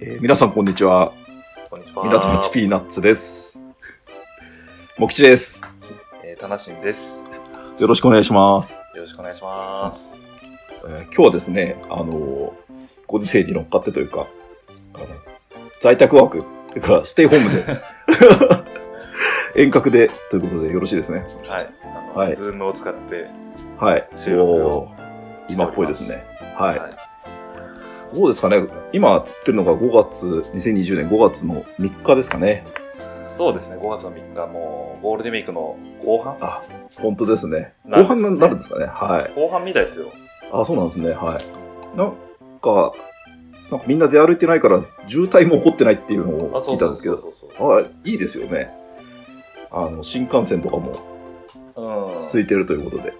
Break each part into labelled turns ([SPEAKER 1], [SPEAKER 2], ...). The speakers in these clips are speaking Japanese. [SPEAKER 1] えー皆さんこんにちは。
[SPEAKER 2] こんにちは。
[SPEAKER 1] 港町ピーナッツです。もきちです。
[SPEAKER 2] えー、たなしんです。
[SPEAKER 1] よろしくお願いします。
[SPEAKER 2] よろしくお願いします。
[SPEAKER 1] えー今日はですね、あのーご時世に乗っかってというか、あの在宅ワークというか、ステイホーム で、遠隔でということでよろしいですね。
[SPEAKER 2] はい。あの、
[SPEAKER 1] はい
[SPEAKER 2] ズームを使って、
[SPEAKER 1] はい。
[SPEAKER 2] 収録を
[SPEAKER 1] おー今っぽいですね。はい。
[SPEAKER 2] はい
[SPEAKER 1] どうですかね今撮ってるのが5月、2020年5月の3日ですかね。
[SPEAKER 2] そうですね、5月の3日、もうゴールデンウィークの後半
[SPEAKER 1] あ、本当ですね。
[SPEAKER 2] なる
[SPEAKER 1] 後
[SPEAKER 2] んですね
[SPEAKER 1] 半になるんですかね。はい。
[SPEAKER 2] 後半みたいですよ。
[SPEAKER 1] あ、そうなんですね。はい。なんか、なんかみんな出歩いてないから、渋滞も起こってないっていうのを
[SPEAKER 2] あ、そ
[SPEAKER 1] 聞いうたん
[SPEAKER 2] そう
[SPEAKER 1] ですけど
[SPEAKER 2] そう、そうそう。
[SPEAKER 1] あいいですよね。あの、新幹線とかも
[SPEAKER 2] うん。
[SPEAKER 1] 空いてるということで。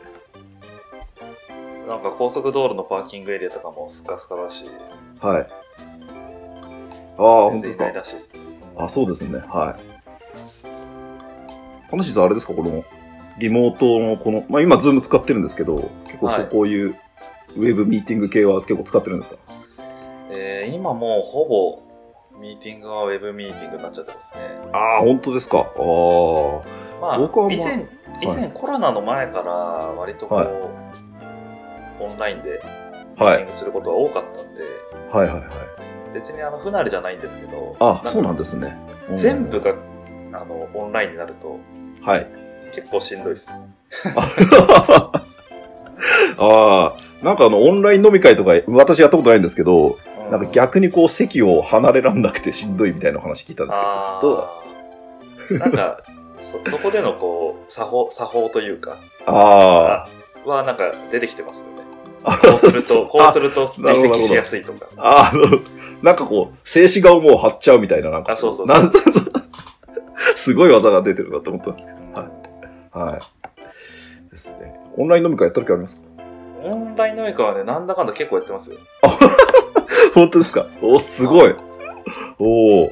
[SPEAKER 2] なんか高速道路のパーキングエリアとかもスカスカだし、
[SPEAKER 1] はい。ああ、本当で
[SPEAKER 2] 全然
[SPEAKER 1] す
[SPEAKER 2] いない
[SPEAKER 1] か。
[SPEAKER 2] らしいです。
[SPEAKER 1] あ、そうですね。はい。楽しいさん、あれですか、この、リモートのこの、まあ今、ズーム使ってるんですけど、結構そう、
[SPEAKER 2] はい
[SPEAKER 1] こういう、ウェブミーティング系は結構使ってるんですか
[SPEAKER 2] えー、今もうほぼ、ミーティングはウェブミーティングになっちゃってますね。
[SPEAKER 1] ああ、本当ですか。ああ。
[SPEAKER 2] まあ、
[SPEAKER 1] 僕はもう
[SPEAKER 2] 以前、以前コロナの前から割とこう、
[SPEAKER 1] はい
[SPEAKER 2] オンラインでミー
[SPEAKER 1] は
[SPEAKER 2] ティ
[SPEAKER 1] い。
[SPEAKER 2] ングすることは多かったんで、
[SPEAKER 1] はいはいはい。
[SPEAKER 2] 別にあの不慣れじゃないんですけど、
[SPEAKER 1] あ、
[SPEAKER 2] か
[SPEAKER 1] そうなんですね。うん
[SPEAKER 2] 全部があのオンラインになると
[SPEAKER 1] はい。
[SPEAKER 2] 結構しんどいです。
[SPEAKER 1] ああー、なんかあの、オンライン飲み会とか、私やったことないんですけど、なんか逆にこう、席を離れらんなくてしんどいみたいな話聞いたんですけ
[SPEAKER 2] あ
[SPEAKER 1] ど、どうだ
[SPEAKER 2] ーなんかそ そこでのこう作法作法というか
[SPEAKER 1] あ
[SPEAKER 2] はなんか出てきてますよね。
[SPEAKER 1] あ、
[SPEAKER 2] こうするとこうす
[SPEAKER 1] る。
[SPEAKER 2] ると
[SPEAKER 1] なるほど
[SPEAKER 2] 離席しやすいとか。
[SPEAKER 1] ああの、 なんかこう、静止画をもう貼っちゃうみたいな、なんか。
[SPEAKER 2] あそうそうそう
[SPEAKER 1] なん すごい技が出てるなと思ったんですけはど。はい。ですね。オンライン飲み会やった時ありますか
[SPEAKER 2] オンライン飲み会はねなんだかんだ結構やってますよ。
[SPEAKER 1] 本当ですかお、すごい。おお。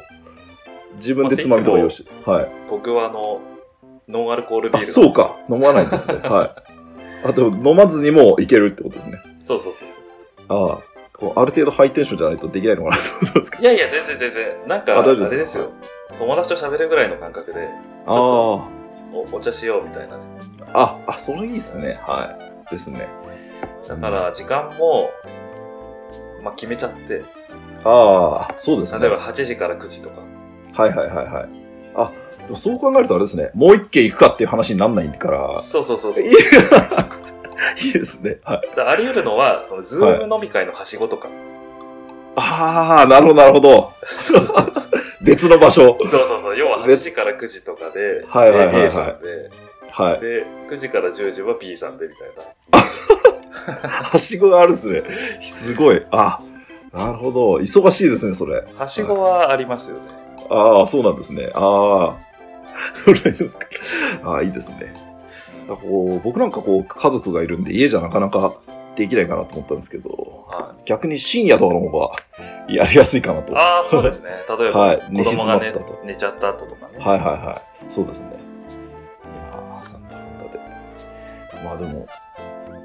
[SPEAKER 1] 自分でつまみとか用意して。はい。
[SPEAKER 2] 僕はあのノンアルコールビー
[SPEAKER 1] あ、
[SPEAKER 2] ルが
[SPEAKER 1] そう。か。飲まないん ですね。はい。あと、飲まずにもいけるってことですね。
[SPEAKER 2] そうそうそうそう。
[SPEAKER 1] ああ。こうある程度ハイテンションじゃないとできないのか なと思ったんですけ
[SPEAKER 2] いやいや全然全然なん
[SPEAKER 1] あ
[SPEAKER 2] かあ
[SPEAKER 1] 大丈夫です
[SPEAKER 2] れですよ。友達と喋るぐらいの感覚で
[SPEAKER 1] ど。あ
[SPEAKER 2] おお茶しようみたいなね。
[SPEAKER 1] あ。あ、あ、それいいですね。はい。ですね。
[SPEAKER 2] だから時間も、まあ、決めちゃって
[SPEAKER 1] ああ、そうですね。
[SPEAKER 2] 例えば8時から9時とか
[SPEAKER 1] はいはいはいはい。あ、でもそう考えるとあれですね。もう一軒行くかっていう話になんないから。
[SPEAKER 2] そうそうそうそう
[SPEAKER 1] いやいいですね。はい。
[SPEAKER 2] だからあり得るのはそのズーム飲み会のはしごとか、
[SPEAKER 1] ああ、なるほど、なるほど。 別の場所。
[SPEAKER 2] そうそうそう要は8時から9時とかで、
[SPEAKER 1] はいはいはいはい
[SPEAKER 2] A さんで
[SPEAKER 1] はい。
[SPEAKER 2] で9時から10時は B さんでみたいな
[SPEAKER 1] はしごがあるっすね。すごい。あ、なるほど。忙しいですね、それ。
[SPEAKER 2] はしごはありますよね、
[SPEAKER 1] ああ、そうなんですね。 ああ。ああ、いいですね。なんかこう僕なんかこう、家族がいるんで、家じゃなかなかできないかなと思ったんですけど、
[SPEAKER 2] はい
[SPEAKER 1] 逆に深夜とかの方がやりやすいかなと。はい
[SPEAKER 2] ああそうですね例えば、
[SPEAKER 1] はい
[SPEAKER 2] 子供が、ね
[SPEAKER 1] 寝静まった、
[SPEAKER 2] 寝ちゃった後とかね、
[SPEAKER 1] はいはい。そうですね。いやーなんだかんだで。まあでも、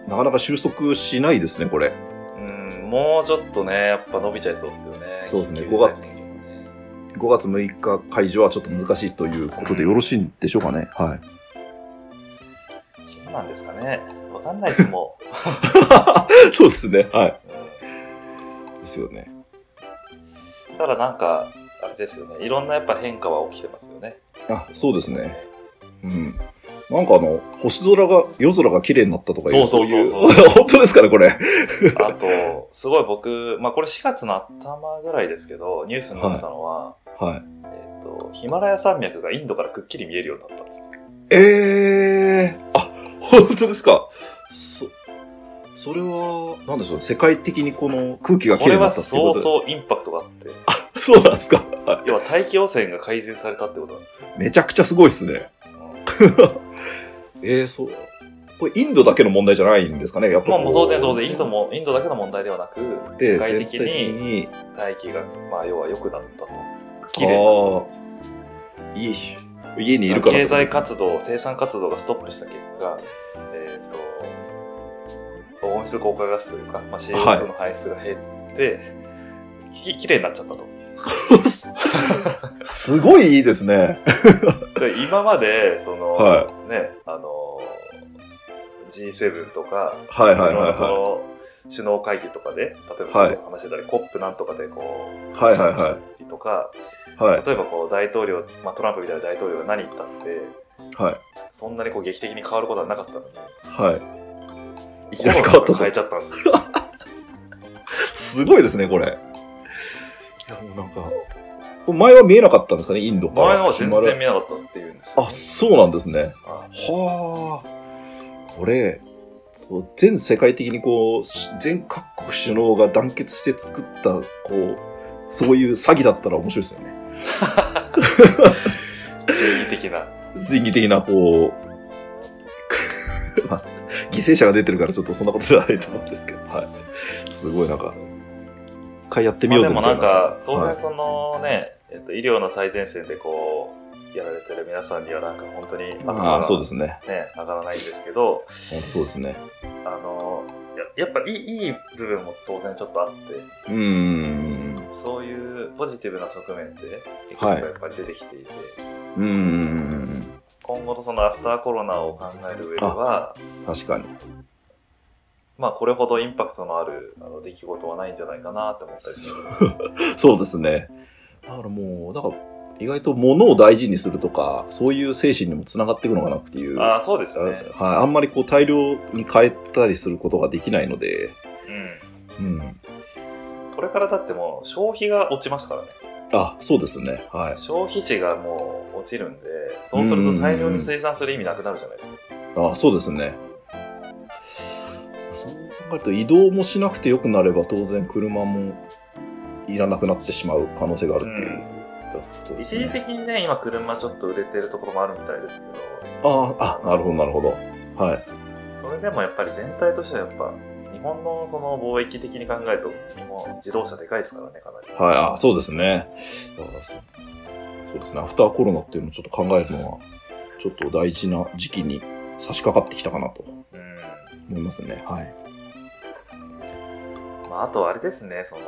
[SPEAKER 1] なかなか収束しないですね、これ。
[SPEAKER 2] うんもうちょっとねやっぱ伸びちゃいそうですよね
[SPEAKER 1] そうですね
[SPEAKER 2] 緊急事態宣言ね
[SPEAKER 1] 5月6日解除はちょっと難しいということでよろしいんでしょうかね。 はい。
[SPEAKER 2] そうなんですかねわかんないですもう、
[SPEAKER 1] そうですね。はい。
[SPEAKER 2] うん
[SPEAKER 1] ですよね。
[SPEAKER 2] ただなんか、あれですよね、いろんなやっぱ変化は起きてますよね。
[SPEAKER 1] あ、そうですね。うん。なんかあの、星空が、夜空が綺麗になったとかいう。
[SPEAKER 2] そうそうそう
[SPEAKER 1] い
[SPEAKER 2] そう
[SPEAKER 1] 本当ですかね、これ。
[SPEAKER 2] あと、すごい僕、まあこれ4月の頭ぐらいですけど、ニュースになってたのは、
[SPEAKER 1] はい。
[SPEAKER 2] えっ、と、ヒマラヤ山脈がインドからくっきり見えるようになったんです。
[SPEAKER 1] えー。あ、本当ですか。そ、それは、なんでしょう、世界的にこの空気が
[SPEAKER 2] こ
[SPEAKER 1] 綺麗
[SPEAKER 2] れ
[SPEAKER 1] にな
[SPEAKER 2] は
[SPEAKER 1] ったっていうこ
[SPEAKER 2] 相
[SPEAKER 1] と
[SPEAKER 2] 当インパクトがあって、
[SPEAKER 1] で。そうなんですか。はい
[SPEAKER 2] 要は大気汚染が改善されたってことなんですよ。
[SPEAKER 1] めちゃくちゃすごいですね。 えー、そう。これインドだけの問題じゃないんですかね、やっぱ
[SPEAKER 2] まあ
[SPEAKER 1] こう
[SPEAKER 2] もう当然当然、インドも、インドだけの問題ではなく、
[SPEAKER 1] で
[SPEAKER 2] 世界的
[SPEAKER 1] 全体
[SPEAKER 2] に大気が、まあ要は良くなったと。
[SPEAKER 1] 綺
[SPEAKER 2] 綺
[SPEAKER 1] 麗
[SPEAKER 2] 麗
[SPEAKER 1] いい家にいるから
[SPEAKER 2] 経済活動、生産活動がストップした結果、えっ、と、温室効果ガスというか、まあ、CO2 の排出が減って、ききれいになっちゃったと。
[SPEAKER 1] すごいいいですね。
[SPEAKER 2] で今まで、その、
[SPEAKER 1] は
[SPEAKER 2] ね、あの、G7 とか、
[SPEAKER 1] はいはいはい
[SPEAKER 2] ろんなそ
[SPEAKER 1] は
[SPEAKER 2] の首脳会議とかで、例えば
[SPEAKER 1] はい
[SPEAKER 2] そういうこと話してたり、COP なんとかでこう、
[SPEAKER 1] はいはいはい
[SPEAKER 2] い。とか、
[SPEAKER 1] い。はい。
[SPEAKER 2] 例えばこう大統領、まあ、トランプみたいな大統領が何言ったって、
[SPEAKER 1] はい。
[SPEAKER 2] そんなにこう劇的に変わることはなかったのに、
[SPEAKER 1] はい。いき
[SPEAKER 2] コ
[SPEAKER 1] な
[SPEAKER 2] ロ
[SPEAKER 1] り
[SPEAKER 2] ナ
[SPEAKER 1] 変わ
[SPEAKER 2] が
[SPEAKER 1] った
[SPEAKER 2] 変
[SPEAKER 1] と
[SPEAKER 2] え。ちゃったんですよ。
[SPEAKER 1] すごいですね、これ。いや、もうなんか、これ前は見えなかったんですかね、インドから。
[SPEAKER 2] 前は全
[SPEAKER 1] ヒマラ
[SPEAKER 2] 然
[SPEAKER 1] ヤ
[SPEAKER 2] 見えなかったっていうんですよ、
[SPEAKER 1] あ、そうなんですね。
[SPEAKER 2] あ
[SPEAKER 1] はあ。これ、そう全世界的にこう、し全各国首脳が団結して作った、こう、そういう詐欺だったら面白いですよね。
[SPEAKER 2] 正義的な。
[SPEAKER 1] 人義的な、こう、まあ犠牲者が出てるからちょっとそんなことじゃないと思うんですけど、はい。すごいなんか、一回やってみ
[SPEAKER 2] ま
[SPEAKER 1] よう
[SPEAKER 2] あで
[SPEAKER 1] ぜ
[SPEAKER 2] も
[SPEAKER 1] みた
[SPEAKER 2] ないん
[SPEAKER 1] な。
[SPEAKER 2] か、当
[SPEAKER 1] は
[SPEAKER 2] 然
[SPEAKER 1] い
[SPEAKER 2] そのね、えっと、医療の最前線でこう、やられてる皆さんにはなんか本当に頭
[SPEAKER 1] あ
[SPEAKER 2] が
[SPEAKER 1] あ、そうですね。
[SPEAKER 2] ね、上がらないんですけど、
[SPEAKER 1] 本当そうですね。
[SPEAKER 2] あの、ややっぱいいいい部分も当然ちょっとあって、
[SPEAKER 1] うーん。
[SPEAKER 2] そういうポジティブな側面で、いくつか
[SPEAKER 1] はい
[SPEAKER 2] やっぱり出てきていて、
[SPEAKER 1] うーん。
[SPEAKER 2] 今後のそのアフターコロナを考える上では、
[SPEAKER 1] 確かに。
[SPEAKER 2] まあこれほどインパクトのあるあの出来事はないんじゃないかなって思ったりしま す。
[SPEAKER 1] そうですね。だからもう、だから、意外と物を大事にするとか、そういう精神にもつながっていくのかなっていう。
[SPEAKER 2] ああ、そうです
[SPEAKER 1] はい
[SPEAKER 2] ね。、
[SPEAKER 1] あんまりこう大量に変えたりすることができないので、
[SPEAKER 2] うん。
[SPEAKER 1] うん。
[SPEAKER 2] これからだってもう消費が落ちますからね。
[SPEAKER 1] あ、そうですね。はい。
[SPEAKER 2] 消費値がもう落ちるんで、そうすると大量に生産する意味なくなるじゃないですか。
[SPEAKER 1] あそうですね。そう考えると移動もしなくてよくなれば当然車もいらなくなってしまう可能性があるっていううことです
[SPEAKER 2] 一時
[SPEAKER 1] ね。
[SPEAKER 2] 的にね、今車ちょっと売れてるところもあるみたいですけど、
[SPEAKER 1] ああ、なるほどなるほど。はい。
[SPEAKER 2] それでもやっぱり全体としてはやっぱ、日本のその貿易的に考えると、日本自動車でかいですからね、かなり。
[SPEAKER 1] はい、あそうですね。だからそうそうですね、アフターコロナっていうのをちょっと考えるのは、ちょっと大事な時期に差し掛かってきたかなと
[SPEAKER 2] うん。
[SPEAKER 1] 思いますね。はい。
[SPEAKER 2] まあ、あとあれですね、その、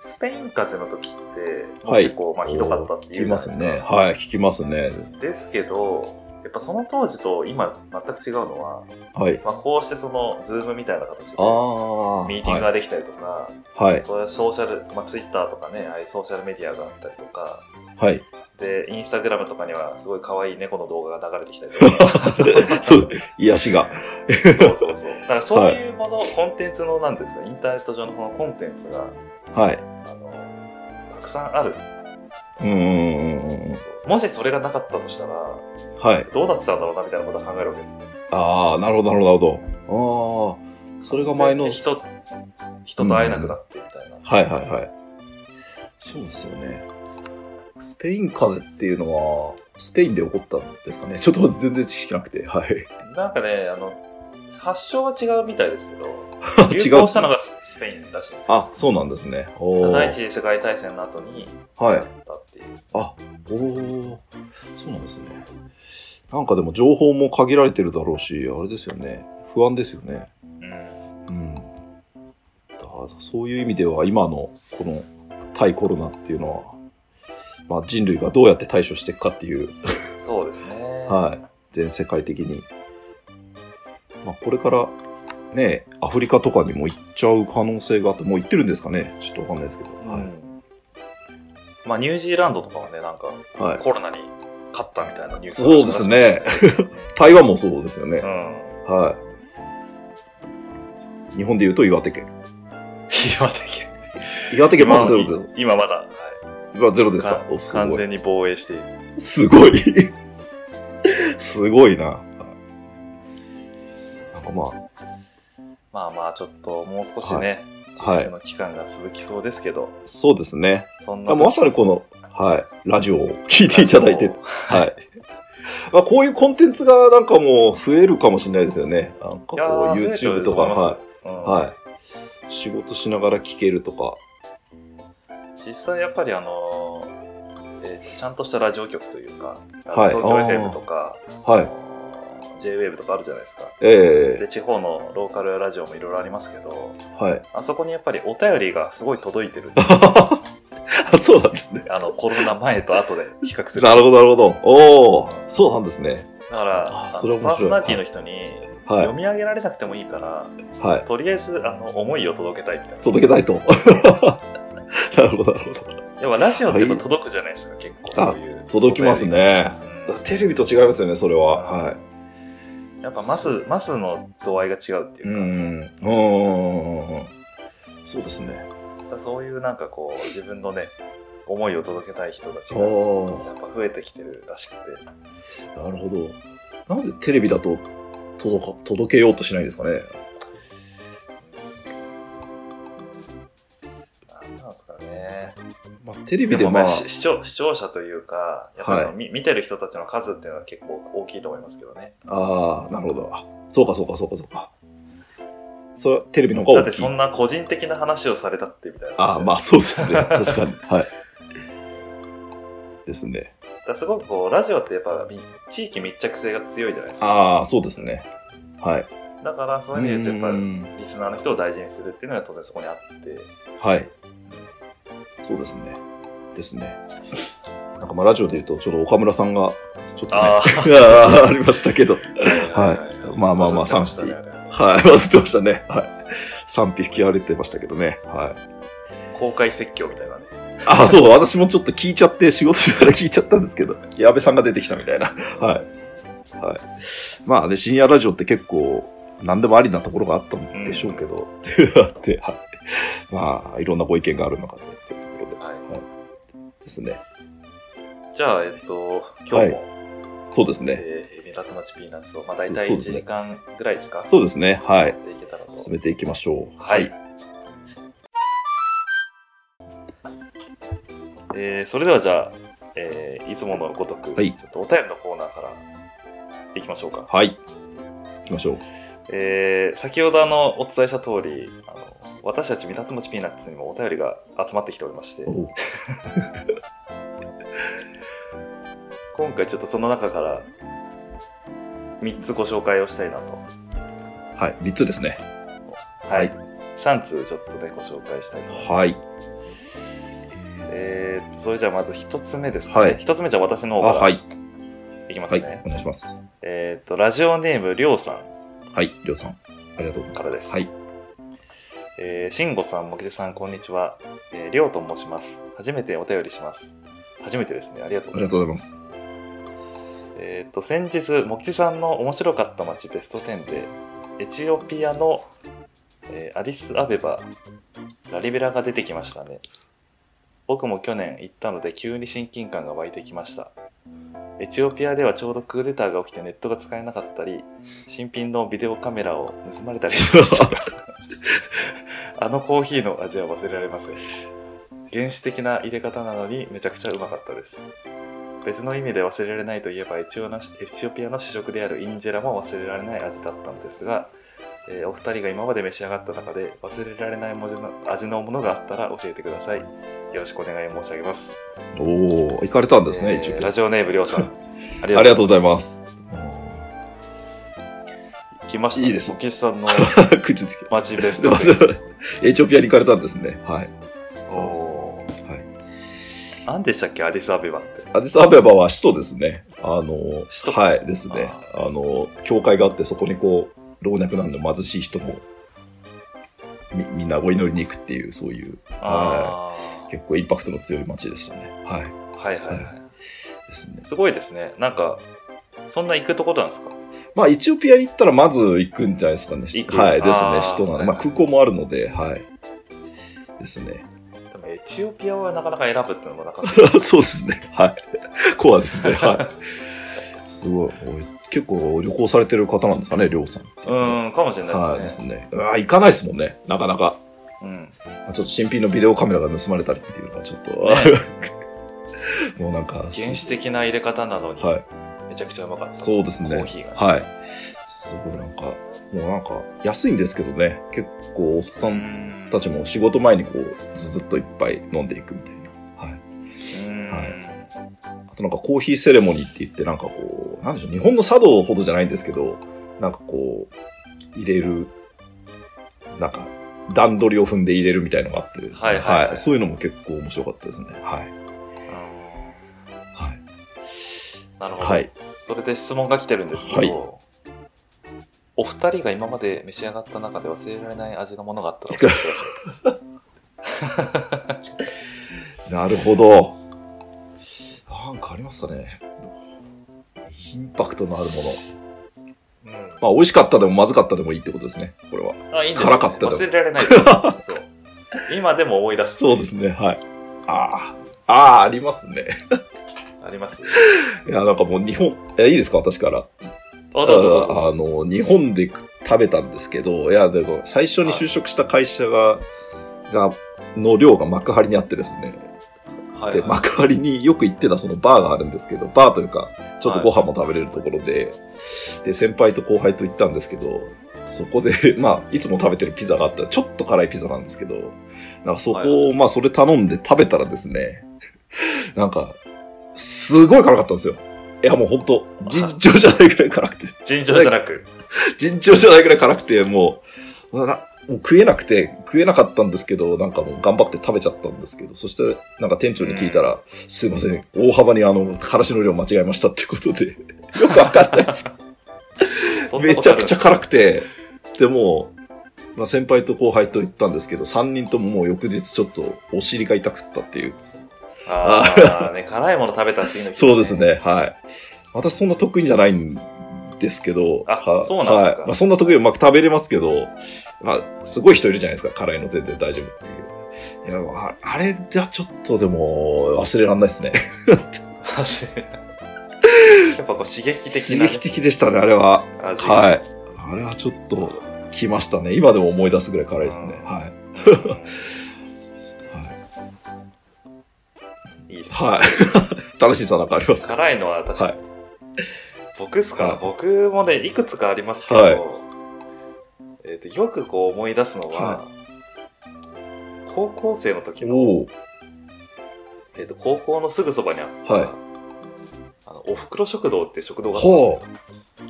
[SPEAKER 2] スペイン風邪の時って、
[SPEAKER 1] はい
[SPEAKER 2] 結構まあひどかったって
[SPEAKER 1] 聞
[SPEAKER 2] い
[SPEAKER 1] き
[SPEAKER 2] うじゃ
[SPEAKER 1] ま
[SPEAKER 2] ないですすか。
[SPEAKER 1] ね。はい、聞きますね。
[SPEAKER 2] ですけど、やっぱその当時と今全く違うのは、
[SPEAKER 1] はい。
[SPEAKER 2] まあ、こうしてその、ズームみたいな形で
[SPEAKER 1] あ、あ。
[SPEAKER 2] ミーティングができたりとか、
[SPEAKER 1] はい。はい。
[SPEAKER 2] そういうソーシャル、まあ、ツイッターとかね、ああいうソーシャルメディアがあったりとか、
[SPEAKER 1] はい。
[SPEAKER 2] で、インスタグラムとかにはすごい可愛い猫の動画が流れてきたりと か、
[SPEAKER 1] そう、癒しが。
[SPEAKER 2] そうそうそう。だからそういうもの、コンテンツのなんですか、インターネット上のこのコンテンツが、
[SPEAKER 1] はい。
[SPEAKER 2] あの、たくさんある。
[SPEAKER 1] うんうんうんうんうん。
[SPEAKER 2] そうもしそれがなかったとしたら、
[SPEAKER 1] はい。
[SPEAKER 2] どうなってたんだろうなみたいなことを考えるわけですよ。
[SPEAKER 1] ああ、なるほど、なるほど、なるほど。ああ、それが前の。
[SPEAKER 2] 人、人と会えなくなってみたいな。
[SPEAKER 1] はいはいはい。そうですよね。スペイン風邪っていうのは、スペインで起こったんですかね。ちょっと全然知識なくて。 はい。
[SPEAKER 2] なんかね、あの、発祥は違うみたいですけど、
[SPEAKER 1] 違う
[SPEAKER 2] 流行したのがススペインらしいんですよ。
[SPEAKER 1] あ、そうなんですね。お
[SPEAKER 2] 第
[SPEAKER 1] ー
[SPEAKER 2] 一次世界大戦の後に
[SPEAKER 1] はい。
[SPEAKER 2] ったっていう。
[SPEAKER 1] あ、おーそうなんですね。なんかでも情報も限られてるだろうし、あれですよね。不安ですよね。う
[SPEAKER 2] うん
[SPEAKER 1] ん。だそういう意味では、今のこの対コロナっていうのは、まあ人類がどうやって対処していくかっていう
[SPEAKER 2] そうですね。
[SPEAKER 1] はい、全世界的に。まあ、これから、ね、アフリカとかにも行っちゃう可能性があって、もう行ってるんですかねちょっとわかんないですけど。
[SPEAKER 2] うんまあ、ニュージーランドとかはね、なんか
[SPEAKER 1] はい。
[SPEAKER 2] コロナに勝ったみたいなニュース
[SPEAKER 1] そうですね。 台湾もそうですよね
[SPEAKER 2] う。ん。
[SPEAKER 1] はい。日本で言うと岩手県。
[SPEAKER 2] 岩手県。
[SPEAKER 1] 岩手県まだゼロ
[SPEAKER 2] 今
[SPEAKER 1] で
[SPEAKER 2] 今まだ、はい
[SPEAKER 1] す。まあゼロですか
[SPEAKER 2] か
[SPEAKER 1] おす
[SPEAKER 2] 完
[SPEAKER 1] ごい。
[SPEAKER 2] 全に防衛している。
[SPEAKER 1] すごい。すごいな。はいなんかまあ、
[SPEAKER 2] まあまあ、ちょっともう少しね、
[SPEAKER 1] はい
[SPEAKER 2] 自粛の期間が続きそうですけど、
[SPEAKER 1] そうですね。
[SPEAKER 2] そん
[SPEAKER 1] ま
[SPEAKER 2] な
[SPEAKER 1] あ
[SPEAKER 2] 時
[SPEAKER 1] まさにこの、はい、ラジオを聞いていただいて、はい。まあ、こういうコンテンツがなんかもう増えるかもしれないですよね。なんかこう
[SPEAKER 2] いや
[SPEAKER 1] YouTube
[SPEAKER 2] ー
[SPEAKER 1] とか、は
[SPEAKER 2] 増えてると思いますうん
[SPEAKER 1] い。はい。仕事しながら聞けるとか。
[SPEAKER 2] 実際やっぱりあのえーちゃんとしたラジオ局というか、あの
[SPEAKER 1] はい
[SPEAKER 2] 東京 FM とか、
[SPEAKER 1] はい。
[SPEAKER 2] あの JWAVE とかあるじゃないですか。
[SPEAKER 1] え
[SPEAKER 2] で、地方のローカルラジオもいろいろありますけど、
[SPEAKER 1] えはい。
[SPEAKER 2] あそこにやっぱりお便りがすごい届いてるんですよ。
[SPEAKER 1] あ、そうなんですね。
[SPEAKER 2] あの、コロナ前と後で比較する。
[SPEAKER 1] なるほど、なるほど。おお、そうなんですね。
[SPEAKER 2] だから、
[SPEAKER 1] あ
[SPEAKER 2] あの
[SPEAKER 1] それ面
[SPEAKER 2] パー
[SPEAKER 1] 白
[SPEAKER 2] ソ
[SPEAKER 1] い
[SPEAKER 2] ナリティの人に、
[SPEAKER 1] は
[SPEAKER 2] 読み上げられなくてもいいから、
[SPEAKER 1] い。はい。
[SPEAKER 2] とりあえず、あの、思いを届けたいみたいな。
[SPEAKER 1] 届けたいと。 なるほど、なるほど。
[SPEAKER 2] やっぱラジオってやっぱ届くじゃないですか、結構。そういう。
[SPEAKER 1] 届きますね。
[SPEAKER 2] うん。
[SPEAKER 1] テレビと違いますよね、それは。はい。
[SPEAKER 2] やっぱマス、マスの度合いが違うっていううか、
[SPEAKER 1] ん。うん。そうですね。
[SPEAKER 2] だからそういうなんかこう、自分のね、思いを届けたい人たち
[SPEAKER 1] ああ
[SPEAKER 2] が、、やっぱ増えてきてるらしくて。
[SPEAKER 1] なるほど。なんでテレビだと届か届けようとしないんですかね。
[SPEAKER 2] なんなんですかね。
[SPEAKER 1] まあ、テレビ
[SPEAKER 2] で
[SPEAKER 1] で
[SPEAKER 2] も
[SPEAKER 1] ま
[SPEAKER 2] ま
[SPEAKER 1] あ
[SPEAKER 2] あ、、し視聴、視聴者というか、やっぱりその、
[SPEAKER 1] は
[SPEAKER 2] み見てる人たちの数っていうのは結構大きいと思いますけどね。
[SPEAKER 1] ああ、なるほど。あそうか、そうか、そうか、そうか。それはテレビの方が
[SPEAKER 2] だって
[SPEAKER 1] 大きい
[SPEAKER 2] そ。んな個人的な話をされたってみたいな。
[SPEAKER 1] ああ、まあそうです ね。確かに。はい。ですね。
[SPEAKER 2] だからすごくこう、ラジオってやっぱみ地域密着性が強いじゃないですか。
[SPEAKER 1] ああ、そうですね。はい。
[SPEAKER 2] だからそういう意味で言うと
[SPEAKER 1] うー
[SPEAKER 2] やっ
[SPEAKER 1] ん
[SPEAKER 2] ぱリスナーの人を大事にするっていうのが当然そこにあって。
[SPEAKER 1] はい。そうですね。ですね。なんかまあラジオで言うと、ちょっと岡村さんが、ちょっとね、あ
[SPEAKER 2] あ あ。
[SPEAKER 1] ありましたけど。 はいまあまあまあ
[SPEAKER 2] 映ってしたね
[SPEAKER 1] 賛はい、忘れてましたね。はい。賛否吹き荒れてましたけどね。はい。
[SPEAKER 2] 公開説教みたいなね。
[SPEAKER 1] ああ、そう、私もちょっと聞いちゃって、仕事しながら聞いちゃったんですけど、矢部さんが出てきたみたいな。はい。はい。まあね、深夜ラジオって結構、何でもありなところがあったんでしょうけど、あって、はい。まあ、いろんなご意見がある中で、というところで
[SPEAKER 2] はい。
[SPEAKER 1] ですね。
[SPEAKER 2] じゃあ、えっと、今日も、
[SPEAKER 1] そうですね。
[SPEAKER 2] えー、港町ピーナッツを、まあ大体
[SPEAKER 1] そう
[SPEAKER 2] 1
[SPEAKER 1] ですね
[SPEAKER 2] 時間ぐらいですか
[SPEAKER 1] そうですね。は
[SPEAKER 2] や
[SPEAKER 1] い
[SPEAKER 2] っ。ていけたらと。
[SPEAKER 1] 進めていきましょう。
[SPEAKER 2] はい。。えー、それではじゃあ、えー、いつものごとく、
[SPEAKER 1] はい
[SPEAKER 2] ちょっとお便りのコーナーからいきましょうか。
[SPEAKER 1] はい。行きましょう。
[SPEAKER 2] えー、先ほどあのお伝えした通り、あの私たち港町ピーナッツにもお便りが集まってきておりまして、
[SPEAKER 1] おう
[SPEAKER 2] 今回ちょっとその中から3つご紹介をしたいなと。
[SPEAKER 1] はい。3つですね。
[SPEAKER 2] はい。3通ちょっとね、ご紹介したいと思います。
[SPEAKER 1] はい。
[SPEAKER 2] えー、とそれじゃあまず1つ目です
[SPEAKER 1] は
[SPEAKER 2] かね。
[SPEAKER 1] い
[SPEAKER 2] 一1つ目じゃあ私の
[SPEAKER 1] あ、
[SPEAKER 2] 方か
[SPEAKER 1] は
[SPEAKER 2] ら
[SPEAKER 1] い。
[SPEAKER 2] いきます
[SPEAKER 1] は
[SPEAKER 2] ね。
[SPEAKER 1] い。お願いします。
[SPEAKER 2] えっ、と、ラジオネームりょうさん
[SPEAKER 1] はい。りょうさん。ありがとうございま
[SPEAKER 2] からです。
[SPEAKER 1] はい。
[SPEAKER 2] えー、しんごさん、もきてさん、こんにちは。えー、りょうと申します。初めてお便りします。初めてですね。ありがとう
[SPEAKER 1] す。あ
[SPEAKER 2] ご
[SPEAKER 1] り
[SPEAKER 2] ざい
[SPEAKER 1] が
[SPEAKER 2] ま
[SPEAKER 1] と
[SPEAKER 2] す。
[SPEAKER 1] うございます。
[SPEAKER 2] えっ、と、先日、もきてさんの面白かった街ベスト10で、エチオピアの、えーアディスアベバ、ラリベラが出てきましたね。僕も去年行ったので急に親近感が湧いてきました。エチオピアではちょうどクーデターが起きてネットが使えなかったり、新品のビデオカメラを盗まれたりしました が。あのコーヒーの味は忘れられません。原始的な入れ方なのにめちゃくちゃうまかったです。別の意味で忘れられないといえばエチオナエチオピアの主食であるインジェラも忘れられない味だったのですが、えーお二人が今まで召し上がった中で忘れられないもの味のものがあったら教えてください。よろしくお願い申し上げます。
[SPEAKER 1] おお、行かれたんですね、
[SPEAKER 2] えー
[SPEAKER 1] 一応。
[SPEAKER 2] ラジオネームりょうさん。 あり
[SPEAKER 1] ありがとうござい
[SPEAKER 2] す。
[SPEAKER 1] ます。
[SPEAKER 2] 来ました、ね。
[SPEAKER 1] いいです
[SPEAKER 2] お客さんの
[SPEAKER 1] くっついてき
[SPEAKER 2] 街ベス
[SPEAKER 1] て
[SPEAKER 2] ト
[SPEAKER 1] ま
[SPEAKER 2] 10。
[SPEAKER 1] す。エチオピアに行かれたんですね。はい。
[SPEAKER 2] おー
[SPEAKER 1] はい。
[SPEAKER 2] 何でしたっけアディスアベバって。
[SPEAKER 1] アディスアベバは首都ですね。あの、
[SPEAKER 2] 首都
[SPEAKER 1] はい、ですね。あの、教会があって、そこにこう、老若男女貧しい人も、みみんなお祈りに行くっていう、そういう、
[SPEAKER 2] あー
[SPEAKER 1] 結構インパクトの強い街でしたね。はい。
[SPEAKER 2] はいはいはい。
[SPEAKER 1] ですね。
[SPEAKER 2] すごいですね。なんか、そんな行くとこなんですか
[SPEAKER 1] まあ、エチオピアに行ったら、まず行くんじゃないですかね。
[SPEAKER 2] 行く
[SPEAKER 1] はい、です
[SPEAKER 2] あ
[SPEAKER 1] ね。
[SPEAKER 2] ー
[SPEAKER 1] 首都なんで。まあ、
[SPEAKER 2] はい
[SPEAKER 1] 空港もあるので、はい。ですね。
[SPEAKER 2] でもエチオピアはなかなか選ぶっていうのもなかなか
[SPEAKER 1] そうですね。はい。コアですね。はい。すごい。おい結構旅行されてる方なんですかね、りょうさん。
[SPEAKER 2] うーん、かもしれな
[SPEAKER 1] はいい。
[SPEAKER 2] で
[SPEAKER 1] ですす
[SPEAKER 2] ね。
[SPEAKER 1] ね。ああ、行かないですもんね。なかなか。
[SPEAKER 2] うん。
[SPEAKER 1] まあちょっと新品のビデオカメラが盗まれたりっていうのは、ちょっと、 もうなんか、
[SPEAKER 2] 原始的な入れ方なのに、
[SPEAKER 1] はい。
[SPEAKER 2] めちゃくちゃうまかった。
[SPEAKER 1] そうですね
[SPEAKER 2] コーヒーが。
[SPEAKER 1] はい。すごいなんか、もうなんか、安いんですけどね。結構、おっさ
[SPEAKER 2] うー
[SPEAKER 1] ん
[SPEAKER 2] ん
[SPEAKER 1] たちも仕事前にこう、ずずっといっぱい飲んでいくみたいな。はい。
[SPEAKER 2] うーん
[SPEAKER 1] はあとなんかコーヒーセレモニーって言って、なんかこう、なんでしょう、日本の茶道ほどじゃないんですけど、なんかこう、入れる、なんか、段取りを踏んで入れるみたいのがあってですね、
[SPEAKER 2] はいはいはい
[SPEAKER 1] そういうのも結構面白かったですね。はい。はい。
[SPEAKER 2] なるほど、
[SPEAKER 1] はい。
[SPEAKER 2] それで質問が来てるんですけど、
[SPEAKER 1] はい
[SPEAKER 2] お二人が今まで召し上がった中で忘れられない味のものがあったら
[SPEAKER 1] 作
[SPEAKER 2] 教え
[SPEAKER 1] る
[SPEAKER 2] てください
[SPEAKER 1] なるほど。なんかありますかね。インパクトのあるもの。まあ、美味しかったでもまずかったでもいいってことですね。これは。
[SPEAKER 2] あ、いいんです
[SPEAKER 1] 辛かったでも
[SPEAKER 2] 忘れられない です。そう今でも思い出す。
[SPEAKER 1] そうですね。はい。ああ。ああ、ありますね。
[SPEAKER 2] あります。
[SPEAKER 1] いや、なんかもう日本、えいいですか私から。
[SPEAKER 2] あ、どうぞどうぞ
[SPEAKER 1] ああの、日本で食べたんですけど、いや、でも最初に就職した会社が、が、の量が幕張にあってですね。
[SPEAKER 2] はい
[SPEAKER 1] で、幕張によく行ってたそのバーがあるんですけど、バーというか、ちょっとご飯も食べれるところで、で、先輩と後輩と行ったんですけど、そこで、 まあ、いつも食べてるピザがあったら、ちょっと辛いピザなんですけど、なんかそこ
[SPEAKER 2] はいは
[SPEAKER 1] を、まあ、それ頼んで食べたらですね、なんか、すごい辛かったんですよ。いや、もう本当尋常じゃないくらい辛くて、
[SPEAKER 2] 尋常じゃなく。
[SPEAKER 1] 尋常じゃないくらい辛くて、もう、なもう食えなくて、食えなかったんですけど、なんかもう頑張って食べちゃったんですけど、そしてなんか店長に聞いたら、すいません、大幅にあの、からしの量間違えましたってことで、 よくわかんないです。
[SPEAKER 2] そんな
[SPEAKER 1] め
[SPEAKER 2] こ
[SPEAKER 1] ち
[SPEAKER 2] とあ
[SPEAKER 1] ゃ
[SPEAKER 2] る
[SPEAKER 1] くちゃ辛くて、でもう、まあ、先輩と後輩と行ったんですけど、3人とももう翌日ちょっとお尻が痛くったっていう。
[SPEAKER 2] ああ、ね、辛いもの食べた次の日。
[SPEAKER 1] そうです。ね、はい。私そんな得意じゃないんですけど、
[SPEAKER 2] あ
[SPEAKER 1] は
[SPEAKER 2] そうなんですか
[SPEAKER 1] はいまあ、そんな得意うまく食べれますけど、まあ、すごい人いるじゃないですか、辛いの全然大丈夫っていう。いや、ああれがちょっとでも忘れられないです ね。
[SPEAKER 2] やっぱこう刺激的な
[SPEAKER 1] 刺激的でしたね、あれは。
[SPEAKER 2] 味が。
[SPEAKER 1] はい。あれはちょっと来ましたね。今でも思い出すぐらい辛いですね。
[SPEAKER 2] うん
[SPEAKER 1] はい。
[SPEAKER 2] いいっすね。
[SPEAKER 1] はい。楽しいさなんかありますか
[SPEAKER 2] 辛いのは確かに。僕っすか、
[SPEAKER 1] はい
[SPEAKER 2] 僕もね、いくつかありますけど、
[SPEAKER 1] はい
[SPEAKER 2] えっとよくこう思い出すのは、
[SPEAKER 1] は
[SPEAKER 2] 高校生の時の、
[SPEAKER 1] おお
[SPEAKER 2] えっと高校のすぐそばにあった、
[SPEAKER 1] はい
[SPEAKER 2] あのおふくろ食堂っていう食堂があったんですよ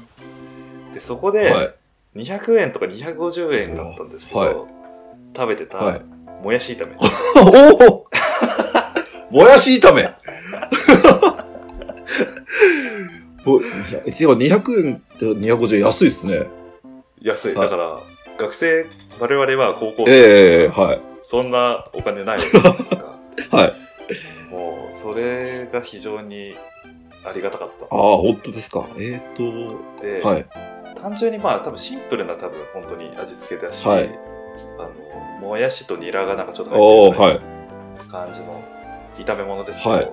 [SPEAKER 2] でそこ
[SPEAKER 1] ー。は
[SPEAKER 2] で
[SPEAKER 1] い。
[SPEAKER 2] 200円とか250円だったんですけど、
[SPEAKER 1] はい
[SPEAKER 2] 食べてた、
[SPEAKER 1] はい。
[SPEAKER 2] もやし炒め
[SPEAKER 1] おおもやし炒 めおいやでも200円って250円安いですね。
[SPEAKER 2] 安い、
[SPEAKER 1] はい
[SPEAKER 2] だから学生我々は高校生
[SPEAKER 1] ええ
[SPEAKER 2] ですから
[SPEAKER 1] はい。
[SPEAKER 2] そんなお金ないわけじゃないですか
[SPEAKER 1] はい。
[SPEAKER 2] もうそれが非常にありがたかったんです
[SPEAKER 1] ああ、
[SPEAKER 2] よ
[SPEAKER 1] 本当ですか。えっ、と、
[SPEAKER 2] で、
[SPEAKER 1] はい。
[SPEAKER 2] 単純にまあ多分シンプルな多分本当に味付けだし、
[SPEAKER 1] はい
[SPEAKER 2] あのもやしとニラがなんかちょっと
[SPEAKER 1] おお
[SPEAKER 2] 入ってるぐら
[SPEAKER 1] はいい。
[SPEAKER 2] の感じの炒め物ですけど、
[SPEAKER 1] はい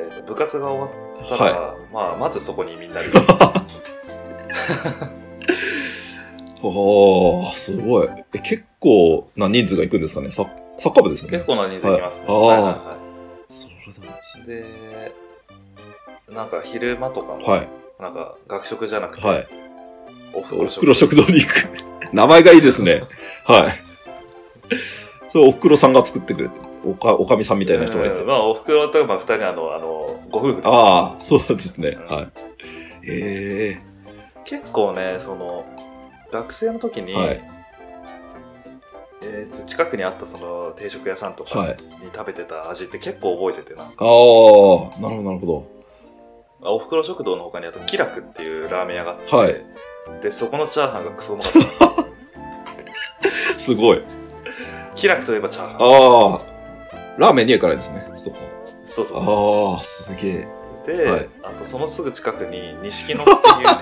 [SPEAKER 2] えーと部活が終わったら、
[SPEAKER 1] は
[SPEAKER 2] まあ、まずそこにみんなで
[SPEAKER 1] ああ、すごい。え、結構な人数が行くんですかね。サッサッカー部 ですよね
[SPEAKER 2] 結。構な人数いきますね、
[SPEAKER 1] はいあー
[SPEAKER 2] はいは
[SPEAKER 1] それでもす
[SPEAKER 2] いでなんか昼間とかも、
[SPEAKER 1] ごい。はい。
[SPEAKER 2] なんか学食じゃなくて、
[SPEAKER 1] はい。
[SPEAKER 2] おふく
[SPEAKER 1] お
[SPEAKER 2] ろ
[SPEAKER 1] ふくろ食堂に行く。 名前がいいですね。はい。 それおふくろさんが作ってくれて、おか、おかみさんみたいな人がいて。
[SPEAKER 2] うんまあおふくろとか2人あのあのご夫婦です
[SPEAKER 1] ああ、そうなんですね。
[SPEAKER 2] うん
[SPEAKER 1] はい。え
[SPEAKER 2] 結構ねその学生の時に、
[SPEAKER 1] はい
[SPEAKER 2] えーと近くにあったその定食屋さんと
[SPEAKER 1] えは
[SPEAKER 2] か
[SPEAKER 1] い。
[SPEAKER 2] に食べてた味って結構覚えててな、
[SPEAKER 1] ああ、なるほど、なるほ
[SPEAKER 2] あおふくろ食堂の他にあとキラクっていうラーメン屋があって、
[SPEAKER 1] はい
[SPEAKER 2] でそこのチャーハンがクソうまかったん ですよ
[SPEAKER 1] ど。すごい。
[SPEAKER 2] キラクといえばチャーハン
[SPEAKER 1] ああ、ラーメンには行かないですね。そこ。
[SPEAKER 2] そうそうそ
[SPEAKER 1] ああ、すげえ。
[SPEAKER 2] うで、
[SPEAKER 1] はい
[SPEAKER 2] あとそのすぐ近くに錦野って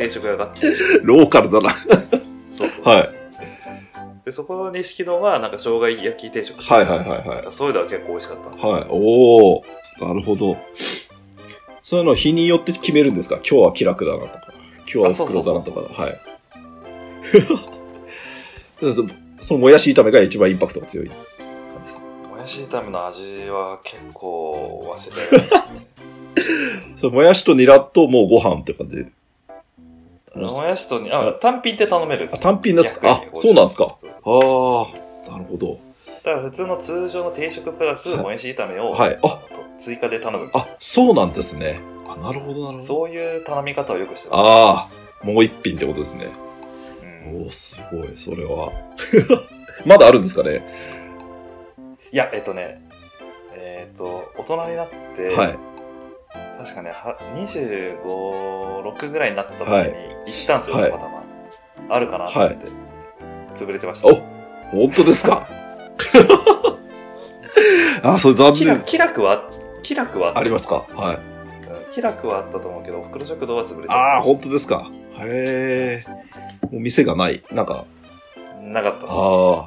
[SPEAKER 2] いう定食屋が あって
[SPEAKER 1] ローカルだな。
[SPEAKER 2] そうそうそう
[SPEAKER 1] はい
[SPEAKER 2] でそこの錦野はなんか生姜焼き定食
[SPEAKER 1] はいはいはいはい。
[SPEAKER 2] そういうのは結構美味しかったんですよ、
[SPEAKER 1] はい。おお、なるほど。そういうの日によって決めるんですか今日は気楽だなとか、今日はお袋だなと
[SPEAKER 2] あそうそうそうそう
[SPEAKER 1] か。はい。 だってそのもやし炒めが一番インパクトが強い感じです。
[SPEAKER 2] もやし炒めの味は結構忘れられないです ね。
[SPEAKER 1] それもやしとニラともうご飯って感じ。
[SPEAKER 2] もやしとに、あ、単品って頼めるんですよ
[SPEAKER 1] あ単品のやつかあ
[SPEAKER 2] 250
[SPEAKER 1] そうなんですか
[SPEAKER 2] そうそう
[SPEAKER 1] ああ、なるほど。
[SPEAKER 2] だから普通の通常の定食プラス
[SPEAKER 1] はい
[SPEAKER 2] もやし炒めを、
[SPEAKER 1] はいあ
[SPEAKER 2] と追加で頼む
[SPEAKER 1] あ、そうなんですね。あ、なるほど、なるほど。
[SPEAKER 2] そういう頼み方をよくしてます
[SPEAKER 1] ああ、もう一品ってことですね。
[SPEAKER 2] うん
[SPEAKER 1] おお、すごい、それは。 まだあるんですかね、
[SPEAKER 2] いやえっとねえっと大人になって、
[SPEAKER 1] はい。
[SPEAKER 2] 確かね256ぐらいになった時に
[SPEAKER 1] はい
[SPEAKER 2] 行ったんですよ、
[SPEAKER 1] はい
[SPEAKER 2] たまたまあるかなと思って、潰れてました
[SPEAKER 1] お本当ですか あ、それ残
[SPEAKER 2] 気
[SPEAKER 1] 念で
[SPEAKER 2] 楽
[SPEAKER 1] す。
[SPEAKER 2] 気楽は気楽は
[SPEAKER 1] ありますかはい。
[SPEAKER 2] うん気楽はあったと思うけどおふくろ食堂は潰れて
[SPEAKER 1] ああ、本当ですかへえ。もう店がない。なんか、
[SPEAKER 2] なかったです
[SPEAKER 1] ああ、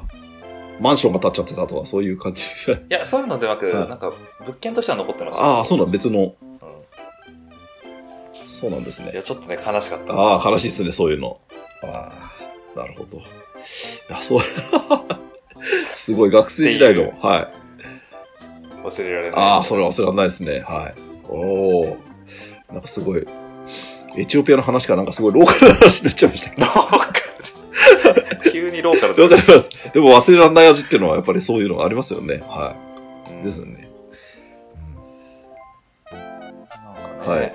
[SPEAKER 1] マンションが建っちゃってたとか、そういう感じ。
[SPEAKER 2] いやそういうのではなく、
[SPEAKER 1] はい
[SPEAKER 2] なんか物件としては残ってました
[SPEAKER 1] ああ、そうなん、別の。
[SPEAKER 2] うん
[SPEAKER 1] そうなんですね
[SPEAKER 2] い。や、ちょっとね、悲しかった。
[SPEAKER 1] ああ、悲しいっすね、そういうの。ああ、なるほど。いや、そう、 すごい、学生時代
[SPEAKER 2] って
[SPEAKER 1] の。はい。
[SPEAKER 2] 忘れられない。
[SPEAKER 1] ああ、それは忘れられないですね。はい。おお、なんかすごい、エチオピアの話からなんかすごいローカルな話になっちゃいましたけど。
[SPEAKER 2] ローカル。 急にローカル
[SPEAKER 1] わかります。でも忘れられない味っていうのはやっぱりそういうのがありますよね。は
[SPEAKER 2] うん
[SPEAKER 1] い。ですよね。
[SPEAKER 2] なんかね、
[SPEAKER 1] はい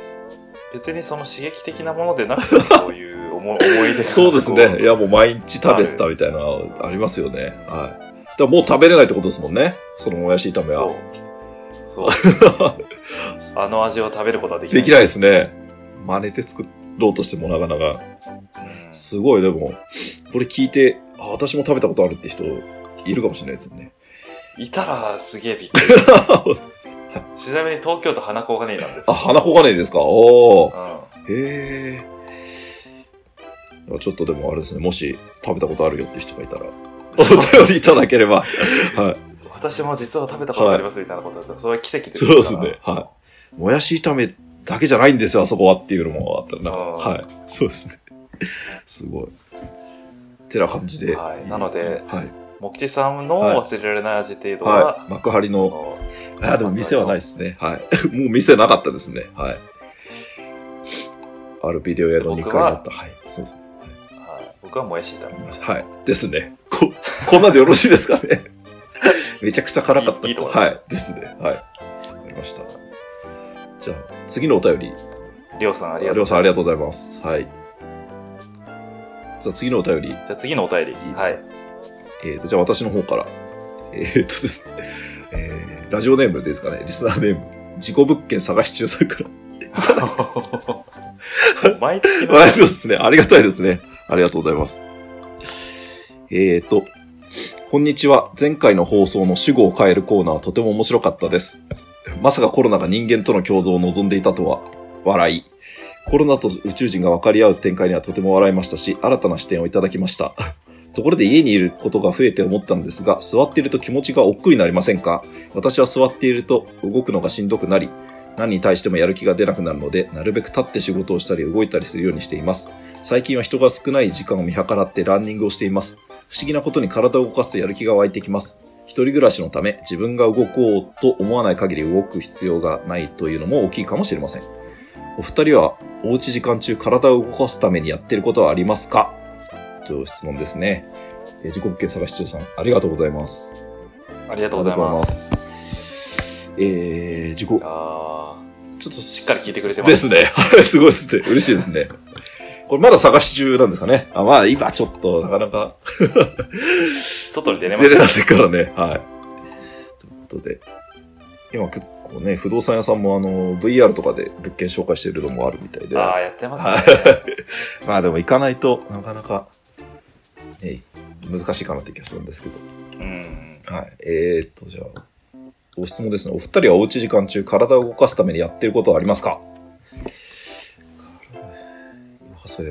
[SPEAKER 2] 別にその刺激的なものでなくても、そういう思い思い出が
[SPEAKER 1] そうです
[SPEAKER 2] こ
[SPEAKER 1] ね。いや、もう毎日食べてたみたいなのありますよね。はい。だからもう食べれないってことですもんね。そのもやし炒めは。
[SPEAKER 2] そう。そう。あの味を食べることはできない。
[SPEAKER 1] できないですね。真似て作ろうとしてもなかなか。
[SPEAKER 2] うん
[SPEAKER 1] すごい、でも、これ聞いて、あ、私も食べたことあるって人いるかもしれないですよね。
[SPEAKER 2] いたらすげえびっくり。ちなみに東京都花子金井なんです
[SPEAKER 1] あ、花子金井ですかおー。
[SPEAKER 2] うん。
[SPEAKER 1] へえ。ちょっとでもあれですね、もし食べたことあるよって人がいたら、お便りいただければ。はい。
[SPEAKER 2] 私も実は食べたことありますみたいなことだったら、それは奇跡で
[SPEAKER 1] そ
[SPEAKER 2] す
[SPEAKER 1] う
[SPEAKER 2] から
[SPEAKER 1] ですね。。はい。もやし炒めだけじゃないんですよ、あそこはっていうのもあったらな。
[SPEAKER 2] うん
[SPEAKER 1] はい。そうですね。すごい。ってな感じで。
[SPEAKER 2] はいなので
[SPEAKER 1] はい。
[SPEAKER 2] もきちさんの
[SPEAKER 1] はい
[SPEAKER 2] 忘れられない味程度は、
[SPEAKER 1] はい。幕張
[SPEAKER 2] あ
[SPEAKER 1] の
[SPEAKER 2] の
[SPEAKER 1] あーでも店はないですね。はい。 もう店なかったですね。はい。あるビデオ屋の2階
[SPEAKER 2] 僕
[SPEAKER 1] だ
[SPEAKER 2] は
[SPEAKER 1] った。はい。そうです
[SPEAKER 2] はい僕はもやし炒めまし
[SPEAKER 1] はい。ですね。こ、こんなんでよろしいですかね。 めちゃくちゃ辛かった
[SPEAKER 2] いいいいと思いま
[SPEAKER 1] は
[SPEAKER 2] す
[SPEAKER 1] い。ですね。はい。わかりました。じゃあ、次のお便り。
[SPEAKER 2] た。りょうさんあ
[SPEAKER 1] り
[SPEAKER 2] りが
[SPEAKER 1] ょ
[SPEAKER 2] とう
[SPEAKER 1] うさんありがとうござい
[SPEAKER 2] す。
[SPEAKER 1] ます。はい。じゃあ、次のお便り。
[SPEAKER 2] じゃあ次のお便り。
[SPEAKER 1] いですか
[SPEAKER 2] はい。
[SPEAKER 1] えーと、じゃあ私の方から。えー、とですね、えーラジオネームですかね、リスナーネーム、事故物件探し中さんから。
[SPEAKER 2] 毎月の
[SPEAKER 1] あ そうですね。ありがたいですね。ありがとうございます。えーと、こんにちは。前回の放送の主語を変えるコーナーとても面白かったです。まさかコロナが人間との共存を望んでいたとは、笑い。コロナと宇宙人が分かり合う展開にはとても笑いましたし、新たな視点をいただきました。ところで家にいることが増えて思ったのですが、座っていると気持ちが億劫になりませんか私は座っていると動くのがしんどくなり、何に対してもやる気が出なくなるので、なるべく立って仕事をしたり動いたりするようにしています。最近は人が少ない時間を見計らってランニングをしています。不思議なことに体を動かすとやる気が湧いてきます。一人暮らしのため、自分が動こうと思わない限り動く必要がないというのも大きいかもしれません。お二人は、おうち時間中体を動かすためにやってることはありますかという質問ですね。えー、自己物件探し中さん、ありがとうございます。
[SPEAKER 2] ありがとうございます。
[SPEAKER 1] えー、自己、
[SPEAKER 2] いやー
[SPEAKER 1] ちょっとし
[SPEAKER 2] っかり聞いてくれてます
[SPEAKER 1] ですね。 はいすごいですね。嬉しいですね。これまだ探し中なんですかね。あまあ今ちょっとなかなか
[SPEAKER 2] 外に出れます
[SPEAKER 1] 出れませんからね。はい。ということで、今結構ね、不動産屋さんもあの VR とかで物件紹介してるのもあるみたいで。
[SPEAKER 2] ああ、やってますね。
[SPEAKER 1] はい まあでも行かないとなかなか、ね、難しいかなって気がするんですけど。
[SPEAKER 2] うん。
[SPEAKER 1] はい。えー、っと、じゃあ、ご質問ですね。お二人はおうち時間中、体を動かすためにやってることはありますか動かすためにやっ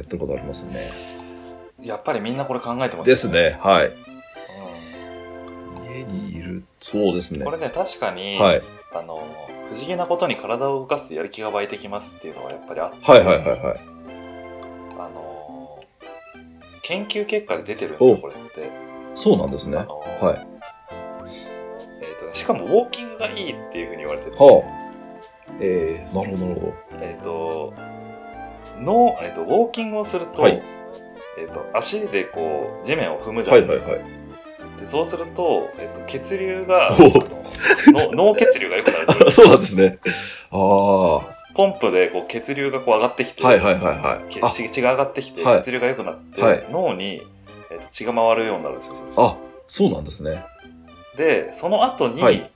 [SPEAKER 1] てることありますね。
[SPEAKER 2] やっぱりみんなこれ考えてます
[SPEAKER 1] ですね。はい。
[SPEAKER 2] う
[SPEAKER 1] 家にいる。そうです
[SPEAKER 2] ん
[SPEAKER 1] ね。
[SPEAKER 2] これね、確かに、
[SPEAKER 1] はい。
[SPEAKER 2] あの、不思議なことに体を動かすとやる気が湧いてきますっていうのはやっぱりあって、
[SPEAKER 1] はいはいはいはい。
[SPEAKER 2] あの、研究結果で出てるんです
[SPEAKER 1] お
[SPEAKER 2] よ、これって。
[SPEAKER 1] そうなんですね。
[SPEAKER 2] あ
[SPEAKER 1] は
[SPEAKER 2] の、
[SPEAKER 1] い。は
[SPEAKER 2] えーとねしかもウォーキングがいいっていうふうに言われてて、
[SPEAKER 1] あ。えー、なるほどなるほ
[SPEAKER 2] えっ、との、えー、とウォーキングをすると,、
[SPEAKER 1] はい
[SPEAKER 2] えー、と足でこう地面を踏むじ
[SPEAKER 1] ど。
[SPEAKER 2] ゃ
[SPEAKER 1] は
[SPEAKER 2] ないい
[SPEAKER 1] は
[SPEAKER 2] で
[SPEAKER 1] い
[SPEAKER 2] すか、
[SPEAKER 1] はい。
[SPEAKER 2] でそうすると、えっと、血流が、あ
[SPEAKER 1] お
[SPEAKER 2] のの脳血流が良くなる。
[SPEAKER 1] あそうなんですね。ああ。は
[SPEAKER 2] ポンプでこう血流がこう上がってきて、
[SPEAKER 1] いはいはいはい。
[SPEAKER 2] 血
[SPEAKER 1] あ、
[SPEAKER 2] 血が上がってきて、
[SPEAKER 1] はい
[SPEAKER 2] 血流が良くなって、
[SPEAKER 1] はい
[SPEAKER 2] 脳に、えっと、血が回るようになるんですよそうそう。
[SPEAKER 1] あ、そうなんですね。
[SPEAKER 2] で、その後に、
[SPEAKER 1] はい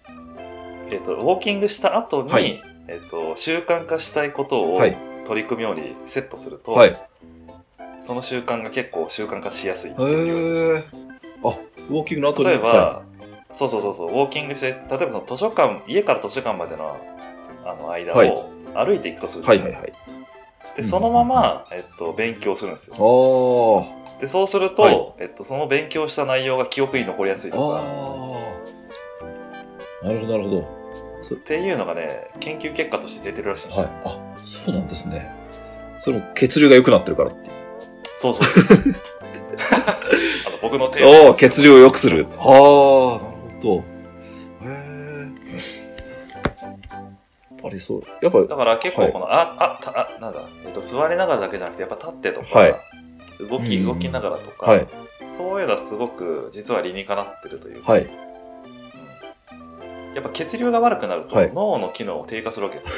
[SPEAKER 2] えっと、ウォーキングした後に、
[SPEAKER 1] はい
[SPEAKER 2] えっと、習慣化したいことを
[SPEAKER 1] はい
[SPEAKER 2] 取り組むようにセットすると、
[SPEAKER 1] はい。へ
[SPEAKER 2] その習慣が結構習慣化しやすいっていうようで
[SPEAKER 1] え。あ、ウォーキングの後
[SPEAKER 2] す。
[SPEAKER 1] に。
[SPEAKER 2] 例えば、
[SPEAKER 1] は
[SPEAKER 2] そうそうそうそう、ウォーキングして、例えばその図書館、家から図書館までのあの間
[SPEAKER 1] はい
[SPEAKER 2] を歩いていくとす
[SPEAKER 1] い、
[SPEAKER 2] るじゃ
[SPEAKER 1] は
[SPEAKER 2] ない
[SPEAKER 1] い
[SPEAKER 2] です
[SPEAKER 1] は
[SPEAKER 2] か
[SPEAKER 1] いはい。
[SPEAKER 2] で、そのまま、えっと、勉強するんですよ。
[SPEAKER 1] あ
[SPEAKER 2] でそうすると、
[SPEAKER 1] はい
[SPEAKER 2] えっと、その勉強した内容が記憶に残りやすいと
[SPEAKER 1] あ。
[SPEAKER 2] か
[SPEAKER 1] ああ。なるほどなるほど。
[SPEAKER 2] っていうのがね研究結果として出てるらしいんです
[SPEAKER 1] はい
[SPEAKER 2] よ、。
[SPEAKER 1] あ、そうなんですね。それも血流が良くなってるからっていう。
[SPEAKER 2] そうそうそうそう あの僕のテーマ
[SPEAKER 1] お
[SPEAKER 2] な
[SPEAKER 1] お
[SPEAKER 2] んですけど
[SPEAKER 1] 血流を良くする。ああ、なる
[SPEAKER 2] そう
[SPEAKER 1] ほど。へえ。やっぱりそう。やっぱ、
[SPEAKER 2] だから結
[SPEAKER 1] は
[SPEAKER 2] 構
[SPEAKER 1] い
[SPEAKER 2] この、ああたあなんだ、えっと、座りながらだけじゃなくてやっぱ立ってとか、
[SPEAKER 1] はい
[SPEAKER 2] 動
[SPEAKER 1] う
[SPEAKER 2] き
[SPEAKER 1] ん
[SPEAKER 2] 動きながらとか、
[SPEAKER 1] はい。
[SPEAKER 2] そういうのはすごく実は理にかなってるというか、
[SPEAKER 1] はい。
[SPEAKER 2] やっぱ血流が悪くなると、
[SPEAKER 1] はい
[SPEAKER 2] 脳の機能を低下するわけですよ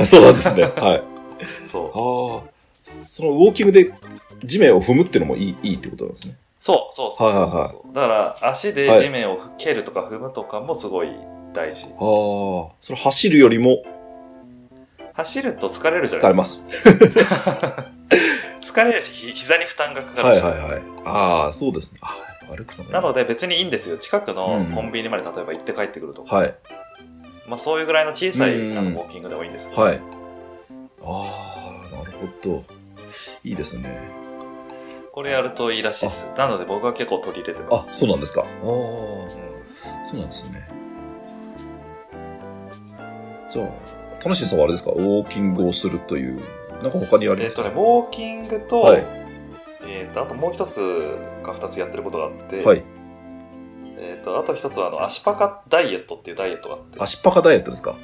[SPEAKER 1] あそうなんですね。はい。あ
[SPEAKER 2] そう
[SPEAKER 1] あ。そのウォーキングで地面を踏むっていうのもいいいいってことなんですね。
[SPEAKER 2] そうそうそうそうそうそう、だから足
[SPEAKER 1] は
[SPEAKER 2] で
[SPEAKER 1] い
[SPEAKER 2] 地面を蹴るとか踏むとかもすごい大事、
[SPEAKER 1] ああ。それ走るよりも
[SPEAKER 2] 走ると疲れるじゃ
[SPEAKER 1] 疲
[SPEAKER 2] ない
[SPEAKER 1] れ
[SPEAKER 2] で
[SPEAKER 1] ます。
[SPEAKER 2] すか。疲れるし、ひ膝に負担がかか
[SPEAKER 1] は
[SPEAKER 2] る
[SPEAKER 1] い
[SPEAKER 2] し。
[SPEAKER 1] はいはい。ああ、そうですね。ああ、やっぱ歩くのね。
[SPEAKER 2] なので別にいいんですよ。近くの
[SPEAKER 1] うん
[SPEAKER 2] コンビニまで例えば行って帰ってくるとか、
[SPEAKER 1] はい。
[SPEAKER 2] まあそういうぐらいの小さい
[SPEAKER 1] うん
[SPEAKER 2] あのウォーキングでもいいんですけど、
[SPEAKER 1] はい。ああ、なるほど。いいですね。
[SPEAKER 2] これやるといいらしいです。なので僕は結構取り入れてま
[SPEAKER 1] あ、
[SPEAKER 2] す。
[SPEAKER 1] そうなんですか。あ
[SPEAKER 2] う
[SPEAKER 1] あ。
[SPEAKER 2] ん
[SPEAKER 1] そうなんですね。じゃあ、楽しいさんはあれですかウォーキングをするという、なんか他にあり
[SPEAKER 2] え
[SPEAKER 1] ま
[SPEAKER 2] っ
[SPEAKER 1] すか
[SPEAKER 2] とね、ウォーキングと、
[SPEAKER 1] はい
[SPEAKER 2] えっとあともう一つか二つやってることがあって、
[SPEAKER 1] はい。
[SPEAKER 2] えっとあと一つはあの足パカダイエットっていうダイエットがあって、
[SPEAKER 1] 足パカダイエットですか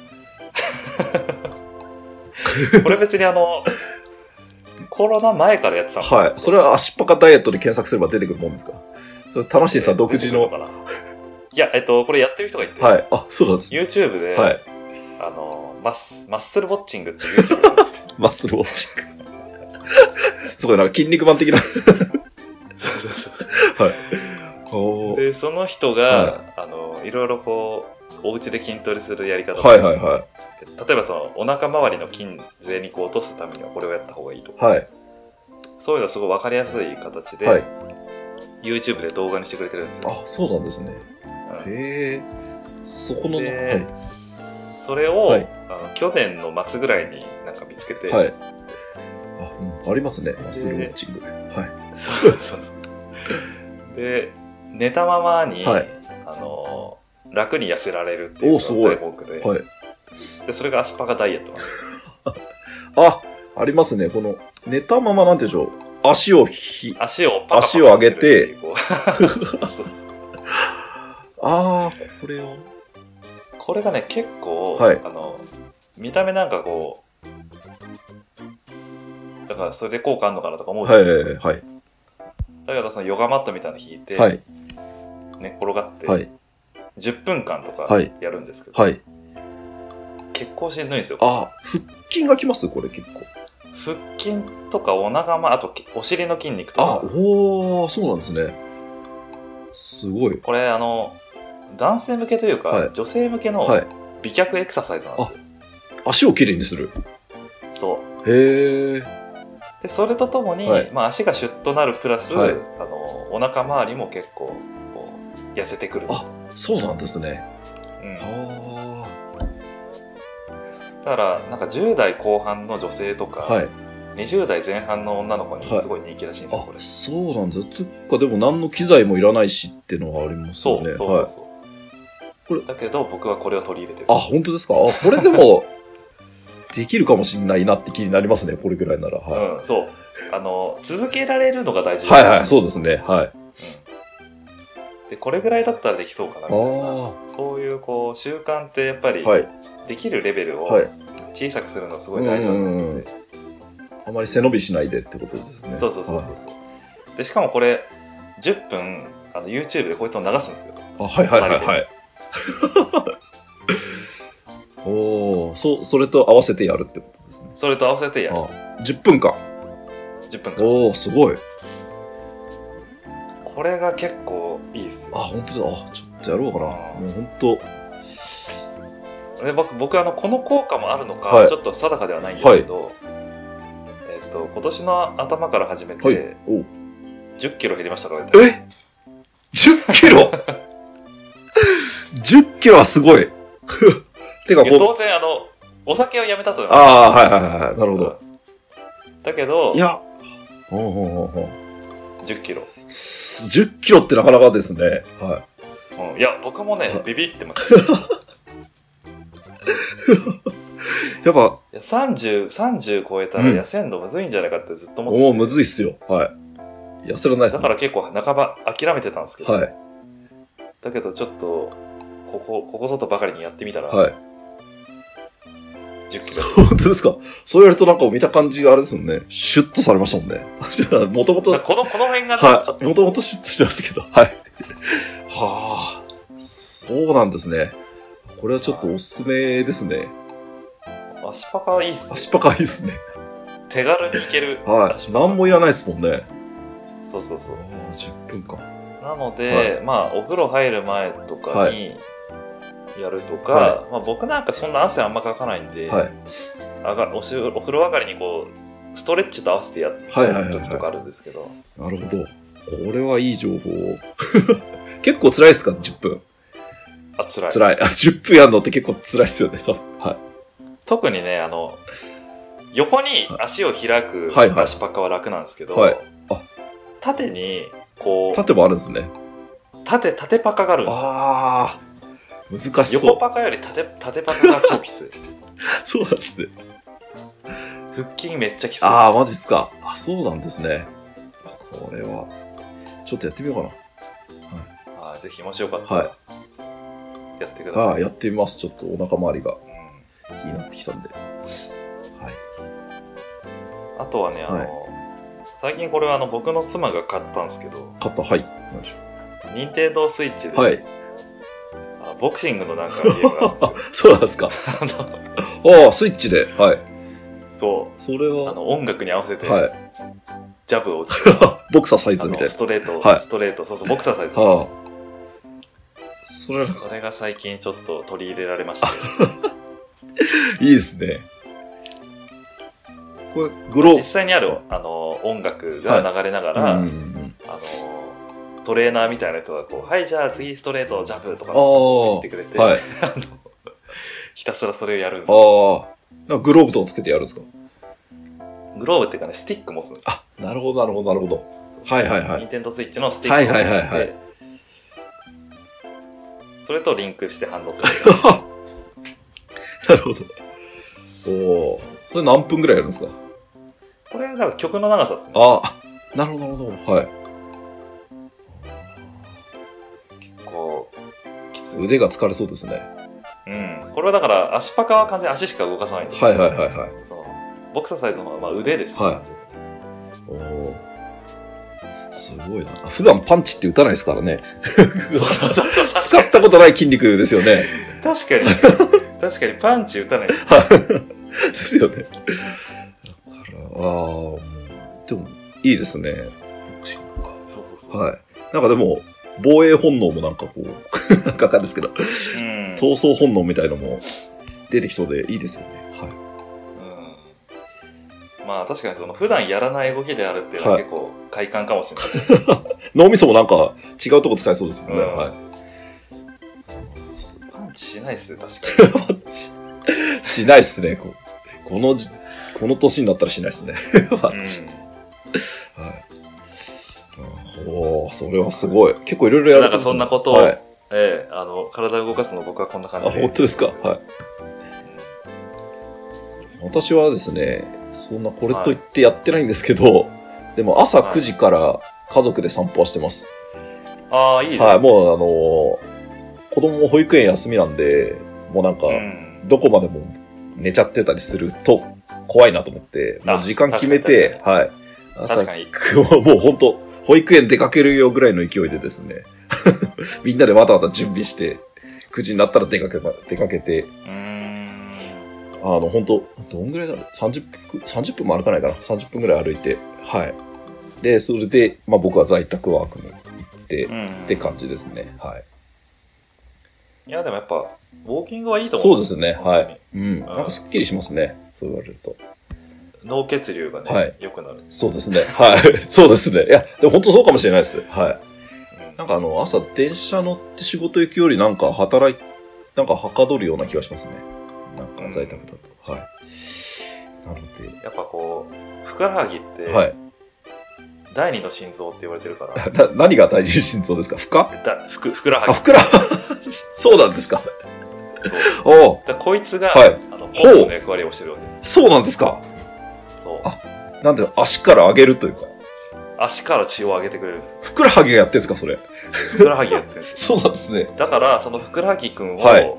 [SPEAKER 2] これ別にあのコロナ前からやってたんですけど
[SPEAKER 1] はい。それは足パカダイエットで検索すれば出てくるもんですかそれ、楽しいさん独自
[SPEAKER 2] 出て
[SPEAKER 1] の
[SPEAKER 2] く。るかないや、えっと、これやってる人がいて、
[SPEAKER 1] はい。あ、そうなんですね。
[SPEAKER 2] YouTube で、
[SPEAKER 1] はい。
[SPEAKER 2] あのマッス、マッスルウォッチングっていう YouTube があるんです
[SPEAKER 1] マッスルウォッチング。 すごい、なんか筋肉マン的 な。おー
[SPEAKER 2] で、その人が、、
[SPEAKER 1] はい
[SPEAKER 2] あのいろいろこう、お家で筋トレするやり方、
[SPEAKER 1] はいはいは
[SPEAKER 2] 例えばそのお腹周りの筋ぜ肉を落とすためにはこれをやった方がいいとか、
[SPEAKER 1] い。はい。
[SPEAKER 2] そういうのすごい分かりやすい形で、
[SPEAKER 1] はい。
[SPEAKER 2] YouTube で動画にしてくれてるんですよ。
[SPEAKER 1] あ、そうなんですね。
[SPEAKER 2] うん
[SPEAKER 1] へえ。そこの、は
[SPEAKER 2] で、
[SPEAKER 1] い。
[SPEAKER 2] それを、
[SPEAKER 1] はい
[SPEAKER 2] あの去年の末ぐらいになんか見つけて、
[SPEAKER 1] はい。あ、うん、ありますね。マッスルウォッチング。はい。
[SPEAKER 2] そうそうそう。で、寝たままに、
[SPEAKER 1] はい
[SPEAKER 2] あの楽に痩せられるっていうの
[SPEAKER 1] おすごい
[SPEAKER 2] が多くで,、
[SPEAKER 1] はい。
[SPEAKER 2] で、それが足パカダイエットなんです。
[SPEAKER 1] あ、ありますね。この、寝たままなんて言うんでしょう。足をひ、
[SPEAKER 2] 足をパカパカ
[SPEAKER 1] 足を上げて
[SPEAKER 2] こう そうそうそう
[SPEAKER 1] ああ、これを。
[SPEAKER 2] これがね、結構、
[SPEAKER 1] はい
[SPEAKER 2] あの見た目なんかこう、だからそれで効果あるのかなとか思うじゃ
[SPEAKER 1] は
[SPEAKER 2] ないいです
[SPEAKER 1] は
[SPEAKER 2] か
[SPEAKER 1] いはい。
[SPEAKER 2] だからそのヨガマットみたいなの引いて、
[SPEAKER 1] はい。
[SPEAKER 2] 寝っ転がって、
[SPEAKER 1] はい。
[SPEAKER 2] 10分間とか
[SPEAKER 1] はい
[SPEAKER 2] やるんですけど、
[SPEAKER 1] はい。
[SPEAKER 2] 結構しんどいんですよ。
[SPEAKER 1] あ、腹筋がきますこれ結構。
[SPEAKER 2] 腹筋とかお腹まあとお尻の筋肉と
[SPEAKER 1] あ
[SPEAKER 2] か、
[SPEAKER 1] おー、そうなんですね。すごい。
[SPEAKER 2] これあの男性向けというか、
[SPEAKER 1] はい
[SPEAKER 2] 女性向けの
[SPEAKER 1] はい。
[SPEAKER 2] 美脚エクササイズなんですよ、
[SPEAKER 1] 足をきれいにする。
[SPEAKER 2] そう
[SPEAKER 1] へえ。
[SPEAKER 2] でそれとともに、
[SPEAKER 1] はい
[SPEAKER 2] まあ、足がシュッとなるプラス、
[SPEAKER 1] はい
[SPEAKER 2] あのお腹周りも結構こう痩せてくるぞと
[SPEAKER 1] そうなんですね。
[SPEAKER 2] うん、だ
[SPEAKER 1] あ
[SPEAKER 2] からなんか10代後半の女性とか、
[SPEAKER 1] あ。はい。
[SPEAKER 2] 20代前半の女の子に
[SPEAKER 1] はい
[SPEAKER 2] すごい人気らしいんですよ、
[SPEAKER 1] あ
[SPEAKER 2] こ、れ
[SPEAKER 1] そうなんですとか、でも何の機材もいらないしっていうのはあります
[SPEAKER 2] そ
[SPEAKER 1] よ
[SPEAKER 2] う
[SPEAKER 1] ね。
[SPEAKER 2] そうそ
[SPEAKER 1] は
[SPEAKER 2] う
[SPEAKER 1] い。
[SPEAKER 2] そう、
[SPEAKER 1] これ
[SPEAKER 2] だけど僕はこれを取り入れてる
[SPEAKER 1] あ、本当ですかあ、これでも、 できるかもしれないなって気になりますね。これぐらいなら。はい。
[SPEAKER 2] うん、そうあの続けられるのが大事
[SPEAKER 1] はいはい、そうですね。はい。
[SPEAKER 2] でこれぐらいだったらできそうかなみたいな
[SPEAKER 1] あ
[SPEAKER 2] そういうこう習慣ってやっぱり
[SPEAKER 1] はい。
[SPEAKER 2] できるレベルを
[SPEAKER 1] はい。
[SPEAKER 2] 小さくするのがすご
[SPEAKER 1] う
[SPEAKER 2] い
[SPEAKER 1] んう
[SPEAKER 2] 大事だと思
[SPEAKER 1] んうん。あまり背伸びしないでってことですね。
[SPEAKER 2] そうそうそうそうそうでしかもこれ10分あの YouTube でこいつを流すんですよ。
[SPEAKER 1] あ、はいはいはいはい。 おお、そう、それと合わせてやるってことですね。
[SPEAKER 2] それと合わせてやる。
[SPEAKER 1] あ10分間。
[SPEAKER 2] 10分間。
[SPEAKER 1] おお、すごい。
[SPEAKER 2] これが結構いいです
[SPEAKER 1] あ、
[SPEAKER 2] よ。
[SPEAKER 1] 本当だ。あ、ちょっとやろうかな。
[SPEAKER 2] うん
[SPEAKER 1] もう本当。
[SPEAKER 2] で僕、僕あのこの効果もあるのか、
[SPEAKER 1] はい
[SPEAKER 2] ちょっと定かではないんですけど、えっと、今年の頭から始めて、
[SPEAKER 1] はい。おう
[SPEAKER 2] 10キロ減りましたからね。
[SPEAKER 1] え !10 キ ロ !10 キロはすごい。 てか、
[SPEAKER 2] いや
[SPEAKER 1] こう、
[SPEAKER 2] 当然、あの、お酒をやめたとは
[SPEAKER 1] ああ、はいはいはいはい。なるほど。
[SPEAKER 2] だけど
[SPEAKER 1] い、や、ほうほうほうほう
[SPEAKER 2] 10キロ。
[SPEAKER 1] す10キロってなかなかですね。は
[SPEAKER 2] うん、いや、僕もね
[SPEAKER 1] はい、
[SPEAKER 2] ビビってます。い
[SPEAKER 1] い。やっぱ、
[SPEAKER 2] や30、30超えたら
[SPEAKER 1] うん
[SPEAKER 2] 痩せんのむずいんじゃないかってずっと思ってて、
[SPEAKER 1] もうむずいっすよ。はい。痩せられないっす
[SPEAKER 2] だ
[SPEAKER 1] ね
[SPEAKER 2] から結構、半ば諦めてたんですけど、
[SPEAKER 1] はい。
[SPEAKER 2] だけどちょっと、ここ、ここぞとばかりにやってみたら、
[SPEAKER 1] はい。
[SPEAKER 2] 10キロ。
[SPEAKER 1] 本当ですかそう言われるとなんか見た感じがあれですもんね。シュッとされましたもんね。 もともと、
[SPEAKER 2] だ
[SPEAKER 1] は
[SPEAKER 2] からこの、この辺がね、ちょっ
[SPEAKER 1] い。もともとシュッとしてましたけど。はい。はあ。そうなんですね。これはちょっとおすすめですね。
[SPEAKER 2] と足パカいいっすね
[SPEAKER 1] 足パカいいですね。
[SPEAKER 2] 手軽にいける。
[SPEAKER 1] はい。何もいらないですもんね。
[SPEAKER 2] そうそうそう
[SPEAKER 1] あ。あ、10分間。
[SPEAKER 2] なので、まあお風呂入る前とかにやるとか、
[SPEAKER 1] は
[SPEAKER 2] まあ、僕なんかそんな汗あんまかかないんで、
[SPEAKER 1] はい。
[SPEAKER 2] あがおしお風呂上がりにこうストレッチと合わせてやってる
[SPEAKER 1] はいはいはいはい
[SPEAKER 2] 時とかあるんですけど、
[SPEAKER 1] なるほど。これはいい情報。 結構辛いですか ?10 分。
[SPEAKER 2] あ辛い
[SPEAKER 1] 辛い。あ、10分やるのって結構辛いですよね。多分はい。
[SPEAKER 2] 特にねあの横に足を開く
[SPEAKER 1] はいはい
[SPEAKER 2] 足パカは楽なんですけど、
[SPEAKER 1] はいあ
[SPEAKER 2] 縦にこう
[SPEAKER 1] 縦もあるんですね。
[SPEAKER 2] 縦縦パカがあるんですよ
[SPEAKER 1] ああ。難しそう
[SPEAKER 2] 横。パカより縦縦パカが超き つい
[SPEAKER 1] そうなんですね。
[SPEAKER 2] 腹筋めっちゃきつい
[SPEAKER 1] ああ、マジっすか。あ、そうなんですね。これは、ちょっとやってみようか
[SPEAKER 2] まあぜひもしよかったらやってくだ
[SPEAKER 1] な。
[SPEAKER 2] さ、
[SPEAKER 1] はいい、やってみます。ちょっとお腹周りが
[SPEAKER 2] うん
[SPEAKER 1] 気になってきたんで。はい。
[SPEAKER 2] あとはね、あの、
[SPEAKER 1] はい
[SPEAKER 2] 最近これはあの僕の妻が買ったんですけど、
[SPEAKER 1] 肩、はい。よいし
[SPEAKER 2] 任天堂スイッチで、
[SPEAKER 1] ょはい。
[SPEAKER 2] あボクシングのなんかゲームがあるん ですよ。
[SPEAKER 1] そうなんですか。
[SPEAKER 2] あの
[SPEAKER 1] ああ、スイッチで。はい。
[SPEAKER 2] そ
[SPEAKER 1] それ
[SPEAKER 2] う、あ
[SPEAKER 1] は、
[SPEAKER 2] の音楽に合わせて
[SPEAKER 1] はい。
[SPEAKER 2] ジャブを打つ。
[SPEAKER 1] ボクサーサイズ
[SPEAKER 2] あ
[SPEAKER 1] み
[SPEAKER 2] の
[SPEAKER 1] たい
[SPEAKER 2] ストレート、
[SPEAKER 1] はい
[SPEAKER 2] ストレート、そうそう、ボクサーサイズ
[SPEAKER 1] な。
[SPEAKER 2] で
[SPEAKER 1] はあ。それ、い
[SPEAKER 2] す。これが最近ちょっと取り入れられまして、
[SPEAKER 1] いですね。これ、グロ
[SPEAKER 2] 実
[SPEAKER 1] ー
[SPEAKER 2] 際にあるあの音楽が流れながら、
[SPEAKER 1] うんうんうん
[SPEAKER 2] あのトレーナーみたいな人がこう、はい、じゃあ次ストレート、ジャブとか
[SPEAKER 1] ああ
[SPEAKER 2] 言ってくれて、
[SPEAKER 1] はい。
[SPEAKER 2] あのひたすらそれをやるんですよ
[SPEAKER 1] ああ。なんかグローブとかつけてやるんですか
[SPEAKER 2] グローブっていうかね、スティック持つんですよ。
[SPEAKER 1] あ、なるほど、なるほど、なるほど。はいはいはい
[SPEAKER 2] ニンテンドースイッチのスティックを
[SPEAKER 1] はいはいはいはい
[SPEAKER 2] それとリンクして反応する。
[SPEAKER 1] なるほど。おお。それ何分ぐらいやるんですか
[SPEAKER 2] これだから曲の長さですね。
[SPEAKER 1] ああ、なるほど、なるほど。はい。
[SPEAKER 2] こう、きつい。
[SPEAKER 1] 腕が疲れそうですね。
[SPEAKER 2] うん。これはだから足パカは完全に足しか動かさないんですよ
[SPEAKER 1] はいはいはいはい。
[SPEAKER 2] そのボクサーサイズの方はまあ腕ですね、
[SPEAKER 1] は おお。すごいな。普段パンチって打たないですからね。
[SPEAKER 2] そうそうそうそう
[SPEAKER 1] 使ったことない筋肉ですよ ね。
[SPEAKER 2] 確か に。確かにパンチ打たないです。
[SPEAKER 1] ですよね。だから、ああ、もうでも、いいですね。
[SPEAKER 2] そうそうそう。
[SPEAKER 1] はい。なんかでも、防衛本能もなんかこう、 なんかわかるんですけど、
[SPEAKER 2] うん。
[SPEAKER 1] 闘争本能みたいのも出てきそうでいいですよね。はい。
[SPEAKER 2] うんまあ確かにその普段やらない動きであるっていうのは
[SPEAKER 1] はい
[SPEAKER 2] 結構快感かもしれない。
[SPEAKER 1] 脳みそもなんか違うとこ使えそうですよね。
[SPEAKER 2] うん
[SPEAKER 1] はい。
[SPEAKER 2] パンチしないっすよ、確かに。
[SPEAKER 1] ししないっすね。ここのじ、この年になったらしないっすね。パ ンチ
[SPEAKER 2] うん
[SPEAKER 1] はい。おーそれはすごい。結構いろいろやる
[SPEAKER 2] なんかそんなことを
[SPEAKER 1] はい。
[SPEAKER 2] ええ、あの、体を動かすの僕はこんな
[SPEAKER 1] あ、
[SPEAKER 2] 感じで。
[SPEAKER 1] 本当ですか。はい。私はですね、そんなこれといってやってないんですけど、でも朝
[SPEAKER 2] はい
[SPEAKER 1] 9時から家族で散歩はしてます。
[SPEAKER 2] ああ、いいです。
[SPEAKER 1] はい、もうあのー子供も保育園休みなんで、もうなんか、
[SPEAKER 2] うん
[SPEAKER 1] どこまでも寝ちゃってたりすると怖いなと思って、もう時間決めて、はい。朝
[SPEAKER 2] 確、かに。
[SPEAKER 1] もう本当、保育園出かけるよぐらいの勢いでですね、 みんなでわたわた準備して、9時になったら出かけば、出かけて、
[SPEAKER 2] うーん。
[SPEAKER 1] あの、本当どんぐらいだろう ?30 分、30分も歩かないかな ?30 分ぐらい歩いて、はい。で、それで、まあ僕は在宅ワークに行って、
[SPEAKER 2] う
[SPEAKER 1] っ
[SPEAKER 2] ん。
[SPEAKER 1] て感じですね。はい。
[SPEAKER 2] いや、でもやっぱ、ウォーキングはいいと
[SPEAKER 1] そ
[SPEAKER 2] 思
[SPEAKER 1] う
[SPEAKER 2] う。
[SPEAKER 1] ですね。はい。。うん。なんかすっきりしますね。そう言われると。
[SPEAKER 2] 脳血流がね、
[SPEAKER 1] はい
[SPEAKER 2] 良くなる。
[SPEAKER 1] そうですね。はい。 そうですね。いや、でも本当そうかもしれないです。はい。
[SPEAKER 2] うん
[SPEAKER 1] なんかあの、朝電車乗って仕事行くよりなんか働い、なんかはかどるような気がしますね。なんか在宅だと。はい。なの
[SPEAKER 2] やっぱこう、ふくらはぎって、
[SPEAKER 1] で、はい。
[SPEAKER 2] 第二の心臓って言われてるから、
[SPEAKER 1] な、何が大事心臓ですか負荷
[SPEAKER 2] だふくふくらはぎ
[SPEAKER 1] あ、。ふくら、 そうなんですか。
[SPEAKER 2] そう
[SPEAKER 1] おう
[SPEAKER 2] だからこいつが、
[SPEAKER 1] はい
[SPEAKER 2] あのポンプの役割をしてるわけです。
[SPEAKER 1] そうなんですか。
[SPEAKER 2] そう
[SPEAKER 1] あなんで足から上げるというか、
[SPEAKER 2] 足から血を上げてくれる んです。
[SPEAKER 1] ふくらはぎがやってんですか、それ。
[SPEAKER 2] ふくらはぎやってるんですよ。
[SPEAKER 1] そうなんですね。
[SPEAKER 2] だから、そのふくらはぎくんを、
[SPEAKER 1] はい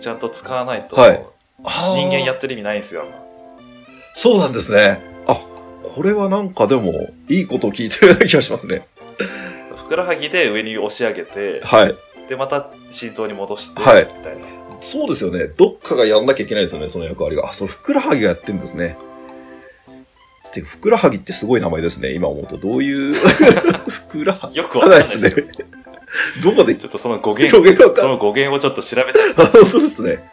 [SPEAKER 2] ちゃんと使わないと、
[SPEAKER 1] はいあー
[SPEAKER 2] 人間やってる意味ないんですよ。
[SPEAKER 1] そうなんですね。あ、これはなんかでも、いいことを聞いてるような気がしますね。
[SPEAKER 2] ふくらはぎで上に押し上げて、
[SPEAKER 1] はい。
[SPEAKER 2] で、また心臓に戻して、
[SPEAKER 1] はい
[SPEAKER 2] みたいな。
[SPEAKER 1] そうですよね。どっかがやんなきゃいけないですよね、その役割が。あ、そのふくらはぎがやってんですね。てかふくらはぎってすごい名前ですね、今思うと。どういう、 ふくらはぎ
[SPEAKER 2] よくわかんないです
[SPEAKER 1] わ
[SPEAKER 2] ね
[SPEAKER 1] かん。ないですね。どこで
[SPEAKER 2] ちょっとその語源、
[SPEAKER 1] 表現がわかんない
[SPEAKER 2] その語源をちょっと調べたい。
[SPEAKER 1] あ本当ですね。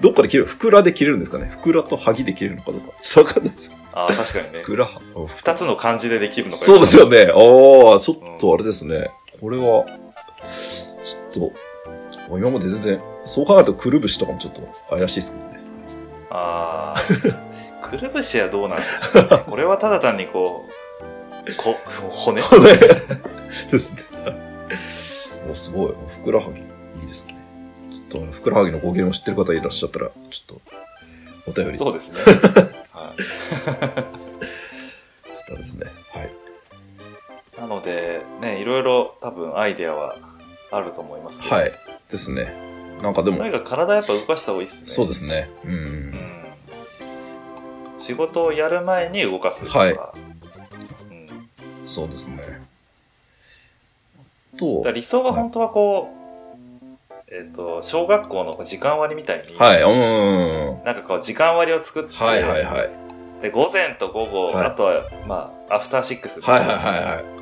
[SPEAKER 1] どっかで切れるふくらで切れるんですかねふくらとはぎで切れるのかどうか。ちょっとわかんないですけど。
[SPEAKER 2] ああ、確か にね
[SPEAKER 1] ふ。くらは。うん
[SPEAKER 2] 二つの漢字でできるのか
[SPEAKER 1] そうですよ。ね。ああ、ちょっとあれですね。これは、ちょっと、もう今まで全然、そう考えるとくるぶしとかもちょっと怪しいですけどね。
[SPEAKER 2] あ あ。くるぶしはどうなんでしょう、ね、これはただ単にこう、こ骨
[SPEAKER 1] ねですね。おすごい。ふくらはぎ、いいですね。ちょっとあの、ふくらはぎの語源を知ってる方いらっしゃったら、ちょっと、お便り、ちょっ
[SPEAKER 2] そうです ね。は
[SPEAKER 1] とですね。はい。
[SPEAKER 2] い、なので、ね、いろいろ多分アイデアはあると思いますけど、
[SPEAKER 1] はい。ですね。なんかで
[SPEAKER 2] と
[SPEAKER 1] も
[SPEAKER 2] に、かく体やっぱ動かした方がいいですね。
[SPEAKER 1] そうですね。うん。
[SPEAKER 2] うん仕事をやる前に動かすとか、
[SPEAKER 1] はい
[SPEAKER 2] うん、だ
[SPEAKER 1] そうですね。
[SPEAKER 2] から
[SPEAKER 1] と、
[SPEAKER 2] 理想は本当はこう、えっ、と、小学校の時間割みたいに、
[SPEAKER 1] はい、うん。
[SPEAKER 2] なんかこう時間割を作って、
[SPEAKER 1] はいはいはい。
[SPEAKER 2] で午前と午後、
[SPEAKER 1] はい
[SPEAKER 2] あとは、まあ、アフターシックスみ
[SPEAKER 1] は
[SPEAKER 2] た
[SPEAKER 1] い
[SPEAKER 2] な
[SPEAKER 1] はいはいはい。
[SPEAKER 2] うん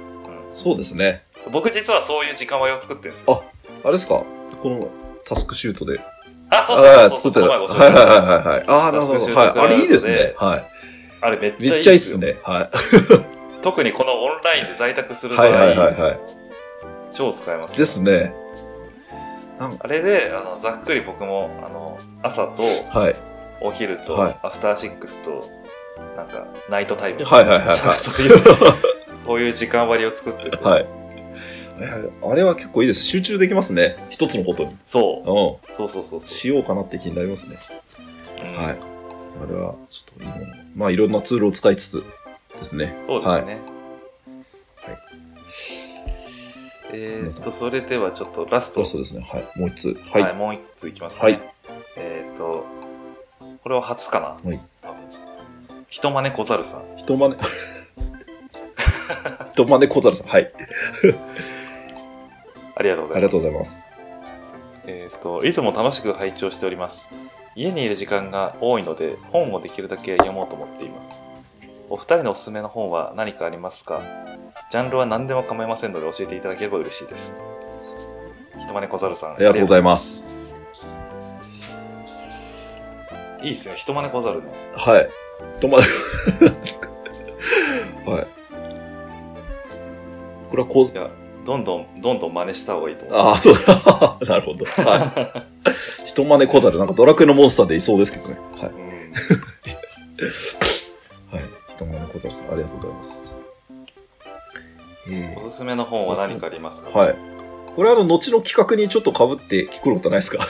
[SPEAKER 1] そうですね。
[SPEAKER 2] 僕実はそういう時間割を作ってるんです
[SPEAKER 1] あ
[SPEAKER 2] よ。
[SPEAKER 1] あれですかこのタスクシュートで。
[SPEAKER 2] あ、そう
[SPEAKER 1] あ
[SPEAKER 2] そう
[SPEAKER 1] あ
[SPEAKER 2] そう
[SPEAKER 1] 作
[SPEAKER 2] そう、
[SPEAKER 1] って
[SPEAKER 2] こ
[SPEAKER 1] た。
[SPEAKER 2] の
[SPEAKER 1] は
[SPEAKER 2] 前
[SPEAKER 1] い
[SPEAKER 2] ご
[SPEAKER 1] は
[SPEAKER 2] 紹介
[SPEAKER 1] いはいはい。ああ、なるほ
[SPEAKER 2] タスクシュ
[SPEAKER 1] ど。は
[SPEAKER 2] ート
[SPEAKER 1] い。
[SPEAKER 2] があ
[SPEAKER 1] あ
[SPEAKER 2] るので
[SPEAKER 1] れいいですね。はい。
[SPEAKER 2] あれめっちゃ
[SPEAKER 1] め
[SPEAKER 2] い
[SPEAKER 1] っ
[SPEAKER 2] い
[SPEAKER 1] ちゃいい
[SPEAKER 2] で
[SPEAKER 1] っ
[SPEAKER 2] す
[SPEAKER 1] す
[SPEAKER 2] よ。
[SPEAKER 1] ね。は
[SPEAKER 2] 特にこのオンラインで在宅す
[SPEAKER 1] い。
[SPEAKER 2] る場
[SPEAKER 1] は
[SPEAKER 2] 合、
[SPEAKER 1] いはいはいは
[SPEAKER 2] 超使えます、
[SPEAKER 1] い。ですね。
[SPEAKER 2] あれであのざっくり僕もあの朝と
[SPEAKER 1] はい。
[SPEAKER 2] お昼と、
[SPEAKER 1] はい
[SPEAKER 2] アフターシックスとなんかナイトタイム、
[SPEAKER 1] はいはいはい はい
[SPEAKER 2] そういうそういう時間割を作ってて、
[SPEAKER 1] はい。あれは結構いいです。集中できますね。一つのことに。。
[SPEAKER 2] そううそうそうそうんそ
[SPEAKER 1] しようかなって気になりますね。
[SPEAKER 2] う、うん
[SPEAKER 1] はい。あれは、ちょっといいもの。まあ、いろんなツールを使いつつですね。
[SPEAKER 2] そうですね、
[SPEAKER 1] はい
[SPEAKER 2] えー、っとそれではちょっとラス
[SPEAKER 1] そ
[SPEAKER 2] ト
[SPEAKER 1] うそうですね。はい。もう一つ。は。
[SPEAKER 2] はいい、
[SPEAKER 1] はい。
[SPEAKER 2] もう一ついきますね、
[SPEAKER 1] はい
[SPEAKER 2] えー、っとこれは初かな多分人真似小猿さん
[SPEAKER 1] 人 真似。人真似小猿さん。はい。
[SPEAKER 2] ありがとうご
[SPEAKER 1] あ
[SPEAKER 2] ざ
[SPEAKER 1] りが
[SPEAKER 2] います
[SPEAKER 1] とうございます。
[SPEAKER 2] えーっと、いつも楽しく拝聴しております。家にいる時間が多いので、本をできるだけ読もうと思っています。お二人のおすすめの本は何かありますかジャンルは何でも構いませんので教えていただければ嬉しいです。ひとまね小猿さん。
[SPEAKER 1] ありがとうござ
[SPEAKER 2] い
[SPEAKER 1] います。
[SPEAKER 2] ます。いいですね、ひとまね小猿の。
[SPEAKER 1] はい。人真似。なんですかはい。これは小
[SPEAKER 2] いや、どんどん、どんどん真似した方がいいと思う。
[SPEAKER 1] ああ、そう だ。なるほど。はい。人真似小猿。なんかドラクエのモンスターでいそうですけどね。はい。
[SPEAKER 2] うん、
[SPEAKER 1] はい。人真似小猿さん、ありがとうございます。え
[SPEAKER 2] おすすめの本は何かありますか
[SPEAKER 1] ー、はい。これはあの、後の企画にちょっと被って聞くことないですか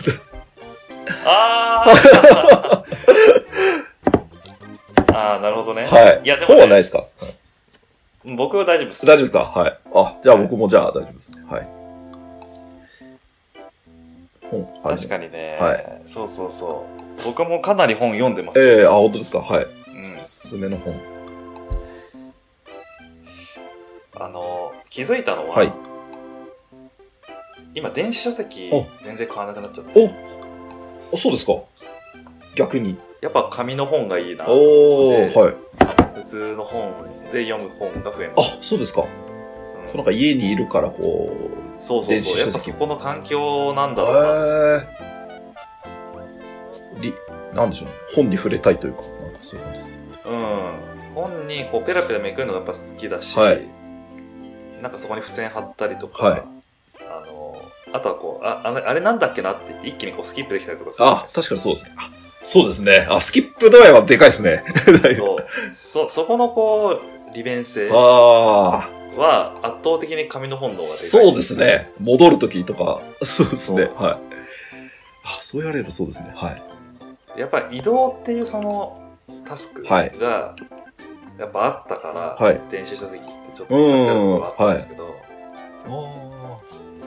[SPEAKER 2] あー あーなるほどね。
[SPEAKER 1] はい。
[SPEAKER 2] いや、でも
[SPEAKER 1] 本
[SPEAKER 2] ね、
[SPEAKER 1] はないですか
[SPEAKER 2] 僕は大丈夫です。
[SPEAKER 1] 大丈夫ですかはい。あ、じゃあ僕もじゃあ大丈夫ですね。はい。本、あれ
[SPEAKER 2] 確かにね、
[SPEAKER 1] は
[SPEAKER 2] そうそうそう僕もかなり本読んでますよ、
[SPEAKER 1] ええあ、本当ですかはい。
[SPEAKER 2] うん
[SPEAKER 1] お、すすめの本。
[SPEAKER 2] あの気づいたのは、
[SPEAKER 1] はい
[SPEAKER 2] 今電子書籍
[SPEAKER 1] お
[SPEAKER 2] 全然買わなくなっちゃった
[SPEAKER 1] おあそうですか。逆に。
[SPEAKER 2] やっぱ紙の本がいいな普
[SPEAKER 1] おー、
[SPEAKER 2] で
[SPEAKER 1] はい。
[SPEAKER 2] 通の本で読む本が増えまし
[SPEAKER 1] あ、そうですか。
[SPEAKER 2] た、うん
[SPEAKER 1] なんか家にいるからこう。
[SPEAKER 2] そうそう
[SPEAKER 1] 電子
[SPEAKER 2] そう
[SPEAKER 1] 書
[SPEAKER 2] やっぱ
[SPEAKER 1] 籍
[SPEAKER 2] そこの環境なんだ
[SPEAKER 1] へ
[SPEAKER 2] ろうな
[SPEAKER 1] ーり、なんでしょうね。本に触れたいというか、なんかそういう感じです。
[SPEAKER 2] うん、本にこうペラペラめくるのがやっぱ好きだし、
[SPEAKER 1] はい
[SPEAKER 2] なんかそこに付箋貼ったりとか、
[SPEAKER 1] はい
[SPEAKER 2] あのあとはこうああれあれなんだっけなって言って一気にこうスキップできたりとかする
[SPEAKER 1] あ、確かにそうですね。あそうですね。あ、スキップ度合いはでかいですね。だいぶ
[SPEAKER 2] そうそそこのこう利便性は
[SPEAKER 1] ああ、
[SPEAKER 2] 圧倒的に紙の本の方がでかい
[SPEAKER 1] そうですね。戻るときとか、そうですね。
[SPEAKER 2] そう
[SPEAKER 1] はい。あ、そう言われるとそうですね。はい。
[SPEAKER 2] やっぱり移動っていうそのタスクが、
[SPEAKER 1] はい
[SPEAKER 2] やっぱあったから、
[SPEAKER 1] はい
[SPEAKER 2] 電子書籍ってちょっと使ってたのがあったんですけど、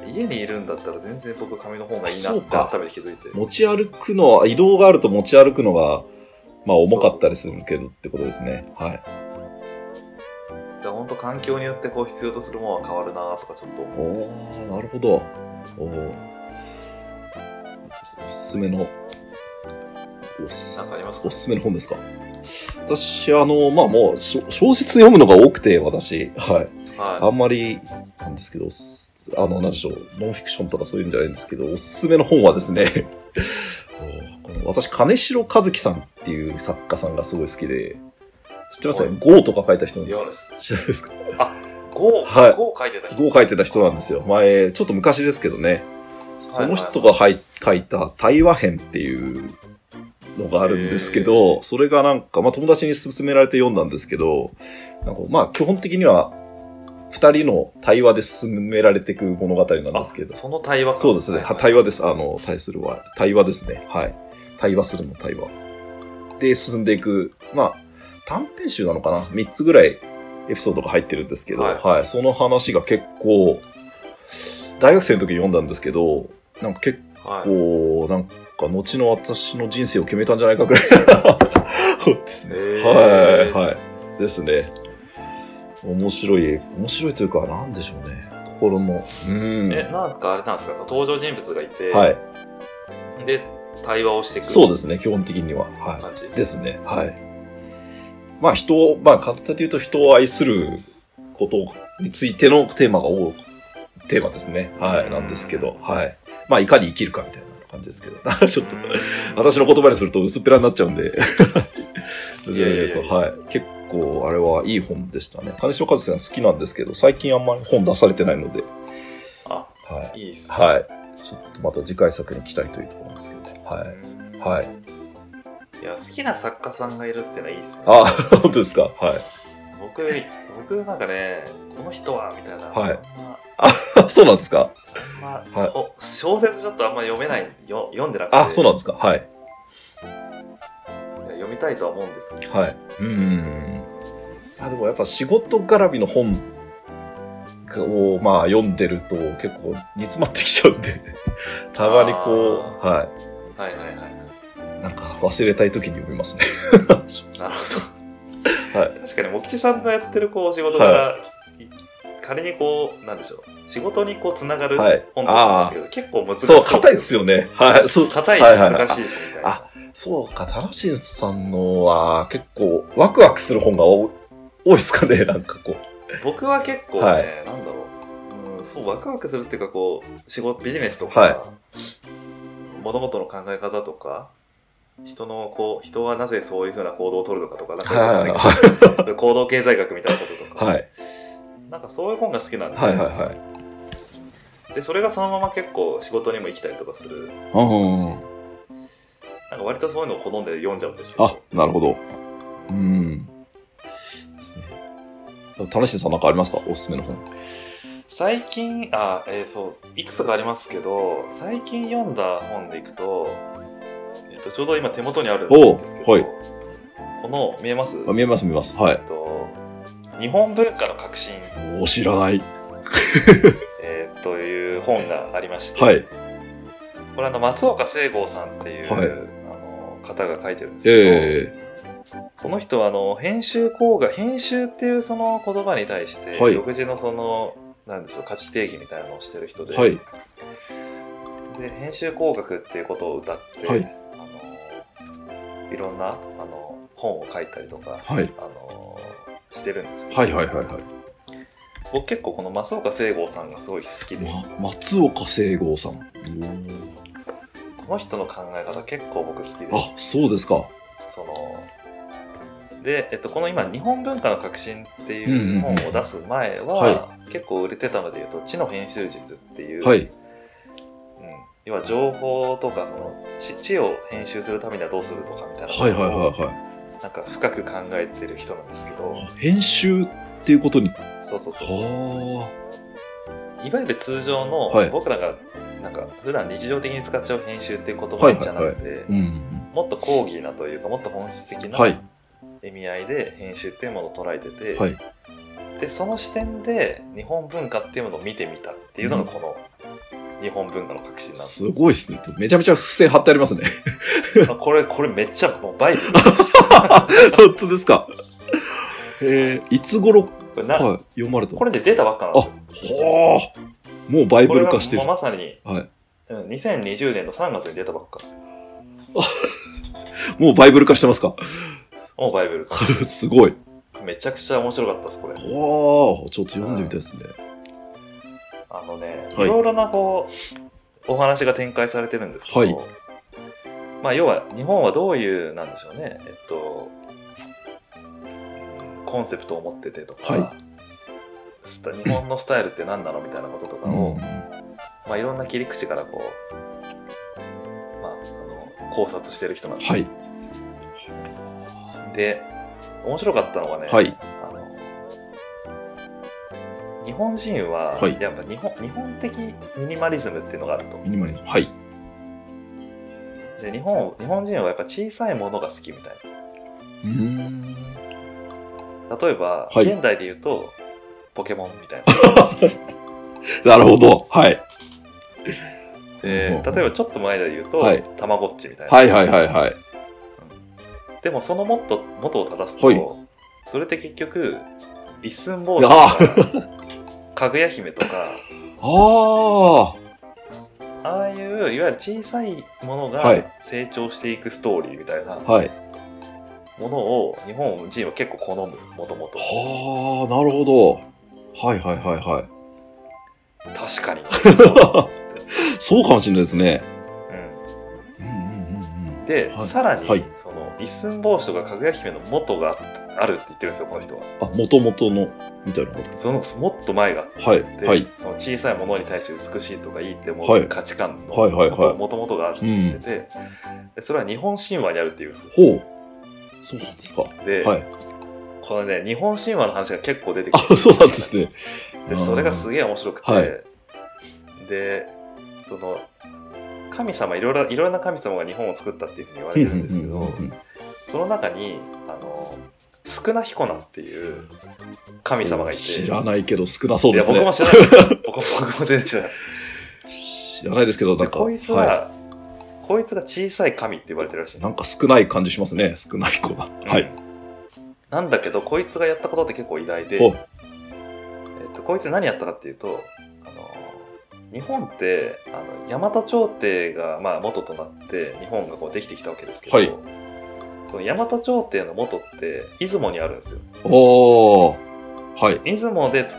[SPEAKER 2] 家にいるんだったら全然僕紙の本がいいな
[SPEAKER 1] あそう
[SPEAKER 2] って
[SPEAKER 1] か
[SPEAKER 2] 改めて気づいて
[SPEAKER 1] 持ち歩くのは、移動があると持ち歩くのが、まあ重かったりするけどってことですね。はい。
[SPEAKER 2] だ本当環境によってこう必要とするものは変わるなとかちょっと思う
[SPEAKER 1] おー、なるほど。おーおすすめの、おす
[SPEAKER 2] なんかありますか
[SPEAKER 1] おすすめの本ですか私、あの、まあもう、しょ小説読むのが多くて、私。はい。あ
[SPEAKER 2] は
[SPEAKER 1] んまり、なんですけど、すあの、なんでしょう、ノンフィクションとかそういうんじゃないんですけど、おすすめの本はですね、 おこの私、金城和樹さんっていう作家さんがすごい好きで、知ってます
[SPEAKER 2] は
[SPEAKER 1] ね ?GO とか書いた人ないん
[SPEAKER 2] い
[SPEAKER 1] で
[SPEAKER 2] や
[SPEAKER 1] す
[SPEAKER 2] で
[SPEAKER 1] よ。
[SPEAKER 2] す
[SPEAKER 1] 知らないですか
[SPEAKER 2] 5、
[SPEAKER 1] はい
[SPEAKER 2] 5書いてた人
[SPEAKER 1] ?GO 書いてた人なんですよ。前、ちょっと昔ですけどね。その人がはい書いた対話編っていうのがあるんですけ
[SPEAKER 2] へ
[SPEAKER 1] ど
[SPEAKER 2] ー、
[SPEAKER 1] それがなんか、まあ友達に勧められて読んだんですけど、なんかまあ基本的には二人の対話で進められていく物語なんですけど
[SPEAKER 2] あ、その対話か
[SPEAKER 1] そうですね。
[SPEAKER 2] はい
[SPEAKER 1] は対話です。あの、対するは、対話ですね。はい。対話するの対話。で、進んでいく。まあ、短編集なのかな ?3 つぐらいエピソードが入ってるんですけど、
[SPEAKER 2] は
[SPEAKER 1] はいい、その話が結構、大学生の時読んだんですけど、なんか結
[SPEAKER 2] はい
[SPEAKER 1] 構、なんか、後の私の人生を決めたんじゃないかぐらいな本ですね。
[SPEAKER 2] へー
[SPEAKER 1] はい、はい。ですね。面白い、面白いというか、なんでしょうね。心の。うん。
[SPEAKER 2] えなんかあれなんですかその登場人物がいて、
[SPEAKER 1] はい。
[SPEAKER 2] で対話をしていく
[SPEAKER 1] そうですね、基本的には。は
[SPEAKER 2] 感じ
[SPEAKER 1] い。ですね、はい。まあ人を、まあ簡単に言うと人を愛することについてのテーマが多い、テーマですね。は
[SPEAKER 2] う
[SPEAKER 1] い、
[SPEAKER 2] ん
[SPEAKER 1] なんですけど、はい。まあいかに生きるかみたいな感じですけど、 ちょっと、
[SPEAKER 2] うん
[SPEAKER 1] 私の言葉にすると薄っぺらになっちゃうんで。
[SPEAKER 2] いやいやいや
[SPEAKER 1] はい。結構、あれはいい本でしたね。金城和樹さん好きなんですけど、最近あんまり本出されてないので、
[SPEAKER 2] あ
[SPEAKER 1] はい。
[SPEAKER 2] いいっすね
[SPEAKER 1] はい。ちょっとまた次回作に期待というところなんですけどね。はい。
[SPEAKER 2] うん
[SPEAKER 1] はい。
[SPEAKER 2] いや好きな作家さんがいるってのはいいっすね
[SPEAKER 1] あ、本当ですか。はい。
[SPEAKER 2] 僕僕なんかねこの人はみたいな、
[SPEAKER 1] はい
[SPEAKER 2] あんま
[SPEAKER 1] あそうなんですか。
[SPEAKER 2] まあ
[SPEAKER 1] はい
[SPEAKER 2] ほ小説ちょっとあんま読めないよ読んでなくて
[SPEAKER 1] あ、そうなんですか。はい。
[SPEAKER 2] いや読みたいとは思うんですけど
[SPEAKER 1] はい。うんうんうん。あ、でもやっぱ仕事絡みの本を、まあ、読んでると結構煮詰まってきちゃうんで、 たまにこう、は。
[SPEAKER 2] はいはいはいない
[SPEAKER 1] なんか忘れたい時に読みますね。
[SPEAKER 2] るほど、
[SPEAKER 1] はい
[SPEAKER 2] 確かに茂吉さんのやってるこう仕事から、い仮にこうなんでしょう仕事にこうつながる
[SPEAKER 1] はい
[SPEAKER 2] 本とかだけど、結構難しい
[SPEAKER 1] そう、硬いですよね。はい。そう、
[SPEAKER 2] 硬い
[SPEAKER 1] はいはい
[SPEAKER 2] 難しいしみたいな、
[SPEAKER 1] あ、そうか、タラシンさんのは結構ワクワクする本が多い多いですかね。なんかこう。
[SPEAKER 2] 僕は結構ね、
[SPEAKER 1] はい
[SPEAKER 2] なんだろう、うん、そうワクワクするっていうかこう仕事ビジネスとか、
[SPEAKER 1] はい
[SPEAKER 2] 物事の考え方とか人のこう人はなぜそういうふうな行動を取るのかとかなんかよくわかんないけど
[SPEAKER 1] は
[SPEAKER 2] 行動経済学みたいなこととか、
[SPEAKER 1] はい。
[SPEAKER 2] なんかそういう本が好きなんで,、
[SPEAKER 1] はいはいはい。
[SPEAKER 2] でそれがそのまま結構仕事にも生きたりとかする
[SPEAKER 1] うんうん。
[SPEAKER 2] なんか割とそういうのを好んで読んじゃうんですけど
[SPEAKER 1] あ、なるほど。うん。ですね。田無さんなんかありますかおすすめの本。
[SPEAKER 2] 最近あ、えーそういくつかありますけど最近読んだ本でいくと,、えっとちょうど今手元にあるんですけど、
[SPEAKER 1] おうはい
[SPEAKER 2] この見えます、
[SPEAKER 1] あ、見えます見えます。は
[SPEAKER 2] え
[SPEAKER 1] い。
[SPEAKER 2] っと日本文化の革新、
[SPEAKER 1] お、知らない。
[SPEAKER 2] えーという本がありまして、
[SPEAKER 1] はい。
[SPEAKER 2] これあの松岡聖剛さんっていう、
[SPEAKER 1] はい
[SPEAKER 2] あの方が書いてるんですけど、
[SPEAKER 1] え
[SPEAKER 2] この人はあの編集効果編集っていうその言葉に対して、
[SPEAKER 1] はい
[SPEAKER 2] 独自のそのなんでしょう価値定義みたいなのをしてる人で,、
[SPEAKER 1] はい。
[SPEAKER 2] で編集工学っていうことを歌って、
[SPEAKER 1] はい
[SPEAKER 2] あのいろんなあの本を書いたりとか、
[SPEAKER 1] はい。
[SPEAKER 2] あのしてるんですけど、
[SPEAKER 1] はいはいはいはい。
[SPEAKER 2] 僕結構この松岡聖剛さんがすごい好きで、
[SPEAKER 1] ま、松岡聖剛さん。うん
[SPEAKER 2] この人の考え方結構僕好きで
[SPEAKER 1] あ、そうですか。
[SPEAKER 2] そので、えっと、この今「日本文化の革新」って
[SPEAKER 1] んうんう
[SPEAKER 2] いうん本を出す前は、
[SPEAKER 1] は
[SPEAKER 2] 結構売れてたのでいうと「知の編集術」っていう、
[SPEAKER 1] は
[SPEAKER 2] うん、
[SPEAKER 1] い。
[SPEAKER 2] 要は情報とかその知知を編集するためにはどうするとかみたいな
[SPEAKER 1] はいはい
[SPEAKER 2] ことを
[SPEAKER 1] はいは
[SPEAKER 2] なんか深く考えてる人なんですけど
[SPEAKER 1] い。編集っていうことに。は
[SPEAKER 2] そうそうそうそう
[SPEAKER 1] あ。
[SPEAKER 2] いわゆる通常の、
[SPEAKER 1] はい
[SPEAKER 2] 僕らがなんか普段日常的に使っちゃう編集っていう言葉じゃなくて、
[SPEAKER 1] うん。
[SPEAKER 2] もっと講義なというかもっと本質的な
[SPEAKER 1] はい。
[SPEAKER 2] 意味合いで編集っていうものを捉えてて、
[SPEAKER 1] はい。
[SPEAKER 2] でその視点で日本文化っていうものを見てみたっていうのがこの日本文化の革新なんです
[SPEAKER 1] すごいですね。めちゃめちゃ付箋貼ってありますね。
[SPEAKER 2] あこれこれめっちゃもうバイブ ル
[SPEAKER 1] 本当ですか。 えー、いつ頃、
[SPEAKER 2] これな
[SPEAKER 1] はい、読まれたの
[SPEAKER 2] これで出たばっかなんですよ
[SPEAKER 1] はあ。もうバイ
[SPEAKER 2] こ
[SPEAKER 1] ブル
[SPEAKER 2] れは
[SPEAKER 1] 化して
[SPEAKER 2] もう
[SPEAKER 1] る。
[SPEAKER 2] まさに、
[SPEAKER 1] はい
[SPEAKER 2] うん、2020年の3月に出たばっか
[SPEAKER 1] もうバイブル化してますか。
[SPEAKER 2] もうバイブル
[SPEAKER 1] すごい。
[SPEAKER 2] めちゃくちゃ面白かったですこれ
[SPEAKER 1] はあ。ちょっと読んでみたいですね。
[SPEAKER 2] あのね、
[SPEAKER 1] はい
[SPEAKER 2] い、ろいろなこうお話が展開されてるんですけど、
[SPEAKER 1] はい
[SPEAKER 2] まあ要は日本はどういうなんでしょうねえっとコンセプトを持っててとか、
[SPEAKER 1] は
[SPEAKER 2] スタ日本のスタイルって何なのみたいなこととかを、まあ、いろんな切り口からこう、まあ、あの考察してる人なんです
[SPEAKER 1] は
[SPEAKER 2] よ、
[SPEAKER 1] い。
[SPEAKER 2] で面白かったのがね、
[SPEAKER 1] はい。
[SPEAKER 2] あの日本人は
[SPEAKER 1] はい
[SPEAKER 2] やっぱ日本,、日本的ミニマリズムっていうのがあると
[SPEAKER 1] ミニマリズム。はい。
[SPEAKER 2] で日本日本人はやっぱ小さいものが好きみたいう
[SPEAKER 1] ーん。
[SPEAKER 2] な例えば、
[SPEAKER 1] はい
[SPEAKER 2] 現代で言うとポケモンみたいな
[SPEAKER 1] なるほど。はい。
[SPEAKER 2] で例えばちょっと前で言うと、
[SPEAKER 1] はい
[SPEAKER 2] たまごっちみたいな、
[SPEAKER 1] はいはいはいはい。
[SPEAKER 2] でもそのもっと元を正すと、
[SPEAKER 1] はい
[SPEAKER 2] それって結局リッスンボールとかかぐや姫とか
[SPEAKER 1] あ
[SPEAKER 2] ああいういわゆる小さいもの
[SPEAKER 1] はい
[SPEAKER 2] が成長していくストーリーみたいな
[SPEAKER 1] あ。はい。
[SPEAKER 2] ものを日本人は結構好むもともと
[SPEAKER 1] はあ、なるほど。はいはいはいはい。
[SPEAKER 2] 確かに、
[SPEAKER 1] そうかもしれないですね。
[SPEAKER 2] う
[SPEAKER 1] うんうん
[SPEAKER 2] ん、で、
[SPEAKER 1] はい
[SPEAKER 2] さらに、
[SPEAKER 1] はい
[SPEAKER 2] その一寸法師とかかぐや姫の元があるって言ってるんですよこの人は
[SPEAKER 1] うんうん。あ、もともとの、みたいなこと。
[SPEAKER 2] そのもっと前があっ
[SPEAKER 1] はい
[SPEAKER 2] て、
[SPEAKER 1] はい。
[SPEAKER 2] その小さいものに対して美しいとかいいって思
[SPEAKER 1] は
[SPEAKER 2] う
[SPEAKER 1] い
[SPEAKER 2] 価値観
[SPEAKER 1] はいはい
[SPEAKER 2] の
[SPEAKER 1] はい
[SPEAKER 2] もともとがあるって言ってて、でそれは日本神話にあるって言うんですよ
[SPEAKER 1] ほう。そうなんですか。は
[SPEAKER 2] で、
[SPEAKER 1] い。
[SPEAKER 2] このね日本神話の話が結構出てくる
[SPEAKER 1] あ、そうなんですね。
[SPEAKER 2] でそれがすげえ面白くて、
[SPEAKER 1] はい
[SPEAKER 2] でその神様いろいろいろんな神様が日本を作ったっていうふうに言われてるんですけ
[SPEAKER 1] うんうん
[SPEAKER 2] ど
[SPEAKER 1] うんうん
[SPEAKER 2] その中にあの少な彦なっていう神様がいて
[SPEAKER 1] 知らないけど少なそうです
[SPEAKER 2] いや僕
[SPEAKER 1] ね
[SPEAKER 2] も。知らない僕も僕も全然知らない
[SPEAKER 1] 知らないですけ ど、なん
[SPEAKER 2] で
[SPEAKER 1] か。
[SPEAKER 2] こいつは、
[SPEAKER 1] は
[SPEAKER 2] こいつが小さい神って言われてるらしいん
[SPEAKER 1] い
[SPEAKER 2] です
[SPEAKER 1] なんか少ない感じしますね。少ない子が。はい。
[SPEAKER 2] なんだけどこいつがやったことって結構偉大で、
[SPEAKER 1] ほう。
[SPEAKER 2] えっと、こいつ何やったかっていうとあの日本ってあの大和朝廷が、まあ、元となって日本がこうできてきたわけですけど、
[SPEAKER 1] はい
[SPEAKER 2] その大和朝廷の元って出雲にあるんですよ
[SPEAKER 1] おー。はい。
[SPEAKER 2] 出雲でつ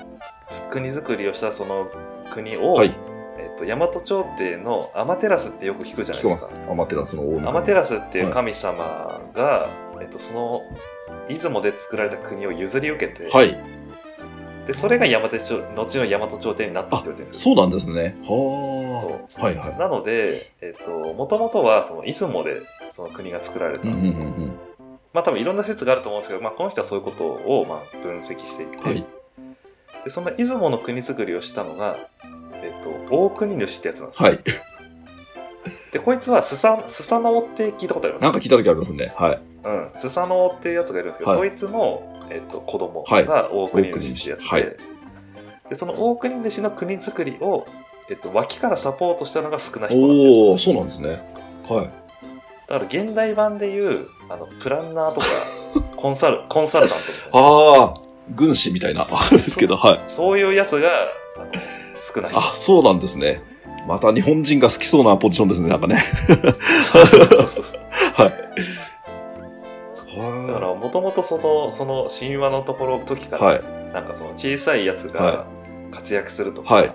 [SPEAKER 2] つ国づくりをしたその国を、
[SPEAKER 1] はい
[SPEAKER 2] えっと、大和朝廷の天照ってよく聞くじゃない
[SPEAKER 1] 聞こえ
[SPEAKER 2] で
[SPEAKER 1] ますす
[SPEAKER 2] か。
[SPEAKER 1] アマテラスの大
[SPEAKER 2] 天
[SPEAKER 1] ラ
[SPEAKER 2] 照っていう神様が、えっと、その出雲で作られた国を譲り受けて、
[SPEAKER 1] はい。
[SPEAKER 2] でそれが大和朝後の大和朝廷になったって言われてるんです
[SPEAKER 1] そう
[SPEAKER 2] よ
[SPEAKER 1] なんですね。は
[SPEAKER 2] そ
[SPEAKER 1] あ。はいはい。
[SPEAKER 2] なので、えっと、もともとはその出雲でその国が作られた、
[SPEAKER 1] うんうんうん
[SPEAKER 2] まあ多分いろんな説があると思うんですけど、まあ、この人はそういうことをまあ分析していて、
[SPEAKER 1] うん。はい。
[SPEAKER 2] でその出雲の国づくりをしたのが、えっと、大国主ってやつなんですよ、
[SPEAKER 1] はい。
[SPEAKER 2] でこいつはスサスサノオって聞いたことあります
[SPEAKER 1] なんか聞いた時ありますね。はい。
[SPEAKER 2] うん、スサノオっていうやつがいるんですけど、
[SPEAKER 1] はい
[SPEAKER 2] そいつの、えっと、子供
[SPEAKER 1] はい
[SPEAKER 2] が大国主ってやつで,、
[SPEAKER 1] はい
[SPEAKER 2] でその大国主の国づくりを、えっと、脇からサポートしたのが少ない人だったやつ
[SPEAKER 1] お
[SPEAKER 2] なんで
[SPEAKER 1] お、
[SPEAKER 2] す
[SPEAKER 1] そ
[SPEAKER 2] よ
[SPEAKER 1] うなんですね。は
[SPEAKER 2] だから現代版でいうあのプランナーとか こコンサル、コンサルタントみたいな。
[SPEAKER 1] ああ、軍師みたいな、あれですけど、はい。
[SPEAKER 2] そういうやつが、あの少ない。
[SPEAKER 1] あ、そうなんですね。また日本人が好きそうなポジションですね、なんかね。
[SPEAKER 2] そうそうそうそうだか
[SPEAKER 1] は
[SPEAKER 2] ら、もともとその、その神話のところ、時から、
[SPEAKER 1] はい。
[SPEAKER 2] なんかその小さいやつが
[SPEAKER 1] は
[SPEAKER 2] 活躍するとか、
[SPEAKER 1] はい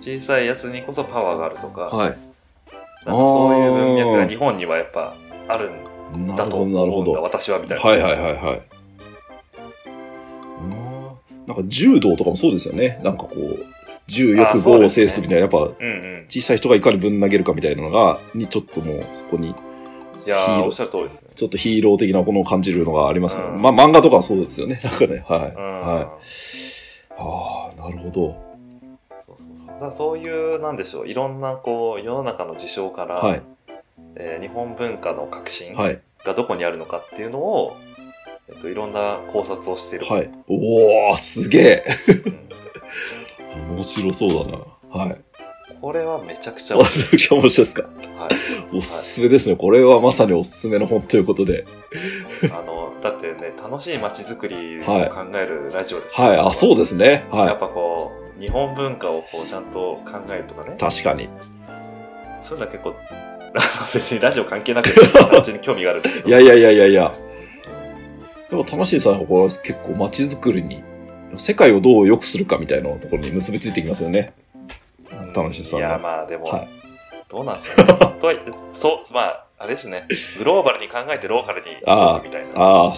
[SPEAKER 2] 小さいやつにこそパワーがあるとか、
[SPEAKER 1] はい。
[SPEAKER 2] なんかそういう文脈が日本にはやっぱあるん
[SPEAKER 1] な
[SPEAKER 2] だ
[SPEAKER 1] る
[SPEAKER 2] と
[SPEAKER 1] ほど、なる
[SPEAKER 2] 思う
[SPEAKER 1] ほ
[SPEAKER 2] んだ、
[SPEAKER 1] ど。
[SPEAKER 2] 私はみたいな。
[SPEAKER 1] はいはいはいはい。うんなんか柔道とかもそうですよね。なんかこう、柔よ
[SPEAKER 2] あ
[SPEAKER 1] く
[SPEAKER 2] そう
[SPEAKER 1] 豪を
[SPEAKER 2] です
[SPEAKER 1] 制
[SPEAKER 2] ね
[SPEAKER 1] するには、やっぱ
[SPEAKER 2] うんうん。
[SPEAKER 1] 小さい人がいかにぶん投げるかみたいなのが、にちょっともう、そこに、
[SPEAKER 2] い
[SPEAKER 1] ヒ
[SPEAKER 2] やー、
[SPEAKER 1] ー
[SPEAKER 2] お
[SPEAKER 1] ロ
[SPEAKER 2] っ
[SPEAKER 1] ー
[SPEAKER 2] しゃる通りですね。
[SPEAKER 1] ちょっとヒーロー的なものを感じるのがありますね。
[SPEAKER 2] うん
[SPEAKER 1] まあ漫画とかはそうですよね。なんかね、はい。
[SPEAKER 2] うん。
[SPEAKER 1] はい。ああ、なるほど。
[SPEAKER 2] そうそうそう。だからそういう、なんでしょう、いろんなこう、世の中の事象から、
[SPEAKER 1] はい。
[SPEAKER 2] えー日本文化の革新
[SPEAKER 1] はい。
[SPEAKER 2] がどこにあるのかっていうのを、えっと、いろんな考察をしてる。
[SPEAKER 1] はい。おおすげえ
[SPEAKER 2] うん
[SPEAKER 1] 面白そうだな。はい。
[SPEAKER 2] これはめちゃくちゃ面白い。
[SPEAKER 1] 私は面白いですか
[SPEAKER 2] はい
[SPEAKER 1] おすすめですね。これはまさにおすすめの本ということで。
[SPEAKER 2] あのだってね楽しい街づくりを
[SPEAKER 1] はい
[SPEAKER 2] 考えるラジオですから、
[SPEAKER 1] はい。あ、そうですね。
[SPEAKER 2] や
[SPEAKER 1] は
[SPEAKER 2] っぱこう日本文化をこうちゃんと考えるとかね
[SPEAKER 1] い。確かに。
[SPEAKER 2] そういうのは結構別にラジオ関 係なくて単純に興味があるんですけど
[SPEAKER 1] いやいやいやいやいや。でも楽しいさ、ここは結構街づくりに、世界をどう良くするかみたいなところに結びついてきますよね。
[SPEAKER 2] うん
[SPEAKER 1] 楽しいさん
[SPEAKER 2] い
[SPEAKER 1] は
[SPEAKER 2] やまあでも、
[SPEAKER 1] はい
[SPEAKER 2] どうなんですかねとはいそうまああれですねグローバルに考えてローカルに
[SPEAKER 1] あ
[SPEAKER 2] みたいな
[SPEAKER 1] ああ、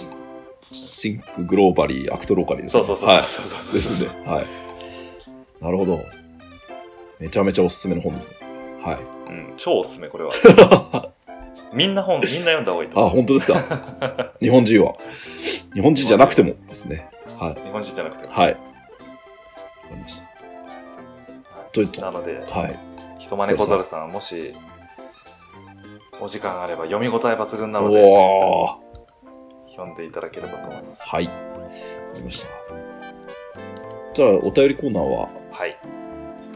[SPEAKER 1] シンクグローバリー、アクトローカリーです
[SPEAKER 2] そ
[SPEAKER 1] ね。
[SPEAKER 2] うそうそう
[SPEAKER 1] はい。
[SPEAKER 2] そうそうそう
[SPEAKER 1] ですね。はい。なるほど。めちゃめちゃおすすめの本ですね。はい。
[SPEAKER 2] うん、超おすすめこれは みんな本みんな読んだ方がいいと
[SPEAKER 1] あ、
[SPEAKER 2] 思う
[SPEAKER 1] 本当ですか 日本人は。日本人じゃなくてもですね。はい。
[SPEAKER 2] 日本人じゃなくても
[SPEAKER 1] はい。わかりました。というと
[SPEAKER 2] なので
[SPEAKER 1] はい。
[SPEAKER 2] ひとまね小猿さん、もし、お時間があれば読み応え抜群なので、
[SPEAKER 1] おー
[SPEAKER 2] 読んでいただければと思います。
[SPEAKER 1] はい。わかりました。じゃあ、お便りコーナーは
[SPEAKER 2] はい。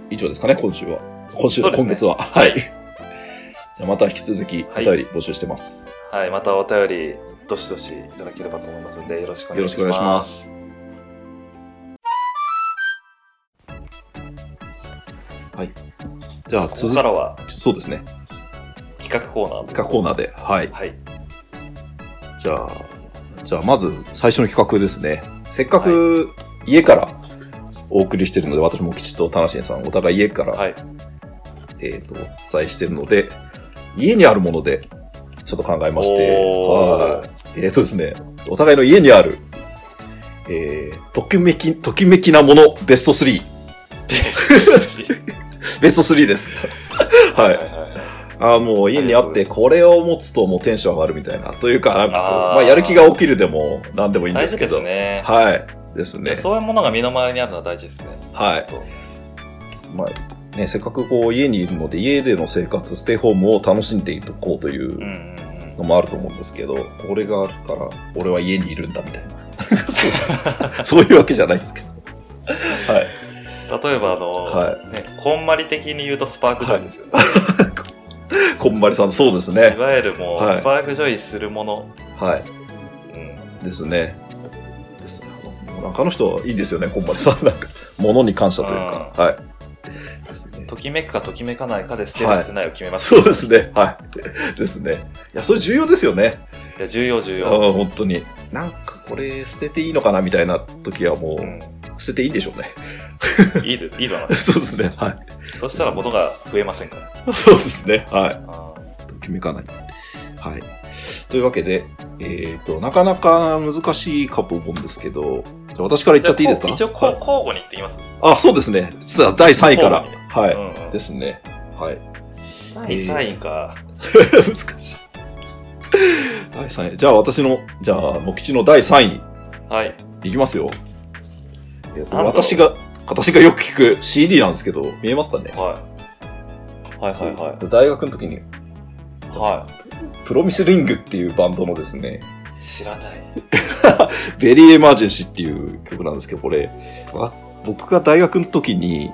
[SPEAKER 1] 以上ですかね、今週は。今週、
[SPEAKER 2] そうです
[SPEAKER 1] 今
[SPEAKER 2] ね
[SPEAKER 1] 月は。
[SPEAKER 2] は
[SPEAKER 1] はいい。じゃあ、また引き続きお
[SPEAKER 2] はい
[SPEAKER 1] 便り募集してます。
[SPEAKER 2] はい、またお便り、どしどしいただければと思いますので、よろしくお願
[SPEAKER 1] よろ
[SPEAKER 2] いします。。
[SPEAKER 1] しくお願いしますじゃあ、
[SPEAKER 2] こ
[SPEAKER 1] 続
[SPEAKER 2] こからは、
[SPEAKER 1] き、そうですね。
[SPEAKER 2] 企画コーナーと。
[SPEAKER 1] 企画コーナーで。はい。
[SPEAKER 2] はい。
[SPEAKER 1] じゃあ、じゃあまず最初の企画ですね。せっかく家からお送りしてるので、私も吉と田無さん、お互い家から、
[SPEAKER 2] はい。
[SPEAKER 1] えっ、と、お伝えしてるので、家にあるもので、ちょっと考えまして、
[SPEAKER 2] おー
[SPEAKER 1] はいえっ、とですね、お互いの家にある、えー、ときめき、ときめきなもの、ベスト3。ベスト3です。 はい。あーもう家にあっ
[SPEAKER 2] あり
[SPEAKER 1] て、
[SPEAKER 2] が
[SPEAKER 1] これを持つともうテンション上がるみたいな。というか、なんかこう
[SPEAKER 2] あー
[SPEAKER 1] まあやる気が起きるでも何でもいいんで
[SPEAKER 2] 大
[SPEAKER 1] す
[SPEAKER 2] 事
[SPEAKER 1] け
[SPEAKER 2] で
[SPEAKER 1] ど。
[SPEAKER 2] すね。
[SPEAKER 1] はい。ですね。
[SPEAKER 2] そういうものが身の回りにあるのは大事ですね。
[SPEAKER 1] はい。まあ、ね、せっかくこう家にいるので、家での生活、ステイホームを楽しんでいこうとい
[SPEAKER 2] うんう
[SPEAKER 1] うん
[SPEAKER 2] うん
[SPEAKER 1] の。もあると思うんですけど、これがあるから、俺は家にいるんだみたいな。 そうそういうわけじゃないですけど。はい。
[SPEAKER 2] 例えば、あの、
[SPEAKER 1] は
[SPEAKER 2] ね、こんまり的に言うとスパークジョイですよね。
[SPEAKER 1] こんまりさん、そうです
[SPEAKER 2] い
[SPEAKER 1] ね。
[SPEAKER 2] わゆるもう、
[SPEAKER 1] はい
[SPEAKER 2] スパークジョイするもの。
[SPEAKER 1] はい。
[SPEAKER 2] うん
[SPEAKER 1] ですね。ですなんかあの人はいいですよね、こんまりさん。なんか、物に感謝というか。はい。ですね。
[SPEAKER 2] ときめくかときめかないかで捨てる捨てないを決めます、
[SPEAKER 1] そうですね。はい。ですね。いや、それ重要ですよね。
[SPEAKER 2] いや重要重要、
[SPEAKER 1] うん、本当に。なんかこれ捨てていいのかなみたいな時はも
[SPEAKER 2] う
[SPEAKER 1] う、
[SPEAKER 2] ん、
[SPEAKER 1] 捨てていいんでしょう ね。
[SPEAKER 2] いいでいいだな
[SPEAKER 1] そうですね。 はい。
[SPEAKER 2] そしたら物が増えませんから
[SPEAKER 1] そうですね。はい。
[SPEAKER 2] あ
[SPEAKER 1] ときめかない。はい。というわけで、えっ、と、なかなか難しいかと思うんですけど、じゃあ私から言
[SPEAKER 2] ー
[SPEAKER 1] っちゃっていいですか
[SPEAKER 2] じゃあこう一応こう交互に言ってきます、
[SPEAKER 1] あ、そうですね。実は第3位から。
[SPEAKER 2] そうだね
[SPEAKER 1] はい、
[SPEAKER 2] うんうん
[SPEAKER 1] ですね。はい。
[SPEAKER 2] 第3位か、
[SPEAKER 1] 難しい。第3位。じゃあ私の、じゃあ、茂吉の第3位。
[SPEAKER 2] はい
[SPEAKER 1] いきますよ。えっと
[SPEAKER 2] なんだろう
[SPEAKER 1] 私が、私がよく聞く CD なんですけど、見えますかね
[SPEAKER 2] はいはいはいは
[SPEAKER 1] 大学の時に、
[SPEAKER 2] いは
[SPEAKER 1] プロミスリングっていうバンドのですね、
[SPEAKER 2] い知らない
[SPEAKER 1] ベリーエマージェンシーっていう曲なんですけど、これ、わ僕が大学の時に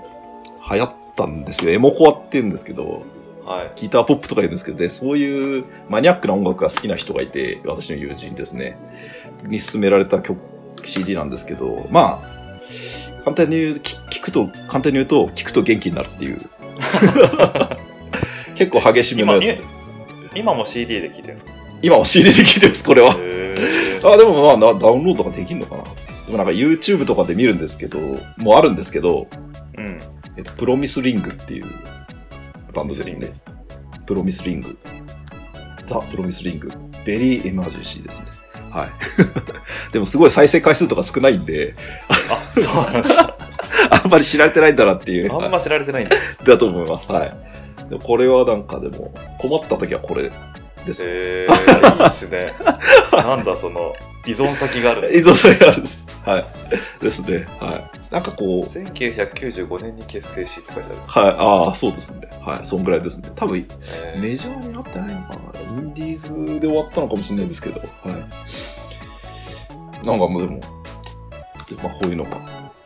[SPEAKER 1] 流行ったんですよ。エモコアって言うんですけど、
[SPEAKER 2] はい。
[SPEAKER 1] ギターポップとか言うんですけどね、そういうマニアックな音楽が好きな人がいて、私の友人ですね、に勧められた曲、CD なんですけど、まあ、簡単に言う、き聞くと、簡単に言うと、聞くと元気になるっていう。結構激しめ
[SPEAKER 2] 今
[SPEAKER 1] のやつ
[SPEAKER 2] え
[SPEAKER 1] で。
[SPEAKER 2] 今も CD で聴いてるんですか
[SPEAKER 1] 今は CD で聞いてます、これは。
[SPEAKER 2] へー
[SPEAKER 1] あ、でもまあなダウンロードができるのかな。でもなんか YouTube とかで見るんですけど、もうあるんですけど、
[SPEAKER 2] うん。
[SPEAKER 1] えっと、プロミスリングっていうバンドですね。プロミスリング。ザ・プロミスリング。ベリーエマージェンシーですね。はい。 でもすごい再生回数とか少ないんで、
[SPEAKER 2] あ、そうなんですか。
[SPEAKER 1] あんまり知られてないんだなって いう、
[SPEAKER 2] あんま知られてないんだ。
[SPEAKER 1] だと思います。はい。でもこれはなんかでも、困った時はこれです。
[SPEAKER 2] へえー、いいっすね。なんだその、依存先があ る。
[SPEAKER 1] 映像さがあるんです。はい。ですね。はい。なんかこう、
[SPEAKER 2] 1995年に結成しって書いてある。
[SPEAKER 1] はい、ああ、そうですね。はい、そんぐらいですね。多分、
[SPEAKER 2] えー
[SPEAKER 1] メジャーになってないのかな。インディーズで終わったのかもしれないですけど、はい。なんかもうでも、でまあ、こういうのが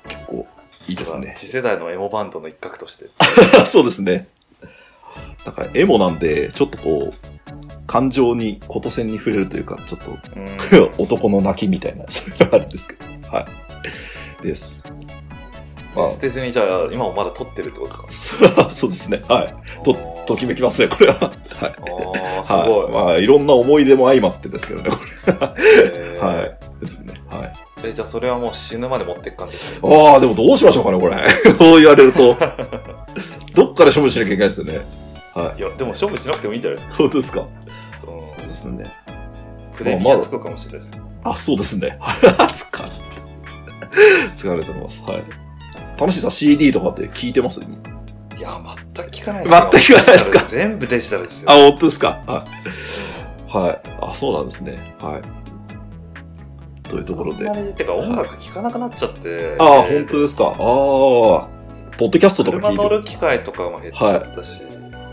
[SPEAKER 1] 結構いいですね。
[SPEAKER 2] 次世代のエモバンドの一角と して。
[SPEAKER 1] そうですね。だから、エモなんで、ちょっとこう、感情に、こと線に触れるというか、ちょっと
[SPEAKER 2] うん
[SPEAKER 1] 男の泣きみたいな、 そういうのがあるんですけど、はい。です。 まあ
[SPEAKER 2] 捨てずにじゃあ、今もまだ撮ってるってことです
[SPEAKER 1] そうそうですね。はい。
[SPEAKER 2] か
[SPEAKER 1] とときめきますね、これは。 はい。
[SPEAKER 2] ああ、す
[SPEAKER 1] は
[SPEAKER 2] ご
[SPEAKER 1] い。
[SPEAKER 2] い。
[SPEAKER 1] まあ、いろんな思い出も相まってですけどね、こ
[SPEAKER 2] え
[SPEAKER 1] れ。
[SPEAKER 2] ー
[SPEAKER 1] はい。ですね。はい。
[SPEAKER 2] えじゃあそれはもう死ぬまで持っていく感じですね。
[SPEAKER 1] ああ、でもどうしましょうかね、これ。 こう言われると。どっから処分しなきゃいけないですよね。はい
[SPEAKER 2] や、でも勝負しなくてもいいんじゃないですか。
[SPEAKER 1] い。そうですか。
[SPEAKER 2] うん
[SPEAKER 1] そうですね。
[SPEAKER 2] プレミアつくかもしれないですよ。
[SPEAKER 1] あ、そうですね。 疲れて。疲れてます。はい。楽しいさん CD とかって聞いてます全
[SPEAKER 2] いや、全く聞かない
[SPEAKER 1] く聞かないですか
[SPEAKER 2] 全部デジタルですよ
[SPEAKER 1] あ、。本当ですか。はい。はい。あ、そうなんですね。はい。というところで。あ
[SPEAKER 2] てか音楽聞かなくなっちゃって。
[SPEAKER 1] あ、本当ですか。ああ。ポッドキャストとか
[SPEAKER 2] 車
[SPEAKER 1] 聞いて
[SPEAKER 2] 乗
[SPEAKER 1] る。
[SPEAKER 2] る機会とかも減っちゃったし。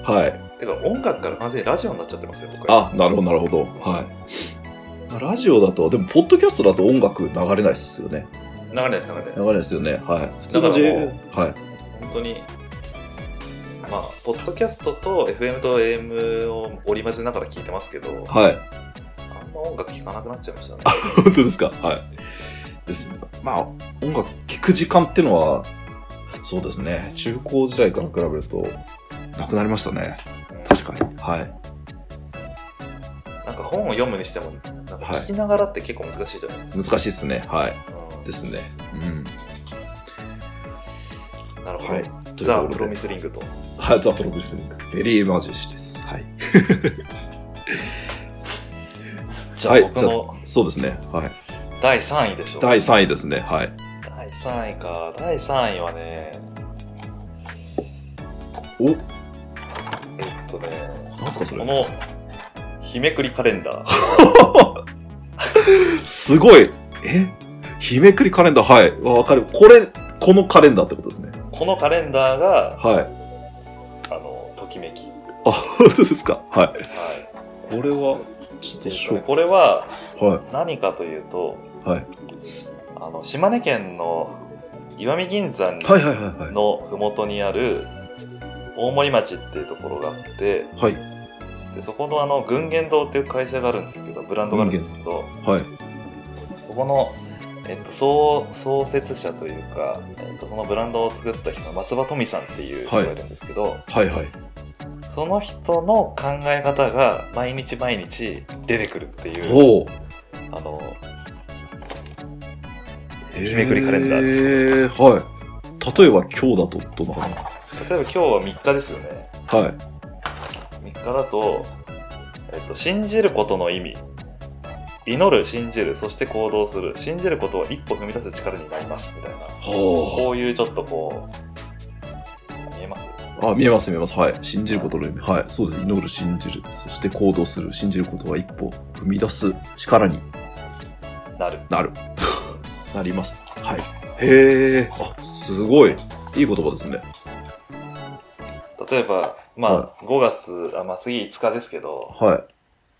[SPEAKER 1] はい。
[SPEAKER 2] てか音楽から完全にラジオになっちゃってますよ、僕は。
[SPEAKER 1] あ、なるほど、なるほど。はい。ラジオだと、でも、ポッドキャストだと音楽流れないですよね。
[SPEAKER 2] 流れないです、流れないで
[SPEAKER 1] 流
[SPEAKER 2] す
[SPEAKER 1] れないですよね。はい。普通の J、
[SPEAKER 2] だからも
[SPEAKER 1] はい。
[SPEAKER 2] 本当に。まあ、ポッドキャストと FM と AM を織り交ぜながら聞いてますけど、
[SPEAKER 1] はい。
[SPEAKER 2] あんま音楽聞かなくなっちゃいましたね。
[SPEAKER 1] 本当ですか。はい。ですね。まあ、音楽聴く時間ってのは、そうですね。中高時代から比べると、なくなりましたね。確かに。はい。
[SPEAKER 2] なんか本を読むにしても、なんか
[SPEAKER 1] はい
[SPEAKER 2] 聞きながらって結構難しいじゃないです
[SPEAKER 1] 難しいですね。はい。
[SPEAKER 2] か。
[SPEAKER 1] ですね。うん。
[SPEAKER 2] うんなるほど。
[SPEAKER 1] はい。という
[SPEAKER 2] ザ・
[SPEAKER 1] と
[SPEAKER 2] プ
[SPEAKER 1] こ
[SPEAKER 2] ロ
[SPEAKER 1] ろで
[SPEAKER 2] ミスリングと。
[SPEAKER 1] はい、ザ・プロミスリング。ベリーエマージェンシーです。はい。
[SPEAKER 2] じゃあ、
[SPEAKER 1] はい
[SPEAKER 2] 僕の
[SPEAKER 1] そうですね。はい。
[SPEAKER 2] 第3位でしょう。
[SPEAKER 1] 第3位ですね。はい。
[SPEAKER 2] 第3位か。第3位はね、
[SPEAKER 1] お、
[SPEAKER 2] えっとね、
[SPEAKER 1] なんすかそれ
[SPEAKER 2] この、日めくりカレンダー。
[SPEAKER 1] すごいえ日めくりカレンダーはい。わわかる。これ、このカレンダーってことですね。
[SPEAKER 2] このカレンダーが、
[SPEAKER 1] はい。
[SPEAKER 2] あの、ときめき。
[SPEAKER 1] あ、本当ですかはい。
[SPEAKER 2] は
[SPEAKER 1] これは、ちょっと
[SPEAKER 2] い。
[SPEAKER 1] ショッ
[SPEAKER 2] これは
[SPEAKER 1] ク。はい。
[SPEAKER 2] 何かというと、
[SPEAKER 1] はい
[SPEAKER 2] あの島根県の石見銀山
[SPEAKER 1] はいはいはいはい。
[SPEAKER 2] の麓にある大森町っていうところがあって、
[SPEAKER 1] はい。
[SPEAKER 2] でそこのあの群源堂っていう会社があるんですけどブランドがあるんですけど
[SPEAKER 1] はい。
[SPEAKER 2] そこの、えっと、創創設者というか、えっと、そのブランドを作った人の松葉富さんっていう人がいるんですけど、
[SPEAKER 1] はいはい。
[SPEAKER 2] その人の考え方が毎日毎日出てくるってい
[SPEAKER 1] ほう。
[SPEAKER 2] うあの
[SPEAKER 1] え
[SPEAKER 2] 日めくりカレンダーです
[SPEAKER 1] えー、はい。例えば今日だとどんな感
[SPEAKER 2] 例えば今日は3日ですよね
[SPEAKER 1] じはい。
[SPEAKER 2] 3日だと、えっと、信じることの意味祈る信じるそして行動する信じることを一歩踏み出す力になりますみたいな
[SPEAKER 1] ほ
[SPEAKER 2] こういうちょっとこう見えます
[SPEAKER 1] う。あ、見えます見えます。はい。信じることの意味。はい。そうです。祈る、信じる。そして行動する。信じることは一歩踏み出す力に
[SPEAKER 2] なる
[SPEAKER 1] なる。 なります。はい。へえ。あ、すごい。いい言葉ですね。
[SPEAKER 2] 例えばまあ、
[SPEAKER 1] は
[SPEAKER 2] 5月あ、まあ、次5日ですけど
[SPEAKER 1] は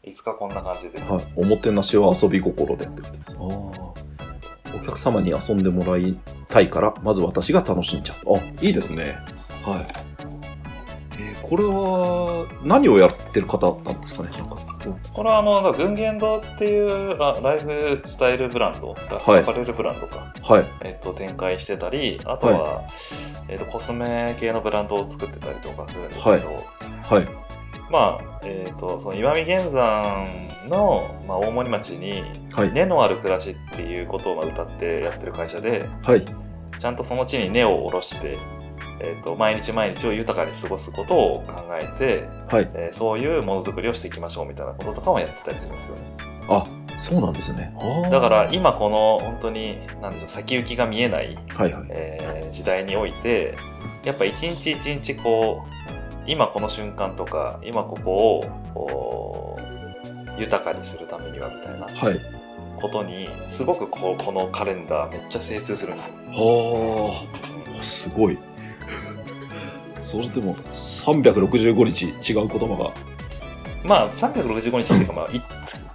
[SPEAKER 2] 5日こんな感じで
[SPEAKER 1] い。
[SPEAKER 2] す、
[SPEAKER 1] はい。おもてなしは遊び心でってことです。ああ。お客様に遊んでもらいたいから、まず私が楽しんじゃう。あ、いいですね。はい。えーこれは、何をやってる方なんですかねなんか
[SPEAKER 2] これはあのなんか群言堂っていうあライフスタイルブランドが
[SPEAKER 1] はい
[SPEAKER 2] アパレルブランドか、
[SPEAKER 1] はい。
[SPEAKER 2] えっと展開してたりあとは、えっとコスメ系のブランドを作ってたりとかするんですけど、
[SPEAKER 1] はい。
[SPEAKER 2] まあえっとその岩見源山の、まあ、大森町に
[SPEAKER 1] はい。
[SPEAKER 2] 根のある暮らしっていうことをまあ歌ってやってる会社で
[SPEAKER 1] はい。
[SPEAKER 2] ちゃんとその地に根を下ろして、えっと毎日毎日を豊かに過ごすことを考えて、
[SPEAKER 1] はい。
[SPEAKER 2] えーそういうものづくりをしていきましょうみたいなこととかもやってたりするんですよね。
[SPEAKER 1] あ、そうなんですね。あー
[SPEAKER 2] だから、今この本当に何でしょう先行きが見えない、
[SPEAKER 1] はいはい。
[SPEAKER 2] えー時代においてやっぱ一日一日こう今この瞬間とか今ここをこう豊かにするためにはみたいな
[SPEAKER 1] はい。
[SPEAKER 2] ことにすごくこうこのカレンダーめっちゃ精通するんですよ。
[SPEAKER 1] はあ、すごい。それでも、365日違う言葉
[SPEAKER 2] まあ365日っていうかまあい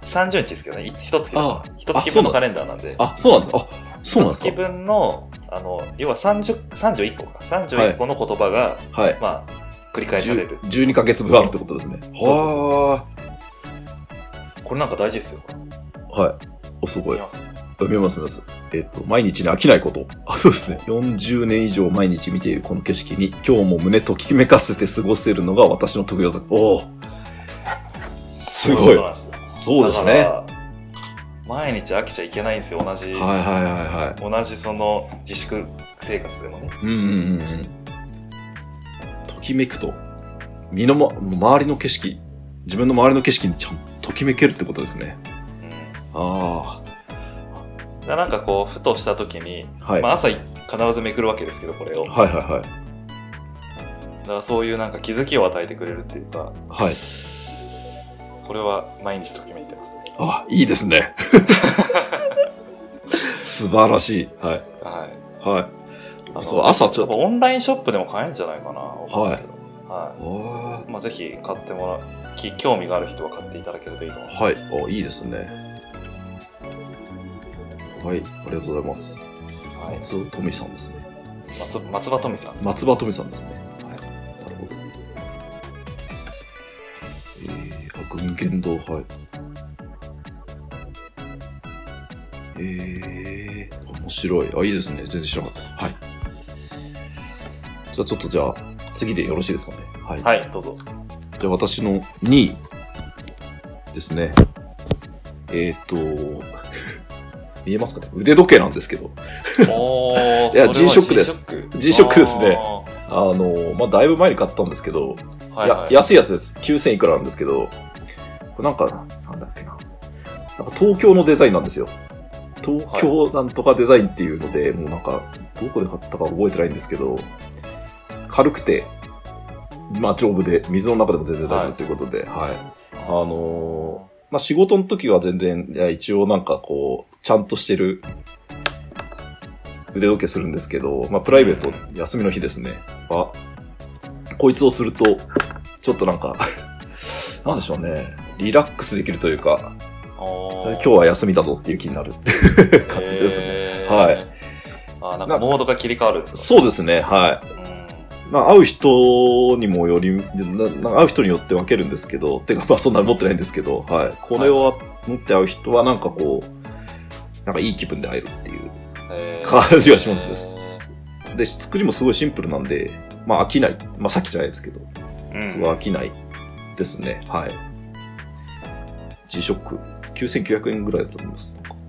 [SPEAKER 2] 30日ですけどねい一月
[SPEAKER 1] あ
[SPEAKER 2] だ
[SPEAKER 1] あ
[SPEAKER 2] 一月分のカレンダーなんで。
[SPEAKER 1] が。あ、そうなんです。あ、そうなんです
[SPEAKER 2] 月
[SPEAKER 1] か。
[SPEAKER 2] 分のあの要は30 31個か31個の言葉が、
[SPEAKER 1] はい。
[SPEAKER 2] まあ繰り返される
[SPEAKER 1] 10 12ヶ月分あるってことですね。は
[SPEAKER 2] これなんか大事ですよ。
[SPEAKER 1] あ。はい。お、すごい
[SPEAKER 2] 見。ます
[SPEAKER 1] 見えます見えます。えっと、毎日に飽きないこと。あ、そうですね。40年以上毎日見ているこの景色に、今日も胸ときめかせて過ごせるのが私の得意技。おお。す
[SPEAKER 2] そう
[SPEAKER 1] ご
[SPEAKER 2] いう
[SPEAKER 1] い
[SPEAKER 2] こと。なんですよ
[SPEAKER 1] そうです
[SPEAKER 2] だ
[SPEAKER 1] ね。
[SPEAKER 2] から毎日飽きちゃいけないんですよ、同じ、
[SPEAKER 1] はいはいはいは
[SPEAKER 2] 同じその自粛生活でもね。
[SPEAKER 1] い。うんうんうんうん。ときめくと、身の、ま、周りの景色、自分の周りの景色にちゃんとときめけるってことですね。
[SPEAKER 2] うん
[SPEAKER 1] あ
[SPEAKER 2] だからなんかこう、ふとした時に、
[SPEAKER 1] あ。はい。
[SPEAKER 2] まあ、
[SPEAKER 1] はい
[SPEAKER 2] 朝必ずめくるわけですけど、これを。だ
[SPEAKER 1] はいはい。
[SPEAKER 2] からそういうなんか気づきを与えてくれるっていうか、
[SPEAKER 1] はい。
[SPEAKER 2] これは毎日ときめいてますね。
[SPEAKER 1] あ、いいですね。素晴らしい。はい。
[SPEAKER 2] はい。
[SPEAKER 1] はい。
[SPEAKER 2] あの
[SPEAKER 1] そう、朝ちょっ
[SPEAKER 2] 多
[SPEAKER 1] と。
[SPEAKER 2] 分オンラインショップでも買えるんじゃないかな。わかんないけどは。
[SPEAKER 1] はい
[SPEAKER 2] まあ、ぜひ買ってもらう、き興味がある人は買っていただけるといいと思います。
[SPEAKER 1] い。あ、いいですね。はい。ありがとうございます。
[SPEAKER 2] はい
[SPEAKER 1] 松尾富さんですね。
[SPEAKER 2] 松松葉富さん。
[SPEAKER 1] 松葉富さんですね。
[SPEAKER 2] はい
[SPEAKER 1] なるほど。えー、あ、群言堂、はい。えー、面白い。あ、いいですね。全然知らなかった。はい。じゃあちょっとじゃあ、次でよろしいですかね。はい。
[SPEAKER 2] はい、どうぞ。
[SPEAKER 1] で、私の2位ですね。えっ、と、 見えますかね腕時計なんですけど。
[SPEAKER 2] お
[SPEAKER 1] いや G-SHOCK です G-SHOCK ですね。
[SPEAKER 2] あ
[SPEAKER 1] あのまあ、だいぶ前に買ったんですけど、
[SPEAKER 2] ーはいはい
[SPEAKER 1] いや、安いやつです。9000いくらなんですけど、これなんか、なんだっけな。なんか東京のデザインなんですよ。東京なんとかデザインっていうので、もうなんか、どこで買ったか覚えてないんですけど、軽くて、まあ丈夫で、水の中でも全然大丈夫ということで、はい。あのーまあ仕事の時は全然、いや一応なんかこう、ちゃんとしてる腕時計するんですけど、まあプライベート、休みの日ですね。あ、こいつをすると、ちょっとなんか、 なんでしょうね。リラックスできるというか、今
[SPEAKER 2] 今
[SPEAKER 1] 日は休みだぞっていう気になる感じですね。
[SPEAKER 2] ね
[SPEAKER 1] はい。
[SPEAKER 2] あなん
[SPEAKER 1] な
[SPEAKER 2] か
[SPEAKER 1] んか
[SPEAKER 2] モードが切り替わるんです
[SPEAKER 1] そうですね、はい。
[SPEAKER 2] かう
[SPEAKER 1] まあ、会う人にもより、ななんか会う人によって分けるんですけど、てか、まあ、そんなに持ってないんですけど、はい。これを持って会う人は、なんかこう、なんかいい気分で会えるっていうん
[SPEAKER 2] えー
[SPEAKER 1] 感じがしますね。で、作りもすごいシンプルなんで、まあ、飽きない。まあ、さっきじゃないですけど、
[SPEAKER 2] うん
[SPEAKER 1] すごい飽きないですね。はい。G-SHOCK。9900円ぐらいだと思います。なんかはい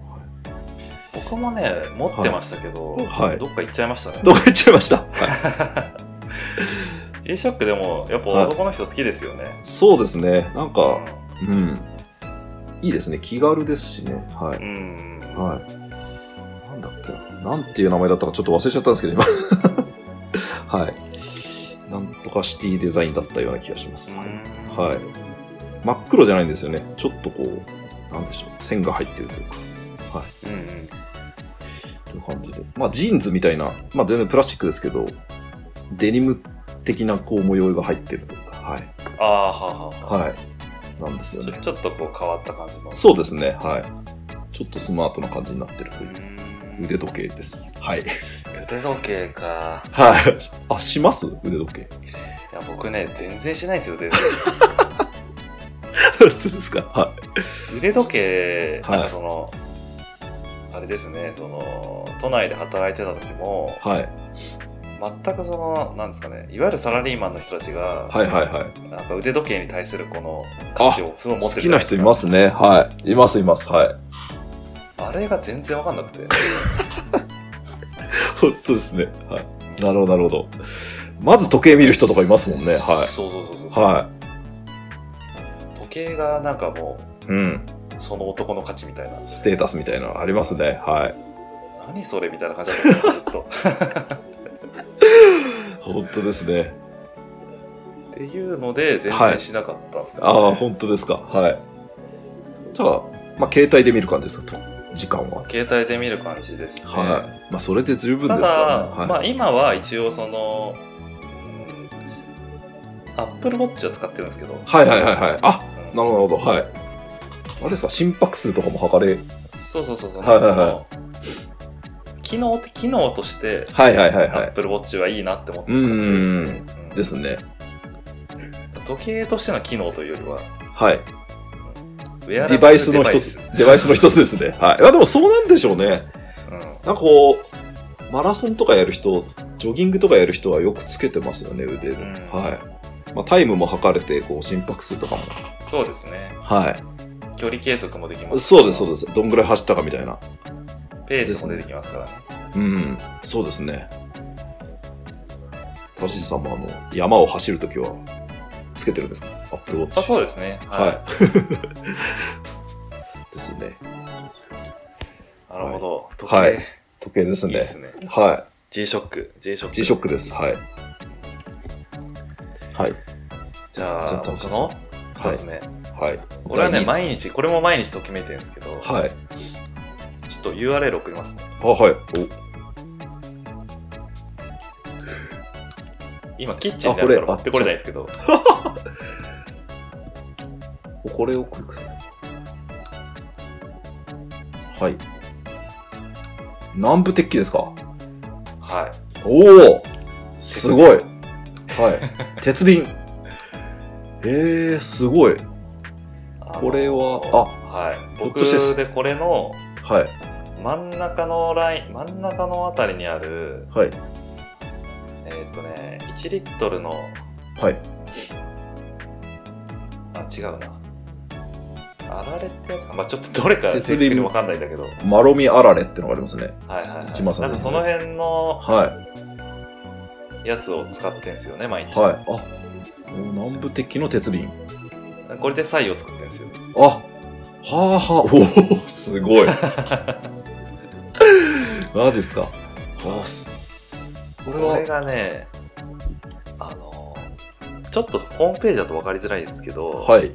[SPEAKER 2] 僕もね持ってましたけど、
[SPEAKER 1] はい
[SPEAKER 2] どっか行っちゃいましたね
[SPEAKER 1] どこ行っちゃいました。はい
[SPEAKER 2] G-SHOCK でもやっぱ男の人好きですよね、
[SPEAKER 1] そうですね。なんか、う
[SPEAKER 2] う
[SPEAKER 1] ん。いいですね。気軽ですしね。はい。
[SPEAKER 2] ん、うん
[SPEAKER 1] はい。なんだっけな。なんていう名前だったかちょっと忘れちゃったんですけど、今。 はい。なんとかシティデザインだったような気がします。はい。はい真っ黒じゃないんですよね。ちょっとこう、なんでしょう。線が入ってるというか。はい。
[SPEAKER 2] うんうん
[SPEAKER 1] という感じで。まあ、ジーンズみたいな、まあ、全然プラスチックですけど、デニム的なこう模様が入ってるというか。はい。
[SPEAKER 2] ああはあはあはあ
[SPEAKER 1] はい。なんですよね。
[SPEAKER 2] ちょっとこう変わった感じの
[SPEAKER 1] そうですね。はい。ちょっとスマートな感じになってるという
[SPEAKER 2] う。ん
[SPEAKER 1] 腕時計です。はい。
[SPEAKER 2] 腕時計か。
[SPEAKER 1] はい。あ、します腕時計。
[SPEAKER 2] いや、僕ね、全然しないんですよ、腕時
[SPEAKER 1] どうですかは
[SPEAKER 2] 計。腕時計、
[SPEAKER 1] はい
[SPEAKER 2] なんかその、あれですね、その、都内で働いてた時も、
[SPEAKER 1] い。はい。
[SPEAKER 2] 全くその、なんですかね、いわゆるサラリーマンの人たちが、
[SPEAKER 1] はいはいはい。
[SPEAKER 2] なんか腕時計に対するこの価値をすごい持
[SPEAKER 1] 好
[SPEAKER 2] ってる。
[SPEAKER 1] きな人いますすね。はい。いますいます。はい。
[SPEAKER 2] あれが全然わかんなくて。
[SPEAKER 1] 本当ですね。はい。なるほどなるほど。まず時計見る人とかいますもんね。は
[SPEAKER 2] そうそうそうそう。
[SPEAKER 1] い。は
[SPEAKER 2] 時計がなんかも
[SPEAKER 1] い。うん。
[SPEAKER 2] う、その男の価値みたいな。
[SPEAKER 1] ステータスみたいなのありますね。はい。
[SPEAKER 2] 何それみたいな感じだったんですよずっと。
[SPEAKER 1] 本当ですね。
[SPEAKER 2] っていうので、全然しなかったっす、ね
[SPEAKER 1] ああ、本当ですか。はい。じゃあ、まあ、携帯で見る感じですかと。時間は。
[SPEAKER 2] 携帯で見る感じですね。
[SPEAKER 1] はい。まあ、それで十分で
[SPEAKER 2] た
[SPEAKER 1] す
[SPEAKER 2] だ、
[SPEAKER 1] からね。
[SPEAKER 2] ま
[SPEAKER 1] はい。
[SPEAKER 2] あ今は一応その、アップルウォッチは使ってるんですけど、
[SPEAKER 1] はいはいはいはい。あ、
[SPEAKER 2] うん
[SPEAKER 1] なるほど、なるほど。はい。あれですか、心拍数とかも測れ。
[SPEAKER 2] そうそうそうそう、
[SPEAKER 1] はいはいは
[SPEAKER 2] その機能的機能として、
[SPEAKER 1] はいはいはい
[SPEAKER 2] ア
[SPEAKER 1] は
[SPEAKER 2] ッ
[SPEAKER 1] い。
[SPEAKER 2] プルウォッチはいいなって思って
[SPEAKER 1] う
[SPEAKER 2] 使って
[SPEAKER 1] ん
[SPEAKER 2] る。
[SPEAKER 1] うん。
[SPEAKER 2] うん
[SPEAKER 1] ですね。
[SPEAKER 2] 時計としての機能というよりは、
[SPEAKER 1] はい。
[SPEAKER 2] ウェアラブ
[SPEAKER 1] デ
[SPEAKER 2] ル
[SPEAKER 1] バイスの一つ
[SPEAKER 2] デバイ、
[SPEAKER 1] デバイスの一つですね。はい。いや、でもそうなんでしょうね。
[SPEAKER 2] スうん
[SPEAKER 1] なんかこう、マラソンとかやる人、ジョギングとかやる人はよくつけてますよね、腕で。
[SPEAKER 2] うん
[SPEAKER 1] はい。まあ、タイムも測れて、こう、心拍数とかも。
[SPEAKER 2] そうですね。
[SPEAKER 1] はい。
[SPEAKER 2] 距離計測もできます。
[SPEAKER 1] そうです、そうです。どんぐらい走ったかみたいな。
[SPEAKER 2] ペースも出てきますからね。
[SPEAKER 1] うん、そうですね。田尻さんもあの、山を走るときは、つけてるんですかアップルウォッチ。
[SPEAKER 2] あそうですね。。
[SPEAKER 1] はいい。ですね。
[SPEAKER 2] なるほど。時
[SPEAKER 1] はい
[SPEAKER 2] 計、
[SPEAKER 1] 時計です
[SPEAKER 2] いい
[SPEAKER 1] ね。
[SPEAKER 2] ですね。
[SPEAKER 1] は
[SPEAKER 2] G-SHOCK、G-SHOCK。
[SPEAKER 1] い。G-SHOCK です。はい。はい。
[SPEAKER 2] じ
[SPEAKER 1] ちょ
[SPEAKER 2] ゃあ、
[SPEAKER 1] っと
[SPEAKER 2] 僕の
[SPEAKER 1] は
[SPEAKER 2] 2
[SPEAKER 1] い
[SPEAKER 2] つ目。
[SPEAKER 1] はい。
[SPEAKER 2] これは
[SPEAKER 1] 第
[SPEAKER 2] ね、
[SPEAKER 1] 二位
[SPEAKER 2] 毎日、これも毎日ときめいてるんですけど、ちょ
[SPEAKER 1] はい。
[SPEAKER 2] っと URL 送りますね。
[SPEAKER 1] あ、はい。
[SPEAKER 2] 今、キッチンであるから
[SPEAKER 1] あこれ
[SPEAKER 2] 持ってこれないんですけど、
[SPEAKER 1] お、これをクリックする。はい。南部鉄器ですか
[SPEAKER 2] は
[SPEAKER 1] おおすごいはい。鉄瓶。えー、すごい。
[SPEAKER 2] い。あの
[SPEAKER 1] これは、
[SPEAKER 2] はい。
[SPEAKER 1] ひょっ
[SPEAKER 2] 僕
[SPEAKER 1] としてす
[SPEAKER 2] でこれの
[SPEAKER 1] あ、はい、
[SPEAKER 2] 真ん中のライン、真ん中のあたりにある、
[SPEAKER 1] はい、
[SPEAKER 2] えっ、とね、1リットルの、
[SPEAKER 1] はい。
[SPEAKER 2] あ、違うな。あられってやつかまあちょっとどれか
[SPEAKER 1] 鉄
[SPEAKER 2] 正
[SPEAKER 1] 瓶
[SPEAKER 2] 確にわかんないんだけど、はい
[SPEAKER 1] マロミあられってのがありますね。
[SPEAKER 2] はい、はい。
[SPEAKER 1] 一番最後で
[SPEAKER 2] なんか
[SPEAKER 1] すね
[SPEAKER 2] その辺の
[SPEAKER 1] は
[SPEAKER 2] やつを使ってんですよね、毎
[SPEAKER 1] い、
[SPEAKER 2] 日。
[SPEAKER 1] はい。あ、南部鉄器の鉄瓶。
[SPEAKER 2] これでサイを作ってんですよ。
[SPEAKER 1] あ、はあはあ、おお、すごい。マジっすか。あす。これ
[SPEAKER 2] これ
[SPEAKER 1] は、
[SPEAKER 2] がね、あの、ちょっとホームページだと分かりづらいですけど、
[SPEAKER 1] はい。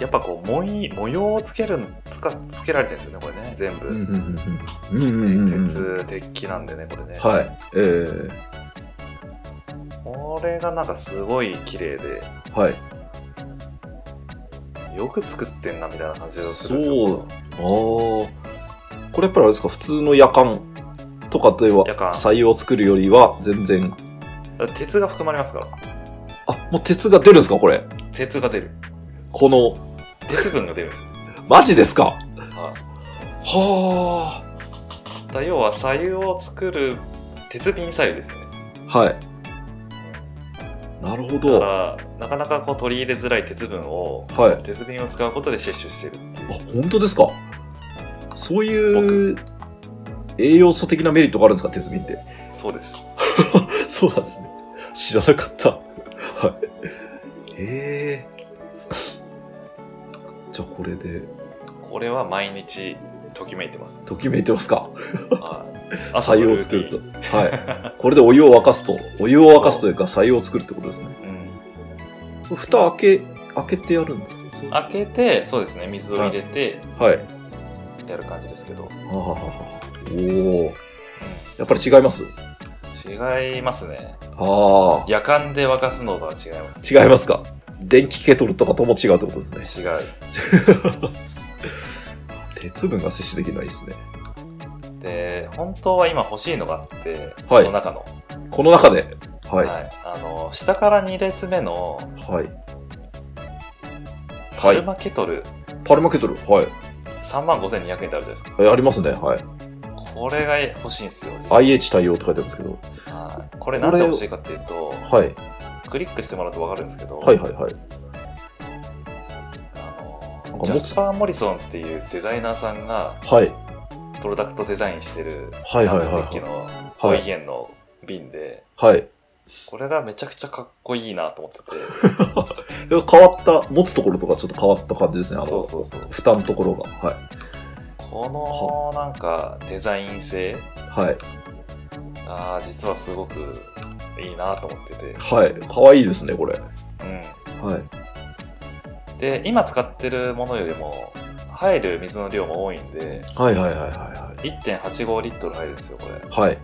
[SPEAKER 2] やっぱこう模い模様をつけるつかつけられてるんですよねこれね全部、
[SPEAKER 1] うん、うん、うん、うん。うん、うん。うん
[SPEAKER 2] 鉄鉄器なんでねこれね、
[SPEAKER 1] はい。えー、
[SPEAKER 2] これがなんかすごい綺麗で
[SPEAKER 1] はい。
[SPEAKER 2] よく作ってんなみたいな感じがす
[SPEAKER 1] そ
[SPEAKER 2] るんですよ
[SPEAKER 1] う。ああ。これやっぱりあれですか、普通の夜間とかでは
[SPEAKER 2] 夜間、
[SPEAKER 1] 採用を作るよりは全然。
[SPEAKER 2] だから鉄が含まれますから
[SPEAKER 1] あ、もう鉄が出るんですか、これ。
[SPEAKER 2] 鉄が出る
[SPEAKER 1] この、
[SPEAKER 2] 鉄分が出る んですよ、
[SPEAKER 1] マジですか
[SPEAKER 2] はい
[SPEAKER 1] は
[SPEAKER 2] だから要は左右を作る鉄瓶左右ですよね
[SPEAKER 1] あ。はい。なるほ
[SPEAKER 2] だ
[SPEAKER 1] ど。
[SPEAKER 2] か
[SPEAKER 1] は
[SPEAKER 2] らなかなかこう取り入れづらい鉄分を
[SPEAKER 1] い。あ、
[SPEAKER 2] 鉄瓶を使うことで摂取してるっていう
[SPEAKER 1] 本当ですかそういう栄養素的なメリットがあるんですか、鉄瓶って。
[SPEAKER 2] そうです
[SPEAKER 1] そうなんですね。知らなかった。はい。ええじゃあこれで、
[SPEAKER 2] これは毎日ときめい てます
[SPEAKER 1] ときめいてますか
[SPEAKER 2] はい朝の
[SPEAKER 1] 採
[SPEAKER 2] ルー
[SPEAKER 1] 用
[SPEAKER 2] テ
[SPEAKER 1] を作
[SPEAKER 2] ィン
[SPEAKER 1] ると。はい。これでお湯を沸かすと。お湯を沸かすというか、採用を作るってことですね。
[SPEAKER 2] うん
[SPEAKER 1] これ蓋開け、開けてやるんですかそう
[SPEAKER 2] 開けてそうですね水を入れて
[SPEAKER 1] はい。
[SPEAKER 2] やる感じですけど、
[SPEAKER 1] ははははおお。やっぱり違います
[SPEAKER 2] うん、違いますね
[SPEAKER 1] ああ。
[SPEAKER 2] 夜間で沸かすのとは違います
[SPEAKER 1] 違いますか電気ケトルとかとも違うってことですね。
[SPEAKER 2] 違う
[SPEAKER 1] 鉄分が摂取できないですね。
[SPEAKER 2] で本当は今欲しいのがあって、
[SPEAKER 1] はい
[SPEAKER 2] この中の、
[SPEAKER 1] この中で、はい。
[SPEAKER 2] はいあの下から2列目の
[SPEAKER 1] はい。
[SPEAKER 2] パ
[SPEAKER 1] は
[SPEAKER 2] ル
[SPEAKER 1] い。
[SPEAKER 2] マケトル
[SPEAKER 1] パルマケトル、はい。
[SPEAKER 2] 3万5200円ってあるじゃないですか
[SPEAKER 1] えありますね、はい。
[SPEAKER 2] これが欲しいんですよ、
[SPEAKER 1] IH 対応って書いてあるんですけど、
[SPEAKER 2] はいこれなんで欲しいかっていうと
[SPEAKER 1] はい。
[SPEAKER 2] クリックしてもらうと分かるんですけど、
[SPEAKER 1] はいはいはい。
[SPEAKER 2] あの
[SPEAKER 1] なんか
[SPEAKER 2] ジャスパー・モリソンっていうデザイナーさんが
[SPEAKER 1] はい。
[SPEAKER 2] プロダクトデザインしてる
[SPEAKER 1] はいはいはいはい
[SPEAKER 2] さっきの
[SPEAKER 1] は
[SPEAKER 2] ご意
[SPEAKER 1] い。
[SPEAKER 2] 見の瓶で
[SPEAKER 1] はい。
[SPEAKER 2] これがめちゃくちゃかっこいいなと思ってて
[SPEAKER 1] 変わった、持つところとかちょっと変わった感じですね、あの、
[SPEAKER 2] そうそうそう
[SPEAKER 1] 蓋のところが。はい。
[SPEAKER 2] このなんかデザイン性
[SPEAKER 1] はい。
[SPEAKER 2] あー実はすごくいいなと思ってて、
[SPEAKER 1] はい。可愛いですね、これ。
[SPEAKER 2] う
[SPEAKER 1] はい。
[SPEAKER 2] ん、で今使ってるものよりも入る水の量も多いんで
[SPEAKER 1] はいはいはいは
[SPEAKER 2] 1.85リットル入るんですよこれ
[SPEAKER 1] いはい。はい。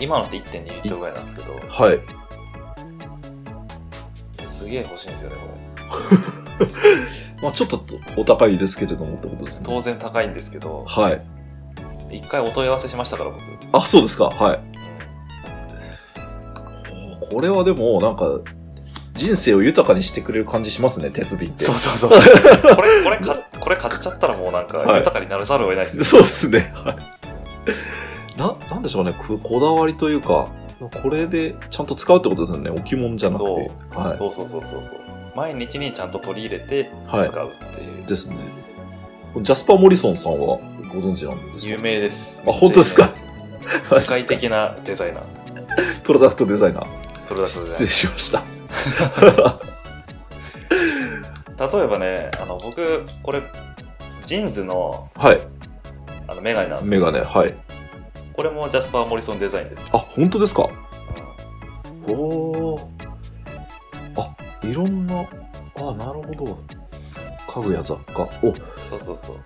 [SPEAKER 2] 今のって1.2リットルぐらいなんですけど
[SPEAKER 1] はい。
[SPEAKER 2] すげえ欲しいんですよねこれ
[SPEAKER 1] まあちょっとお高いですけれどもってことですね。
[SPEAKER 2] 当然高いんですけど
[SPEAKER 1] はい。
[SPEAKER 2] 一回お問い合わせしましたから僕
[SPEAKER 1] あ、そうですか。はい。これはでも、なんか、人生を豊かにしてくれる感じしますね、鉄瓶って。
[SPEAKER 2] そう
[SPEAKER 1] そ
[SPEAKER 2] そうそうこれこれかこれ買っちゃったらもうなんか
[SPEAKER 1] はい
[SPEAKER 2] 豊かにならざるを得ない ですね、
[SPEAKER 1] うですね。はい。な、なんでしょうね、ここだわりというか、これでちゃんと使うってことですよね、置物じゃなくて。
[SPEAKER 2] そう
[SPEAKER 1] は
[SPEAKER 2] そうそうそうそうそう毎日にちゃんと取り入れて
[SPEAKER 1] はい
[SPEAKER 2] 使うっていう、
[SPEAKER 1] い。ですね。ジャスパー・モリソンさんはご存知なんです
[SPEAKER 2] 有
[SPEAKER 1] か
[SPEAKER 2] 名です
[SPEAKER 1] あ本当ですか
[SPEAKER 2] 世界的なデザイナー
[SPEAKER 1] プロダクトデザイナー。
[SPEAKER 2] プロダクトデザ
[SPEAKER 1] 失
[SPEAKER 2] イ
[SPEAKER 1] 礼しました。
[SPEAKER 2] ナー例えばねあの僕これジーンズの
[SPEAKER 1] はい。
[SPEAKER 2] あのメガネなんですけ
[SPEAKER 1] メ
[SPEAKER 2] ど
[SPEAKER 1] ガネ、はい。
[SPEAKER 2] これもジャスパー・モリソンデザインです、
[SPEAKER 1] あ、本当ですかおーあいろんなあなるほど家具や雑貨お
[SPEAKER 2] そうそうそう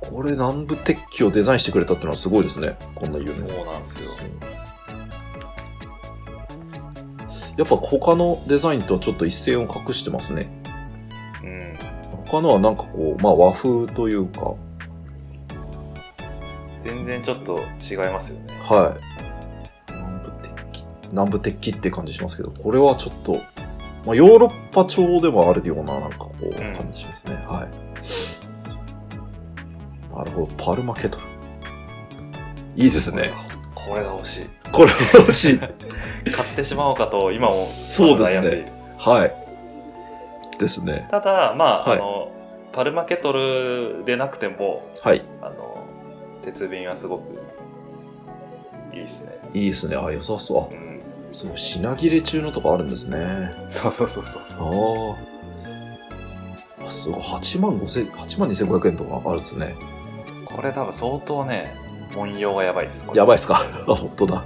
[SPEAKER 1] これ南部鉄器をデザインしてくれたってのはすごいですねこんな有名
[SPEAKER 2] そうなんですよ
[SPEAKER 1] やっぱ他のデザインとはちょっと一線を画してますね
[SPEAKER 2] うん
[SPEAKER 1] 他のはなんかこうまあ和風というか
[SPEAKER 2] 全然ちょっと違いますよね
[SPEAKER 1] はい南部鉄器南部鉄器って感じしますけどこれはちょっとまあ、ヨーロッパ調でもあるような、なんかこう、
[SPEAKER 2] ん
[SPEAKER 1] 感じしますね。はい。なるほど、パルマケトル。いいですね。
[SPEAKER 2] これが欲しい
[SPEAKER 1] これ欲しい。
[SPEAKER 2] 買ってしまおうかと今も
[SPEAKER 1] そうですね
[SPEAKER 2] まだ悩んいる
[SPEAKER 1] はい。ですね。
[SPEAKER 2] ただまあ,、
[SPEAKER 1] はい
[SPEAKER 2] あのパルマケトルでなくても
[SPEAKER 1] はい。
[SPEAKER 2] あの鉄瓶はすごくいいですね、
[SPEAKER 1] いいですね。あ、良さそうう。
[SPEAKER 2] ん、
[SPEAKER 1] あそう、品切れ中のとかあるんですね。
[SPEAKER 2] そうそうそうそう
[SPEAKER 1] ああ。あすごい。8万5千、8万2500円とかあるんですね。
[SPEAKER 2] これ多分相当ね文様がやばいです
[SPEAKER 1] やばい
[SPEAKER 2] い
[SPEAKER 1] っすかあ、本当だ。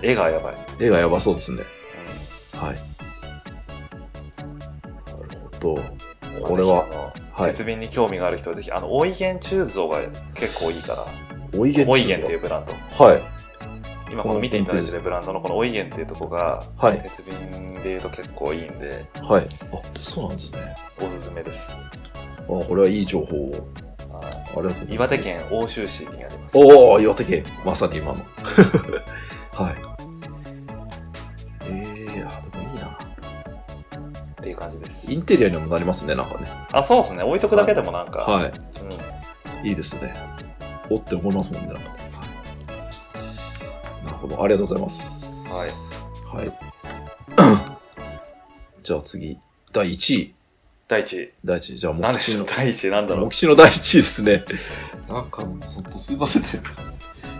[SPEAKER 2] 絵がやばい、うん
[SPEAKER 1] 絵がやばそうですね。はい。なるほど。これは、
[SPEAKER 2] ま
[SPEAKER 1] は
[SPEAKER 2] あぜひあの
[SPEAKER 1] い。
[SPEAKER 2] 鉄瓶に興味がある人はぜひあのオイゲンチューズ像が結構いいから
[SPEAKER 1] おいげん
[SPEAKER 2] オイゲンっていうブランド
[SPEAKER 1] はい。
[SPEAKER 2] 今この見ていただいてるブランドのこのオイゲンっていうとこが
[SPEAKER 1] はい。
[SPEAKER 2] 鉄瓶でいうと結構いいんで
[SPEAKER 1] はい。あ、そうなんですね。
[SPEAKER 2] おすすめです
[SPEAKER 1] あ、これはいい情報を。
[SPEAKER 2] はい
[SPEAKER 1] ありがとうございます。
[SPEAKER 2] 岩手。県奥州市にあります。
[SPEAKER 1] おお、岩手県。まさに今の。 はい。えー、あ、でもいいな。
[SPEAKER 2] っていう感じです
[SPEAKER 1] イ。ンテリアにもなりますね、なんかね。
[SPEAKER 2] あ、そうですね。置いとくだけでもなんか、
[SPEAKER 1] は
[SPEAKER 2] うん
[SPEAKER 1] い。いいですね。おって思いますもんね、なんか。なるほど。ありがとうございます。
[SPEAKER 2] はい。
[SPEAKER 1] はい。 じゃあ次、第1位。
[SPEAKER 2] 第一位。
[SPEAKER 1] 第1位。じゃあ、
[SPEAKER 2] 何
[SPEAKER 1] 目
[SPEAKER 2] でし
[SPEAKER 1] 視
[SPEAKER 2] ょう
[SPEAKER 1] の。
[SPEAKER 2] 第一位なんだろ
[SPEAKER 1] 目
[SPEAKER 2] う。
[SPEAKER 1] 視の第1位ですね。なんか、ほんとすいませんね。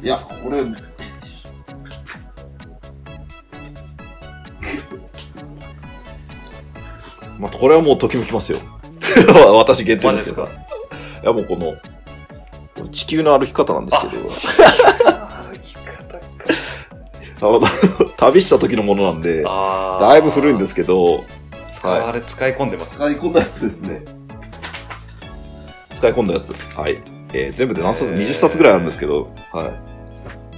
[SPEAKER 1] いや、これ、 まあ、これはもうときめきますよ。 私限定
[SPEAKER 2] マ
[SPEAKER 1] で
[SPEAKER 2] ジ
[SPEAKER 1] す
[SPEAKER 2] で
[SPEAKER 1] け
[SPEAKER 2] す
[SPEAKER 1] ど。
[SPEAKER 2] か
[SPEAKER 1] いや、もうこの、地球の歩き方なんですけど。
[SPEAKER 2] あ歩き方か
[SPEAKER 1] あの旅した時のものなんで、
[SPEAKER 2] あー
[SPEAKER 1] だいぶ古いんですけど、
[SPEAKER 2] 使われ、使い込んでます。
[SPEAKER 1] 使い込んだやつですね。使い込んだやつ。はい。えー全部で何冊、
[SPEAKER 2] えー
[SPEAKER 1] ?20 冊ぐらいあるんですけど、は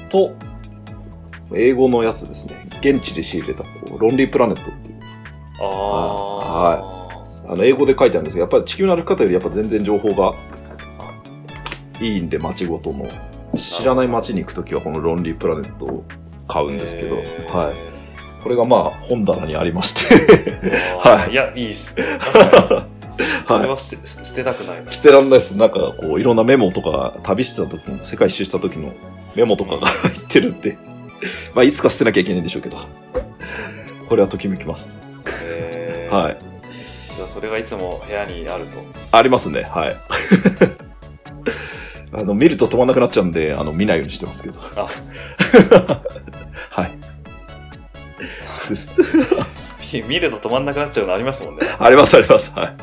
[SPEAKER 1] い。と、英語のやつですね。現地で仕入れた、こうロンリープラネットっていう。
[SPEAKER 2] ああ。
[SPEAKER 1] あの、英語で書いてあるんですけど、やっぱり地球の歩き方よりやっぱ全然情報がいいんで、街ごとの。知らない街に行くときはこのロンリープラネットを買うんですけど、
[SPEAKER 2] えー
[SPEAKER 1] はい。これがまあ本棚にありまして、
[SPEAKER 2] あー
[SPEAKER 1] はい
[SPEAKER 2] いや、いいっすね。確かにそれ
[SPEAKER 1] は
[SPEAKER 2] は捨て捨てたくない
[SPEAKER 1] い。。捨てらんないです。なんかこういろんなメモとか旅してた時の、世界一周した時のメモとかが入ってるんで、まあいつか捨てなきゃいけないんでしょうけど、これはときめきます。
[SPEAKER 2] えー
[SPEAKER 1] はい。
[SPEAKER 2] じゃあそれがいつも部屋にあると。
[SPEAKER 1] ありますね、はい。 あの、見ると止まんなくなっちゃうんで、あの、見ないようにしてますけど。
[SPEAKER 2] あ
[SPEAKER 1] はい。です。
[SPEAKER 2] 見見ると止まんなくなっちゃうのありますもんね。
[SPEAKER 1] あります、あります。はい。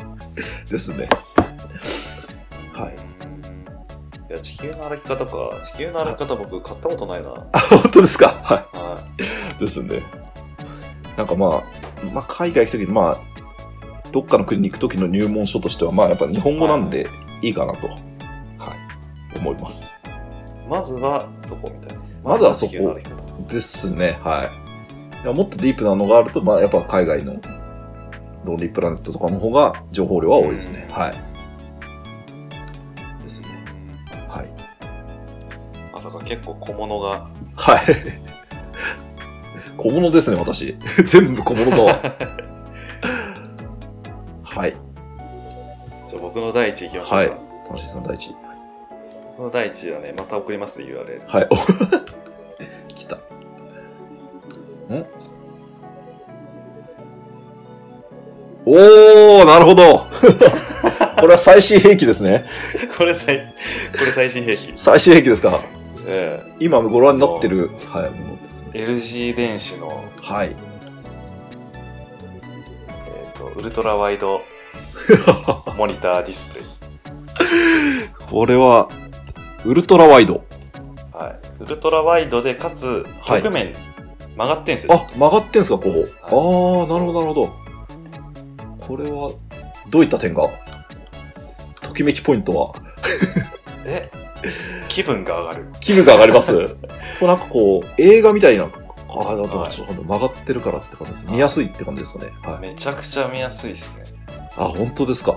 [SPEAKER 1] ですね。はい。
[SPEAKER 2] いや、地球の歩き方か。地球の歩き方僕買ったことないな。
[SPEAKER 1] あ、本当ですかは。
[SPEAKER 2] はい
[SPEAKER 1] ですね。なんかまあ、まあ、海外行くときに、まあ、どっかの国に行くときの入門書としては、まあ、やっぱ日本語なんでいいかなと、はい、思います。
[SPEAKER 2] い。まずはそこみたいな。
[SPEAKER 1] まずはそこ
[SPEAKER 2] 地球の歩き方
[SPEAKER 1] ですね、はい。いやもっとディープなのがあると、まあ、やっぱ海外のロンリープラネットとかの方が情報量は多いですね。はい。ですね。はい。
[SPEAKER 2] まさか結構小物が。
[SPEAKER 1] はい。 小物ですね、私。 全部小物だわ。はい。
[SPEAKER 2] じゃあ僕の第一いきましょうか。
[SPEAKER 1] はい楽しいさん第一。
[SPEAKER 2] 僕の第一はね、また送りますね、URL。
[SPEAKER 1] はい。お 来た。んおー、なるほど これは最新兵器ですね。
[SPEAKER 2] これ最、これ最新兵器。
[SPEAKER 1] 最新兵器ですか。
[SPEAKER 2] え
[SPEAKER 1] 今ご覧になってる、はい、ものですね。
[SPEAKER 2] え LG 電子の、
[SPEAKER 1] はい。
[SPEAKER 2] えー、とウルトラワ イドモニターディスプレイ。
[SPEAKER 1] これは、ウルトラワイド。
[SPEAKER 2] はい、ウルトラワイドで、かつ、
[SPEAKER 1] はい
[SPEAKER 2] 局面、曲がってんすよ。
[SPEAKER 1] あ、曲がってんすか、ここ。あー、なるほど、なるほど。これは、どういった点がときめきポイントは
[SPEAKER 2] え気分が上がる。
[SPEAKER 1] 気分が上がります。 こうなんかこう、映画みたいな、ああ、なんかちょっと曲がってるからって感じです。見やすいって感じですかね。はい。
[SPEAKER 2] めちゃくちゃ見やすいっすね。
[SPEAKER 1] あ、本当ですか。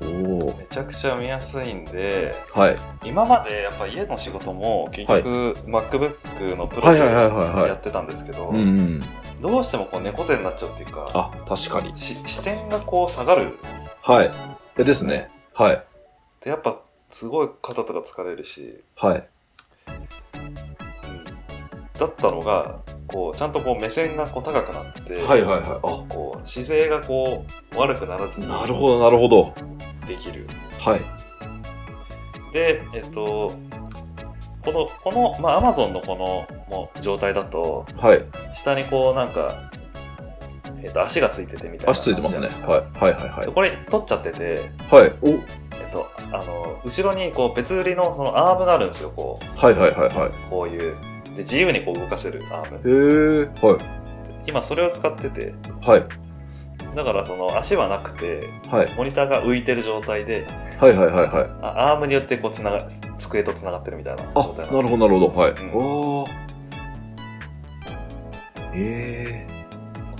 [SPEAKER 1] おお。
[SPEAKER 2] めちゃくちゃ見やすいんで、
[SPEAKER 1] はい。
[SPEAKER 2] 今までやっぱ家の仕事も結局、MacBook のプロ
[SPEAKER 1] はい
[SPEAKER 2] ジ
[SPEAKER 1] はいはい
[SPEAKER 2] ェクト
[SPEAKER 1] はいは
[SPEAKER 2] やってたんですけど、
[SPEAKER 1] い。うんうん。
[SPEAKER 2] どうしてもこう猫背になっちゃうっていうか、
[SPEAKER 1] あ、確かに。
[SPEAKER 2] し視点がこう下がる。
[SPEAKER 1] はい。えですね。はい。
[SPEAKER 2] で、やっぱすごい肩とか疲れるし、
[SPEAKER 1] はい。
[SPEAKER 2] だったのがこうちゃんとこう目線がこう高くなって、
[SPEAKER 1] はいはいは
[SPEAKER 2] こう姿勢がこう悪くならず
[SPEAKER 1] い。あ、
[SPEAKER 2] に
[SPEAKER 1] なるほどなるほど。
[SPEAKER 2] できる
[SPEAKER 1] はい。
[SPEAKER 2] でえっとこのこのまあアマゾンのこのもう状態だと
[SPEAKER 1] はい。
[SPEAKER 2] 下にこうなんか、えっと、足がついててみたいな
[SPEAKER 1] 足ついてますね。
[SPEAKER 2] 感じなん
[SPEAKER 1] はい
[SPEAKER 2] で。
[SPEAKER 1] はいはいは
[SPEAKER 2] すこれ取っちゃってて、
[SPEAKER 1] い。はい。お
[SPEAKER 2] えっと、あの後ろにこう別売りのそのアームがあるんですよこう
[SPEAKER 1] はいはいはいはい。
[SPEAKER 2] こういうで自由にこう動かせるア
[SPEAKER 1] へ
[SPEAKER 2] ーム
[SPEAKER 1] え。は
[SPEAKER 2] 今それを使ってて
[SPEAKER 1] い。はい。
[SPEAKER 2] だからその足はなくて
[SPEAKER 1] はい。
[SPEAKER 2] モニターが浮いてる状態で
[SPEAKER 1] はいはいはいはい。
[SPEAKER 2] あアームによってこうつなが机とつながってるみたいな
[SPEAKER 1] あ
[SPEAKER 2] 状態、
[SPEAKER 1] なるほど、なるほど。はい。
[SPEAKER 2] うん
[SPEAKER 1] おーええ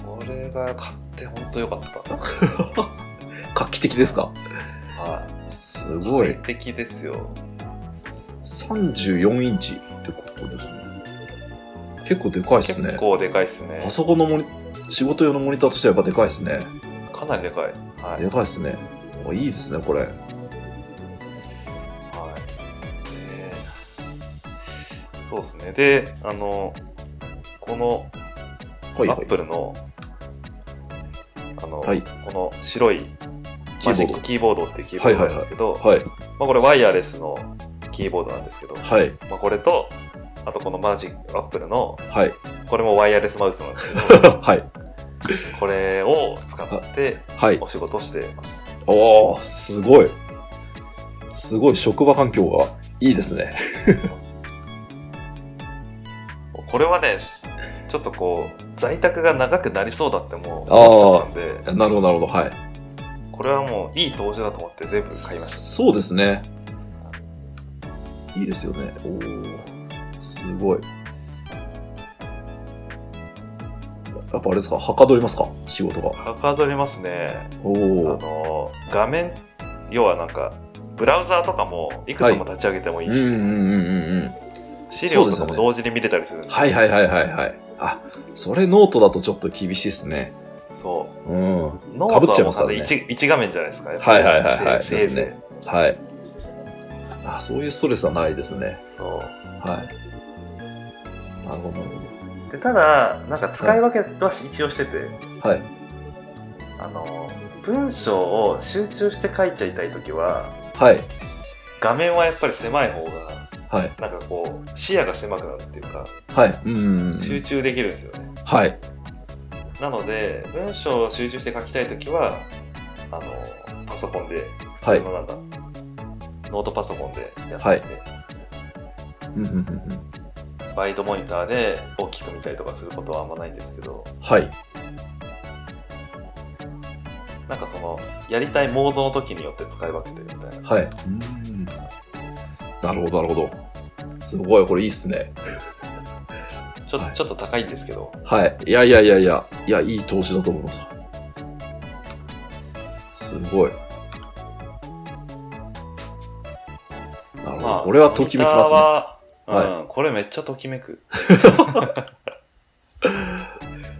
[SPEAKER 2] これが買って本当良かった
[SPEAKER 1] 画期的ですか
[SPEAKER 2] はい
[SPEAKER 1] すごい
[SPEAKER 2] 快。適ですよ
[SPEAKER 1] 34インチってことですね。結構でかいです
[SPEAKER 2] 結
[SPEAKER 1] ね。
[SPEAKER 2] 構でかいですね
[SPEAKER 1] パソコンのモニ、仕事用のモニターとしてはやっぱでかいですね。
[SPEAKER 2] かなりでかいはい、
[SPEAKER 1] でかいですね。あいいですね、これ。
[SPEAKER 2] はいえーそうですねであのこの
[SPEAKER 1] はい
[SPEAKER 2] ア
[SPEAKER 1] はい
[SPEAKER 2] ッ。プルの、あの、
[SPEAKER 1] はい
[SPEAKER 2] この白い
[SPEAKER 1] キ
[SPEAKER 2] マジ
[SPEAKER 1] ー
[SPEAKER 2] ッ
[SPEAKER 1] ボ
[SPEAKER 2] ク
[SPEAKER 1] ー
[SPEAKER 2] キーボードっていうキーボードなんですけど、
[SPEAKER 1] ド。はい。
[SPEAKER 2] まあ、これワイヤレスのキーボードなんですけど、
[SPEAKER 1] はい。
[SPEAKER 2] まあ、これとあとこのマジックアップルの
[SPEAKER 1] はい。
[SPEAKER 2] これもワイヤレスマウスなんですけど
[SPEAKER 1] はい。
[SPEAKER 2] これを使って
[SPEAKER 1] はい。
[SPEAKER 2] お仕事をしています
[SPEAKER 1] おー、すごい。すごい、職場環境がいいですね。
[SPEAKER 2] これはねちょっとこう在宅が長くなりそうだってもう思っちゃったんで
[SPEAKER 1] なるほど、なるほど。はい。
[SPEAKER 2] これはもういい投資だと思って全部買いまし
[SPEAKER 1] そうですね。いいですよね。おお、すごい。やっぱあれですか、はかどりますか、仕事が
[SPEAKER 2] た。はかどりますね
[SPEAKER 1] お
[SPEAKER 2] あ
[SPEAKER 1] お。
[SPEAKER 2] の画面要はなんかブラウザーとかもいくつも立ち上げてもいい
[SPEAKER 1] うん
[SPEAKER 2] し、
[SPEAKER 1] うんうんうんうん。
[SPEAKER 2] 資料と
[SPEAKER 1] そうですよ
[SPEAKER 2] かも
[SPEAKER 1] ね
[SPEAKER 2] 同時に見れたりするんで
[SPEAKER 1] はいはいはいはいはい。あ、それノートだとちょっと厳しいですね。
[SPEAKER 2] そ
[SPEAKER 1] うん。は
[SPEAKER 2] う。ノ
[SPEAKER 1] か
[SPEAKER 2] ー
[SPEAKER 1] ぶ
[SPEAKER 2] ト
[SPEAKER 1] っちゃ
[SPEAKER 2] はいも
[SPEAKER 1] ますから
[SPEAKER 2] うさ
[SPEAKER 1] ね
[SPEAKER 2] 一一画面じゃないですか。やっぱ
[SPEAKER 1] はい
[SPEAKER 2] り
[SPEAKER 1] はいはいはい
[SPEAKER 2] せせいぜい
[SPEAKER 1] で。い。あ、そういうストレスはないですね。
[SPEAKER 2] そう
[SPEAKER 1] はい。なるほどなる
[SPEAKER 2] でただなんか使い分けは一応してて、
[SPEAKER 1] ほど。はい。
[SPEAKER 2] あの文章を集中して書いちゃいたい時は
[SPEAKER 1] はい。
[SPEAKER 2] 画面はやっぱり狭い方が
[SPEAKER 1] はい。
[SPEAKER 2] なんかこう視野が狭くなるっていうか
[SPEAKER 1] はい。うんうんう
[SPEAKER 2] 集
[SPEAKER 1] ん。
[SPEAKER 2] 中できるんですよね、
[SPEAKER 1] はい。
[SPEAKER 2] なので文章を集中して書きたい時はあのパソコンで普通のなんだ、ノートパソコンでやってて、
[SPEAKER 1] はいうんうんうんうん
[SPEAKER 2] ワイドモニターで大きく見たりとかすることはあんまないんですけど
[SPEAKER 1] はい。
[SPEAKER 2] なんかそのやりたいモードの時によって使い分けてるみたいな
[SPEAKER 1] はい。うんなるほどなるほど。すごい、これいいっすね。
[SPEAKER 2] ちょ,、
[SPEAKER 1] はい
[SPEAKER 2] ちょっと高いんですけど
[SPEAKER 1] はい。いやいやいやいや、いや、いい投資だと思います。すごい。なるほど。これはときめきますね。
[SPEAKER 2] モニターは
[SPEAKER 1] は
[SPEAKER 2] うん、これめっちゃときめく。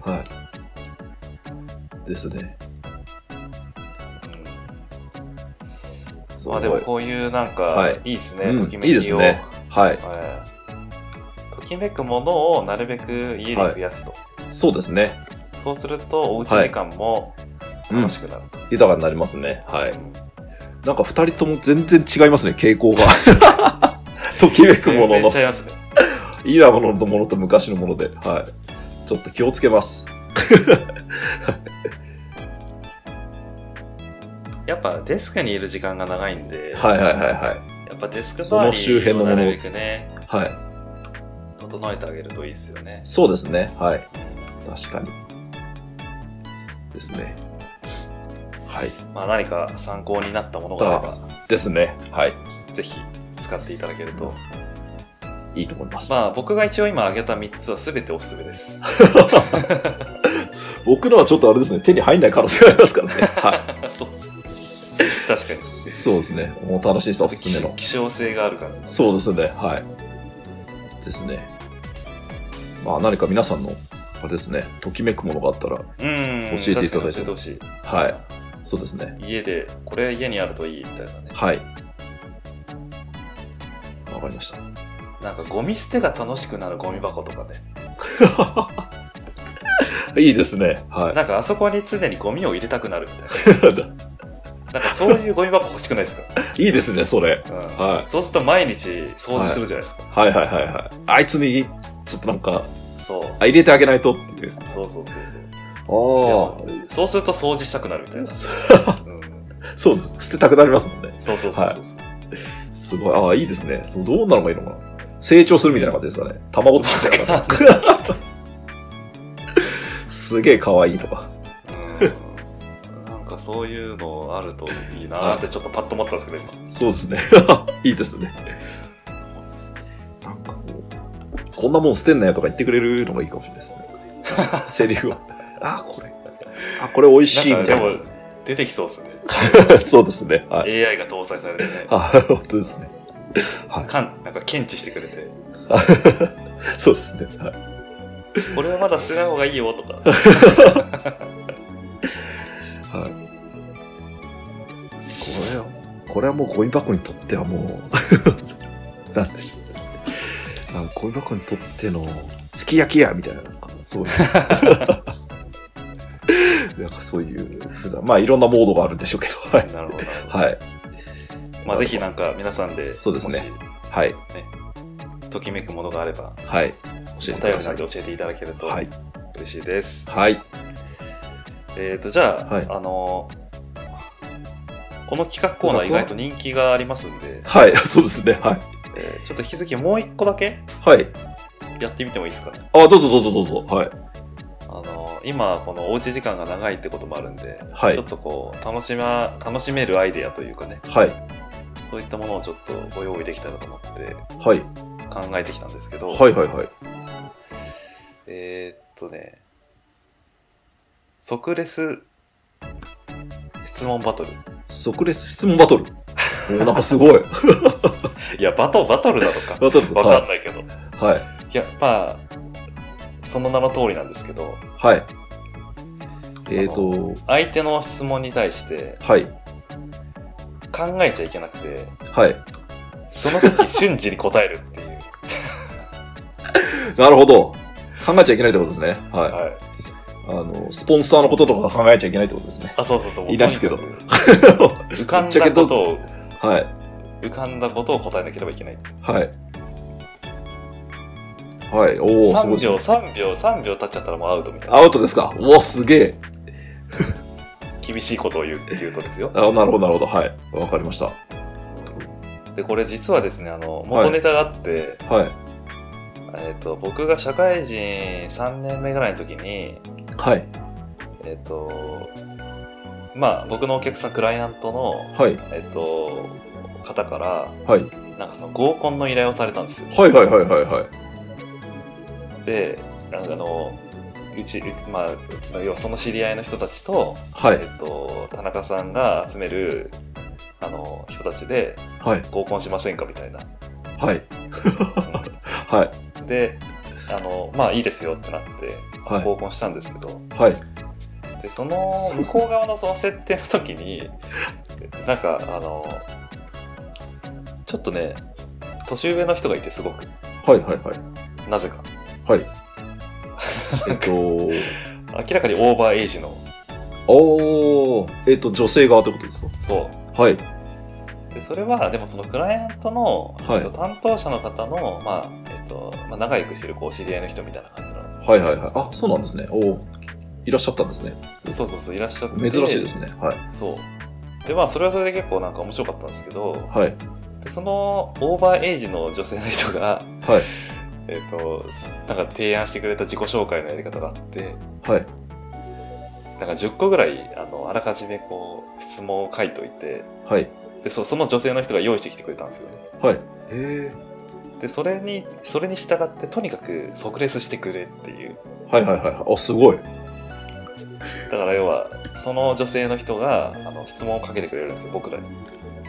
[SPEAKER 1] はい。ですね。すご
[SPEAKER 2] まあ
[SPEAKER 1] い
[SPEAKER 2] でもこういうなんか、
[SPEAKER 1] はい
[SPEAKER 2] い、いですね、
[SPEAKER 1] うん
[SPEAKER 2] ときめ
[SPEAKER 1] いいで
[SPEAKER 2] き
[SPEAKER 1] す
[SPEAKER 2] を。
[SPEAKER 1] ねはい。
[SPEAKER 2] えーときめくものをなるべく家に増やすと。
[SPEAKER 1] そうですね。
[SPEAKER 2] そうすると、おうち時間も
[SPEAKER 1] うん
[SPEAKER 2] 楽。しくなると。
[SPEAKER 1] 豊かになりますね。はい。
[SPEAKER 2] うん
[SPEAKER 1] なんか二人とも全然違いますね、傾 向が。ときめくもの
[SPEAKER 2] 全然
[SPEAKER 1] の
[SPEAKER 2] ち、ゃいますね。
[SPEAKER 1] いいなもののものと昔のもので。はい。ちょっと気をつけます。
[SPEAKER 2] やっぱデスクにいる時間が長いんで、
[SPEAKER 1] はいはいはいはい。
[SPEAKER 2] やっぱデスク
[SPEAKER 1] その周辺のもの
[SPEAKER 2] 周りをなるべくね、
[SPEAKER 1] はい。
[SPEAKER 2] 整えてあげるといいですよね。
[SPEAKER 1] そうですね。はい。確かに。ですね。はい。
[SPEAKER 2] まあ何か参考になったものがあれば、
[SPEAKER 1] ですね。はい。
[SPEAKER 2] ぜひ使っていただけると。
[SPEAKER 1] いいと思います。
[SPEAKER 2] まあ僕が一応今挙げた3つは全ておすす めです。
[SPEAKER 1] 僕のはちょっとあれですね、手に入んない可能性がありますからね。は
[SPEAKER 2] そうそう。確かに
[SPEAKER 1] い。。そうですね。もう楽しいさ、おすすめの。
[SPEAKER 2] 希少性があるから。
[SPEAKER 1] そうですね。はい。ですね。まあ、何か皆さんの、あれですね、ときめくものがあったら、
[SPEAKER 2] うん。
[SPEAKER 1] 教えていただいて
[SPEAKER 2] 確かに教えてほしい。
[SPEAKER 1] はい。そうですね。
[SPEAKER 2] 家で、これ家にあるといいみたいなね。
[SPEAKER 1] はい。わかりました。
[SPEAKER 2] なんかゴミ捨てが楽しくなるゴミ箱とかね。
[SPEAKER 1] いいですね。は
[SPEAKER 2] なんかあそこに常にゴミを入れたくなるみた い
[SPEAKER 1] い。
[SPEAKER 2] な。なんかそういうゴミ箱欲しくないですか。
[SPEAKER 1] いいですね、それ。
[SPEAKER 2] うん
[SPEAKER 1] はい
[SPEAKER 2] そうすると毎日掃除するじゃないですか。
[SPEAKER 1] はいはいはいはい。あいつに、ちょっとなんか、
[SPEAKER 2] そう。
[SPEAKER 1] あ入れてあげないとっていう。
[SPEAKER 2] そうそうそうそう。
[SPEAKER 1] あ
[SPEAKER 2] そうすると掃除したくなるみたいな。
[SPEAKER 1] そ
[SPEAKER 2] うん
[SPEAKER 1] そうです。捨てたくなりますもんね。
[SPEAKER 2] そうそうそうそうそう。
[SPEAKER 1] すごい。ああ、いいですね。そうどうなのがいいのかな。成長するみたいな感じですかね。卵みたいな感じ。すげえ可愛いとか。
[SPEAKER 2] うんなんかそういうのあるといいなーってちょっとパッと思ったんですけど、今
[SPEAKER 1] そうですね。 いいですね。なんかこう、こんなもん捨てんなよとか言ってくれるのがいいかもしれないです ね。セリフを。ああ、これ。あ、これ美味しい
[SPEAKER 2] なん
[SPEAKER 1] み
[SPEAKER 2] か
[SPEAKER 1] た
[SPEAKER 2] で
[SPEAKER 1] いな。
[SPEAKER 2] も出てきそうですね。
[SPEAKER 1] そうですね。はい。
[SPEAKER 2] AI が搭載されてね。
[SPEAKER 1] あ、本当ですね。
[SPEAKER 2] かんなんか検知してくれ て、
[SPEAKER 1] そうですね。はい。
[SPEAKER 2] これはまだ捨てない方がいいよとか。
[SPEAKER 1] はい。これは、これはもうゴミ箱にとってはもう、 なんでしょう。なんかゴミ箱にとっての、すき焼きやみたいな、なんかそういう。 なんかそういうふざ、まあいろんなモードがあるんでしょうけど、はい。
[SPEAKER 2] なるほど。
[SPEAKER 1] はい。
[SPEAKER 2] まあぜひなんか皆さんで、
[SPEAKER 1] そうですねはい。
[SPEAKER 2] もしときめくものがあれば、
[SPEAKER 1] はい。
[SPEAKER 2] お
[SPEAKER 1] 教えてくだ
[SPEAKER 2] 便りさ
[SPEAKER 1] さ
[SPEAKER 2] ん
[SPEAKER 1] い
[SPEAKER 2] で。教えていただけると
[SPEAKER 1] はい。
[SPEAKER 2] 嬉しいです。
[SPEAKER 1] はい。
[SPEAKER 2] えっ、と、じゃあ、
[SPEAKER 1] はい
[SPEAKER 2] あのこの企画コーナー意外と人気がありますんで、
[SPEAKER 1] はい。 そうですね。はい。
[SPEAKER 2] えーちょっと引き続きもう一個だけ
[SPEAKER 1] はい。
[SPEAKER 2] やってみてもいいですかね。
[SPEAKER 1] あ、どうぞどうぞどうぞ。はい。
[SPEAKER 2] あの今このおうち時間が長いってこともあるんで、
[SPEAKER 1] はい
[SPEAKER 2] ちょっとこう楽し,、ま、楽しめるアイデアというかね
[SPEAKER 1] はい。
[SPEAKER 2] そういったものをちょっとご用意できたらと思って
[SPEAKER 1] はい。
[SPEAKER 2] 考えてきたんですけど、
[SPEAKER 1] はいはいはい。
[SPEAKER 2] えーっとね即レス質問バトル
[SPEAKER 1] 即レス質問バ トル。おなんかすごい。
[SPEAKER 2] いやバトバトルだとか
[SPEAKER 1] バトル。
[SPEAKER 2] わかんないけど、
[SPEAKER 1] はいはい。
[SPEAKER 2] いや、まあ、その名の通りなんですけど、
[SPEAKER 1] はい。えっ、と、
[SPEAKER 2] 相手の質問に対して
[SPEAKER 1] はい。
[SPEAKER 2] 考えちゃいけなくて、
[SPEAKER 1] はい。
[SPEAKER 2] その時瞬時に答えるっ ていう。
[SPEAKER 1] なるほど。考えちゃいけないってことですね。は
[SPEAKER 2] はい。
[SPEAKER 1] い。あの、スポンサーのこととか考えちゃいけないってことですね。
[SPEAKER 2] あ、そうそうそう。
[SPEAKER 1] いいですけど
[SPEAKER 2] もうとにかく浮かんだことを、
[SPEAKER 1] はい。
[SPEAKER 2] 浮かんだことを答えなければいけない。
[SPEAKER 1] はい。はい。おおすご
[SPEAKER 2] 3
[SPEAKER 1] いです
[SPEAKER 2] 秒、
[SPEAKER 1] ね。
[SPEAKER 2] 3秒、3秒経っちゃったらもうアウトみたいな。
[SPEAKER 1] アウトですか。おおすげえ。
[SPEAKER 2] 厳しいことを言う言うとですよ。
[SPEAKER 1] あなるほど、なるほど。はい。わかりました。
[SPEAKER 2] で、これ実はですね、あの、元ネタがあって、
[SPEAKER 1] はい。
[SPEAKER 2] えっと、僕が社会人3年目ぐらいの時に、
[SPEAKER 1] はい。
[SPEAKER 2] えっと、まあ、僕のお客さん、クライアントの、
[SPEAKER 1] はい。
[SPEAKER 2] えっと、方から、
[SPEAKER 1] はい。
[SPEAKER 2] なんかその合コンの依頼をされたんですよ。
[SPEAKER 1] はいはいはいはいはい。
[SPEAKER 2] で、なんかあの、うち、うちまあ、要はその知り合いの人たちと、
[SPEAKER 1] は
[SPEAKER 2] え
[SPEAKER 1] い。
[SPEAKER 2] っと、田中さんが集める、あの、人たちで
[SPEAKER 1] はい。
[SPEAKER 2] 合コンしませんかみ たいな。
[SPEAKER 1] はい。はい。
[SPEAKER 2] で、あの、まあいいですよってなって、
[SPEAKER 1] はい。
[SPEAKER 2] 合コンしたんですけど、
[SPEAKER 1] はい。
[SPEAKER 2] でその向こう側のその設定の時に なんかあのちょっとね年上の人がいてすごく
[SPEAKER 1] はいはいはい。
[SPEAKER 2] なぜか
[SPEAKER 1] はい。えっと、
[SPEAKER 2] 明らかにオーバーエイジの
[SPEAKER 1] おおえっと、女性側ってことですか
[SPEAKER 2] そ
[SPEAKER 1] はい。
[SPEAKER 2] うでそれはでもそのクライアントの、
[SPEAKER 1] はい
[SPEAKER 2] えっと担当者の方の、まあえっとまあ、仲良くしてるこう知り合いの人みたいな感じの
[SPEAKER 1] はいはいはい。あ、そうなんですね。おおいらっしゃったんですね。
[SPEAKER 2] そうそうそういらっしゃって
[SPEAKER 1] 珍しいですすね。はい。
[SPEAKER 2] そうでまあそれはそれで結構なんか面白かったんですけど
[SPEAKER 1] はい。
[SPEAKER 2] でそのオーバーエイジの女性の人が
[SPEAKER 1] はい。
[SPEAKER 2] えっ、と、なんか提案してくれた自己紹介のやり方があって、
[SPEAKER 1] はい。
[SPEAKER 2] なんか10個ぐらい、あの、あらかじめこう、質問を書いといて、
[SPEAKER 1] はい。
[SPEAKER 2] で、そその女性の人が用意してきてくれたんですよね。
[SPEAKER 1] はい。へえ。
[SPEAKER 2] で、それに、それに従って、とにかく即レスしてくれっていう。
[SPEAKER 1] はいはいはいはい。あ、すごい。
[SPEAKER 2] だから要は、その女性の人が、あの、質問をかけてくれるんですよ、僕らに。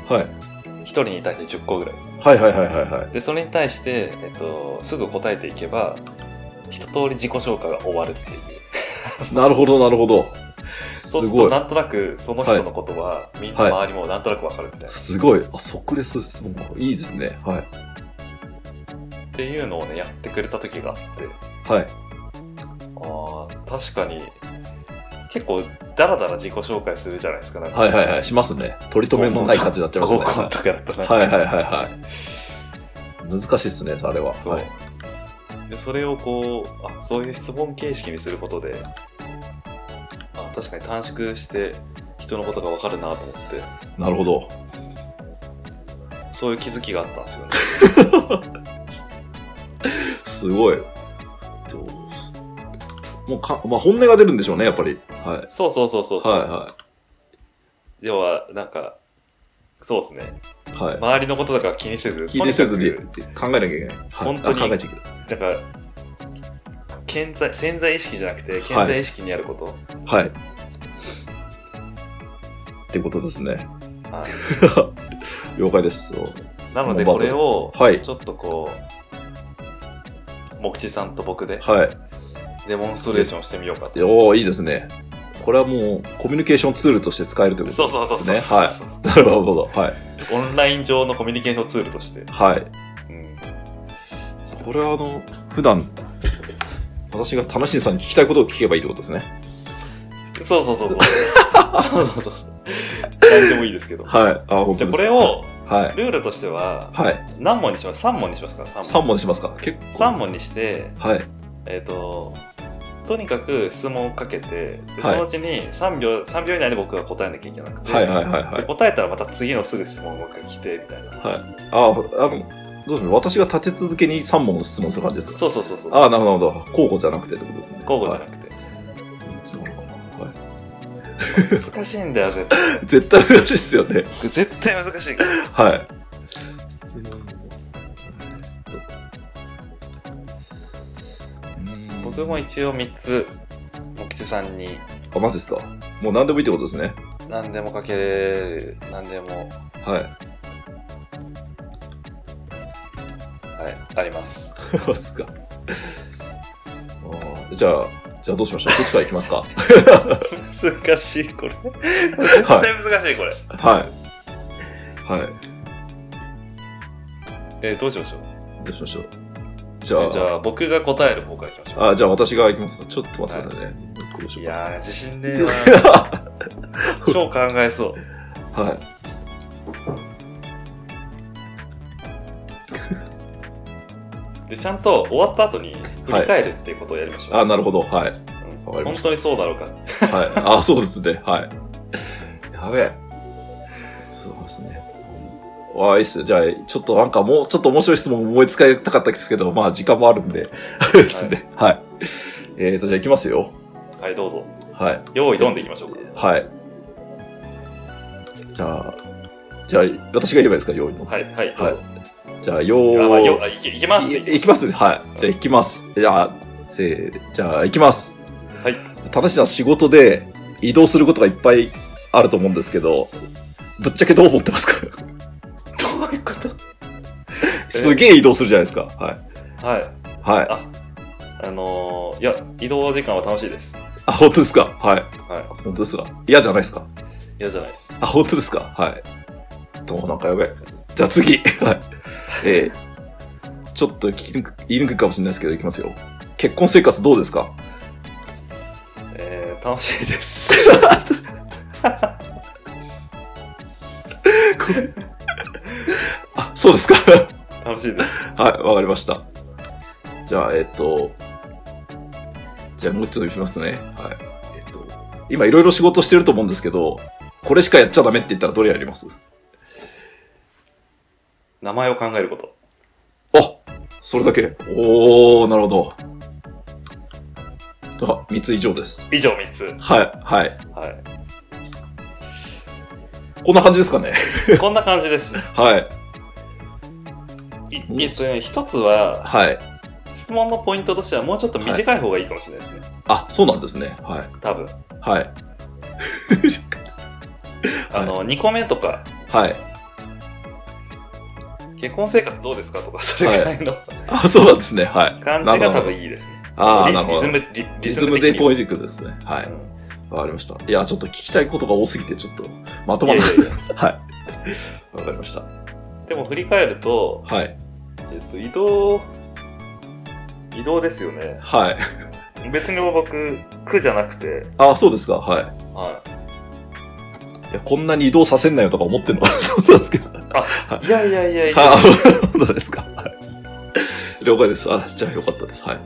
[SPEAKER 1] はい。
[SPEAKER 2] 1人に対して10個ぐらい。
[SPEAKER 1] はいはいはいはいはい。
[SPEAKER 2] で、それに対して、えっ、と、すぐ答えていけば、一通り自己紹介が終わるっていう。
[SPEAKER 1] なるほど、なるほど。
[SPEAKER 2] そう
[SPEAKER 1] す
[SPEAKER 2] すると
[SPEAKER 1] ごい
[SPEAKER 2] な。んとなくその人のことは、みんな周りもなんとなくわかるみたいな、
[SPEAKER 1] すごい。あ、即レス質問。いいですね。はい。
[SPEAKER 2] っていうのをねやってくれた時があって
[SPEAKER 1] はい。
[SPEAKER 2] あー確かに結構ダラダラ自己紹介するじゃないですかなんか
[SPEAKER 1] はいはいはい。しますね。取り留めのない感じになっちゃいますね。
[SPEAKER 2] 合コンとかだったら、
[SPEAKER 1] はいはいはいはい。難しいですね、あれは。
[SPEAKER 2] そう、
[SPEAKER 1] はい。
[SPEAKER 2] でそれをこうあそういう質問形式にすることであ確かに短縮して人のことがわかるなと思って
[SPEAKER 1] なるほど。
[SPEAKER 2] そういう気づきがあったんですよね
[SPEAKER 1] すごい。えっともうか、まあ、本音が出るんでしょうね、やっぱり。は
[SPEAKER 2] そうそうそうそう
[SPEAKER 1] い。
[SPEAKER 2] そう、
[SPEAKER 1] は
[SPEAKER 2] 要はなんかそうですね
[SPEAKER 1] いはい。はい。
[SPEAKER 2] 周りのことだから気にせず
[SPEAKER 1] 気にせずに
[SPEAKER 2] とにか
[SPEAKER 1] 考えなきゃいけない。はい
[SPEAKER 2] 本当に
[SPEAKER 1] あ考えちゃいけない。
[SPEAKER 2] くなんか健在潜在意識じゃなくて健在意識にやること、
[SPEAKER 1] はい。ってことですね。
[SPEAKER 2] は い
[SPEAKER 1] 了解です。
[SPEAKER 2] なのでこれ
[SPEAKER 1] を。
[SPEAKER 2] を
[SPEAKER 1] はい
[SPEAKER 2] ちょっとこうもくちさんと僕で
[SPEAKER 1] はい。
[SPEAKER 2] デモンストレーションしてみようかと、
[SPEAKER 1] でおおいいですね。これはもう、コミュニケーションツールとして使えるということ
[SPEAKER 2] そう
[SPEAKER 1] ですね。
[SPEAKER 2] そうそうそうそう
[SPEAKER 1] はい。
[SPEAKER 2] そうそう
[SPEAKER 1] なるほど。はい。
[SPEAKER 2] オンライン上のコミュニケーションツールとして、
[SPEAKER 1] はい。
[SPEAKER 2] うん
[SPEAKER 1] これはあの、普段、私が楽しんさんに聞きたいことを聞けばいいってことですね。
[SPEAKER 2] そうそうそうそうそうそうそうそう 何でもいいですけど
[SPEAKER 1] はい。あ、本当
[SPEAKER 2] じゃ
[SPEAKER 1] ですか
[SPEAKER 2] あこれ。を
[SPEAKER 1] はい。
[SPEAKER 2] ルールとしては
[SPEAKER 1] はい。
[SPEAKER 2] 何問にします3問にしますか3
[SPEAKER 1] 3
[SPEAKER 2] 問
[SPEAKER 1] 問にしますか結構。
[SPEAKER 2] 3。問にして
[SPEAKER 1] はい。
[SPEAKER 2] えっ、と、とにかく質問をかけて、で
[SPEAKER 1] はい
[SPEAKER 2] そのうちに3秒 ,3 秒以内で僕が答えなきゃいけなくて、
[SPEAKER 1] はいはいはいは
[SPEAKER 2] で
[SPEAKER 1] い。
[SPEAKER 2] 答えたらまた次のすぐ質問が来てみたいな。
[SPEAKER 1] はい。あ、あの、どうしよう。私が立ち続けに3問質問する感じですか
[SPEAKER 2] そうそうそうそう。
[SPEAKER 1] ああ、なるほど。なるほど交互じゃなくてってことですね。
[SPEAKER 2] 交互じゃなくて。
[SPEAKER 1] はいなるほどは
[SPEAKER 2] 難しいんだよ、絶対。
[SPEAKER 1] い。絶対難しいっすよね。
[SPEAKER 2] 絶対難しいから。
[SPEAKER 1] はい。質問
[SPEAKER 2] 僕も一応3つ、もきちさんに
[SPEAKER 1] あ、マジですかもう何でもいいってことですね。
[SPEAKER 2] 何でもかける、 何でも、
[SPEAKER 1] はい。
[SPEAKER 2] はい。あります。
[SPEAKER 1] ますか。あーじゃあ、じゃあどうしましょうどっちから行きます か
[SPEAKER 2] 難しい、これ。絶対難しい、これ。
[SPEAKER 1] はい。はい。
[SPEAKER 2] えーどうしましょう
[SPEAKER 1] どうしましょうじ
[SPEAKER 2] え
[SPEAKER 1] ゃ
[SPEAKER 2] ー
[SPEAKER 1] あ、
[SPEAKER 2] じゃあ、僕が答える方からいきましょう。
[SPEAKER 1] あじゃあ私が行きますか。ちょっと待ってくださいね。もう一個どうし
[SPEAKER 2] い
[SPEAKER 1] ようか
[SPEAKER 2] やー、自信ね
[SPEAKER 1] ち
[SPEAKER 2] え
[SPEAKER 1] ょ
[SPEAKER 2] な。 超考えそう。
[SPEAKER 1] はい。
[SPEAKER 2] でちゃんと終わった後に振り返るっていうことをやりましょう。
[SPEAKER 1] あなるほど。はい。
[SPEAKER 2] うん
[SPEAKER 1] わかりま
[SPEAKER 2] 本
[SPEAKER 1] し
[SPEAKER 2] 当にそうだろうか。
[SPEAKER 1] はい。あそうですね。はい。やべえ。そうですね。わあ、いいっすよ。じゃあ、ちょっとなんかもう、ちょっと面白い質問思いつかたかったですけど、まあ、時間もあるんで。ですね。はい。えーと、じゃあ行きますよ。
[SPEAKER 2] はい、どうぞ。
[SPEAKER 1] はい。
[SPEAKER 2] 用意ドンでいきましょうか。
[SPEAKER 1] はい。じゃあ、じゃあ、私が言えばいいですか、用意の。
[SPEAKER 2] はい、はい、どう
[SPEAKER 1] は
[SPEAKER 2] ぞ
[SPEAKER 1] いじゃあ、用
[SPEAKER 2] あまあ
[SPEAKER 1] 意。
[SPEAKER 2] よあいきいきます
[SPEAKER 1] いいきますねはい。じゃあ、行きます。じゃあ、せーじゃあ、行きます。
[SPEAKER 2] はい。
[SPEAKER 1] 正しな仕事で移動することがいっぱいあると思うんですけど、ぶっちゃけどう思ってますか
[SPEAKER 2] どういうこと
[SPEAKER 1] すげえ移動するじゃないですか。はい。
[SPEAKER 2] はい。
[SPEAKER 1] はい。
[SPEAKER 2] あのー、いや、移動時間は楽しいです。
[SPEAKER 1] あ、本当ですかはい。
[SPEAKER 2] は
[SPEAKER 1] 本当ですか嫌じゃないですか
[SPEAKER 2] い。嫌じゃないです。
[SPEAKER 1] あ、本当ですかはい。どうもなんかやべえ。じゃあ次。はい。えーちょっと聞きにく言いにくいかもしれないですけど、いきますよ。結婚生活どうですか
[SPEAKER 2] えー、楽しいです。
[SPEAKER 1] あ、そうですか
[SPEAKER 2] 楽しいです。
[SPEAKER 1] はい、わかりました。じゃあ、えっと、じゃあもうちょっと言きますね。はい。えっと、今いろいろ仕事してると思うんですけど、これしかやっちゃダメって言ったらどれやります
[SPEAKER 2] 名前を考えること。
[SPEAKER 1] あそれだけ。おー、なるほど。あ、3つ以上です。
[SPEAKER 2] 以上3つ。
[SPEAKER 1] はい、はい。
[SPEAKER 2] は
[SPEAKER 1] こんな感じですかね。
[SPEAKER 2] い。こんな感じ です。
[SPEAKER 1] はい、
[SPEAKER 2] いえっとね、一つは、
[SPEAKER 1] はい。
[SPEAKER 2] 質問のポイントとしては、もうちょっと短い方がいいかもしれないですね。
[SPEAKER 1] あ、そうなんですね。はい、
[SPEAKER 2] 多分。
[SPEAKER 1] はい。
[SPEAKER 2] あの、2個目とか、
[SPEAKER 1] はい。
[SPEAKER 2] 結婚生活どうですかとか、それぐらいの
[SPEAKER 1] あ、そうなんですね。はい。
[SPEAKER 2] 感じが
[SPEAKER 1] なる
[SPEAKER 2] 多
[SPEAKER 1] ほど
[SPEAKER 2] 分いいですね。
[SPEAKER 1] あー、
[SPEAKER 2] リ
[SPEAKER 1] なるほど。
[SPEAKER 2] リズム、リ
[SPEAKER 1] リズムでポ
[SPEAKER 2] イン
[SPEAKER 1] イントですね。はい。
[SPEAKER 2] ト。
[SPEAKER 1] わかりました。いや、ちょっと聞きたいことが多すぎて、ちょっとまと
[SPEAKER 2] うん
[SPEAKER 1] ま
[SPEAKER 2] い
[SPEAKER 1] ら
[SPEAKER 2] や
[SPEAKER 1] ないい。
[SPEAKER 2] やい や
[SPEAKER 1] はい。わかりました。
[SPEAKER 2] でも振り返ると、
[SPEAKER 1] はい。
[SPEAKER 2] えっと、移動、移動ですよね。
[SPEAKER 1] はい。
[SPEAKER 2] 別に僕、苦じゃなくて、
[SPEAKER 1] あ、そうですか。はい。
[SPEAKER 2] はい。
[SPEAKER 1] や、こんなに移動させんなよとか思ってるのは そうなんですけど。はい
[SPEAKER 2] いやいやいやいや、
[SPEAKER 1] い。 本当ですか。はい。了解です。あ、じゃあよかったです。はい。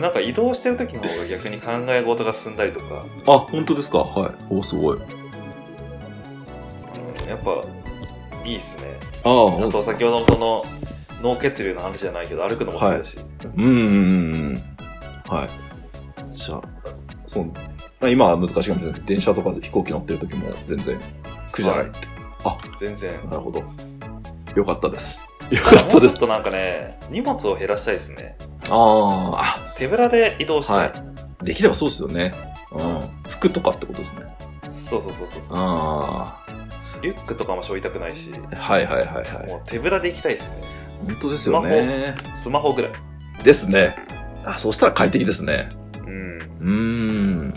[SPEAKER 2] なんか移動してる時の方が逆に考え事が進んだりとか、
[SPEAKER 1] あ、本当ですか。はい。お、すごい。
[SPEAKER 2] うんやっぱ、いいですね。
[SPEAKER 1] ああ、
[SPEAKER 2] あと、先ほどのその、脳血流の話じゃないけど、歩くのも好きだし。
[SPEAKER 1] うんうんうんうん。はい。じゃあ、そう、まあ今は難しいかもしれないですけど、電車とか飛行機乗ってる時も全然苦じゃない。
[SPEAKER 2] は全然。
[SPEAKER 1] なるほど。よかったです。よ
[SPEAKER 2] た
[SPEAKER 1] か
[SPEAKER 2] だ
[SPEAKER 1] っ
[SPEAKER 2] も
[SPEAKER 1] た
[SPEAKER 2] うち
[SPEAKER 1] で
[SPEAKER 2] ょっ
[SPEAKER 1] す。
[SPEAKER 2] となんかね、荷物を減らしたいですね。
[SPEAKER 1] あー
[SPEAKER 2] 手ぶらで移動し
[SPEAKER 1] あ、は
[SPEAKER 2] たい。
[SPEAKER 1] い。できればそうですよね。うん。服とかってことですね。
[SPEAKER 2] そうそうそうそうそう。
[SPEAKER 1] あ
[SPEAKER 2] リュックとかも背負いたくないし、
[SPEAKER 1] あ、はいはいはいはい。
[SPEAKER 2] もう手ぶらで行きたいですね。
[SPEAKER 1] 本当ですよね。
[SPEAKER 2] スマホぐらい。
[SPEAKER 1] ですね。あ、そうしたら快適ですね。
[SPEAKER 2] うん。
[SPEAKER 1] うーん。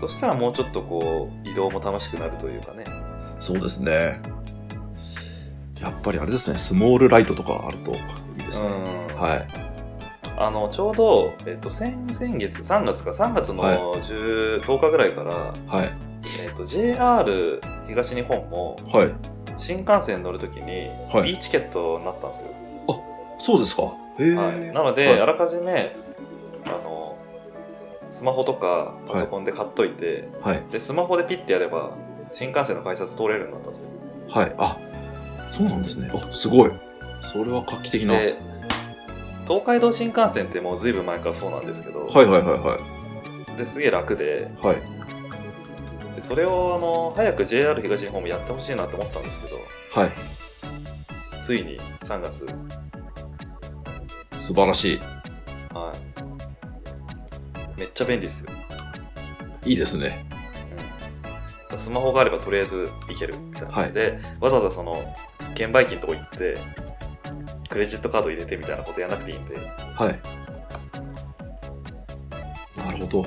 [SPEAKER 2] そしたらもうちょっとこう、移動も楽しくなるというかね。
[SPEAKER 1] そうですね。やっぱりあれですね、スモールライトとかあるといいです
[SPEAKER 2] う
[SPEAKER 1] ね。
[SPEAKER 2] ん。
[SPEAKER 1] はい。
[SPEAKER 2] あの、ちょうど、えっと、先先月、3月か、3月
[SPEAKER 1] はい
[SPEAKER 2] の 10, 10日ぐらいから、
[SPEAKER 1] はい。
[SPEAKER 2] えっと、JR 東日本も、
[SPEAKER 1] はい。
[SPEAKER 2] 新幹線乗るときに、
[SPEAKER 1] はい
[SPEAKER 2] いいチケットになったんですよ。
[SPEAKER 1] そうですか。へえ、
[SPEAKER 2] はい、なので、
[SPEAKER 1] はい
[SPEAKER 2] あらかじめあのスマホとかパソコンで買っといて、
[SPEAKER 1] はい。
[SPEAKER 2] でスマホでピッてやれば新幹線の改札通れるようになったんですよ
[SPEAKER 1] はい。あ、そうなんですね。あ、すごい。それは画期的な。はい
[SPEAKER 2] で東海道新幹線ってもうずいぶん前からそうなんですけど、
[SPEAKER 1] はいはいはい。
[SPEAKER 2] ですげえ楽で
[SPEAKER 1] はい。
[SPEAKER 2] でそれをあの早く JR 東日本もやってほしいなって思ってたんですけど
[SPEAKER 1] はい。
[SPEAKER 2] ついに3月、
[SPEAKER 1] 素晴らし
[SPEAKER 2] はい、めっちゃ便利ですよ、
[SPEAKER 1] い。いいですね。
[SPEAKER 2] うんスマホがあればとりあえず行けるみたいな、
[SPEAKER 1] はい
[SPEAKER 2] でわざわざその券売機のとこ行ってクレジットカード入れてみたいなことやらなくていいんで、
[SPEAKER 1] はい。なるほど。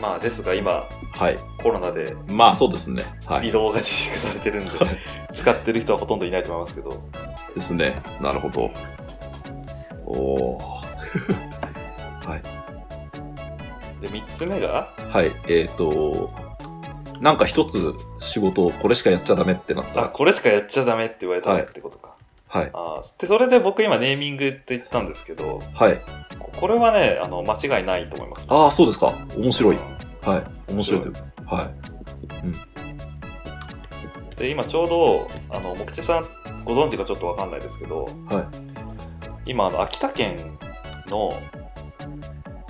[SPEAKER 2] まあですが今、
[SPEAKER 1] はい。
[SPEAKER 2] コロナで
[SPEAKER 1] まあそうですね。は
[SPEAKER 2] 移
[SPEAKER 1] い。
[SPEAKER 2] 動が自粛されてるんで、
[SPEAKER 1] はい
[SPEAKER 2] 使ってる人はほとんどいないと思いますけど、
[SPEAKER 1] ですね。なるほど。おお。はい。
[SPEAKER 2] で、3つ目が、
[SPEAKER 1] はい。えっ、と、なんか一つ仕事をこれしかやっちゃダメってなった
[SPEAKER 2] あ、
[SPEAKER 1] ら。
[SPEAKER 2] これしかやっちゃダメって言われたってことか。
[SPEAKER 1] はい。
[SPEAKER 2] あーで、それで僕今ネーミングって言ったんですけど、
[SPEAKER 1] はい。
[SPEAKER 2] ここれはね、あの、間違いないと思います、
[SPEAKER 1] ああ、そうですか。面白い
[SPEAKER 2] うん。
[SPEAKER 1] はい。面白いというか。は
[SPEAKER 2] で今ちょうどあの木地さんご存知かちょっとわかんないですけど
[SPEAKER 1] い。はい。
[SPEAKER 2] 今あの秋田県の、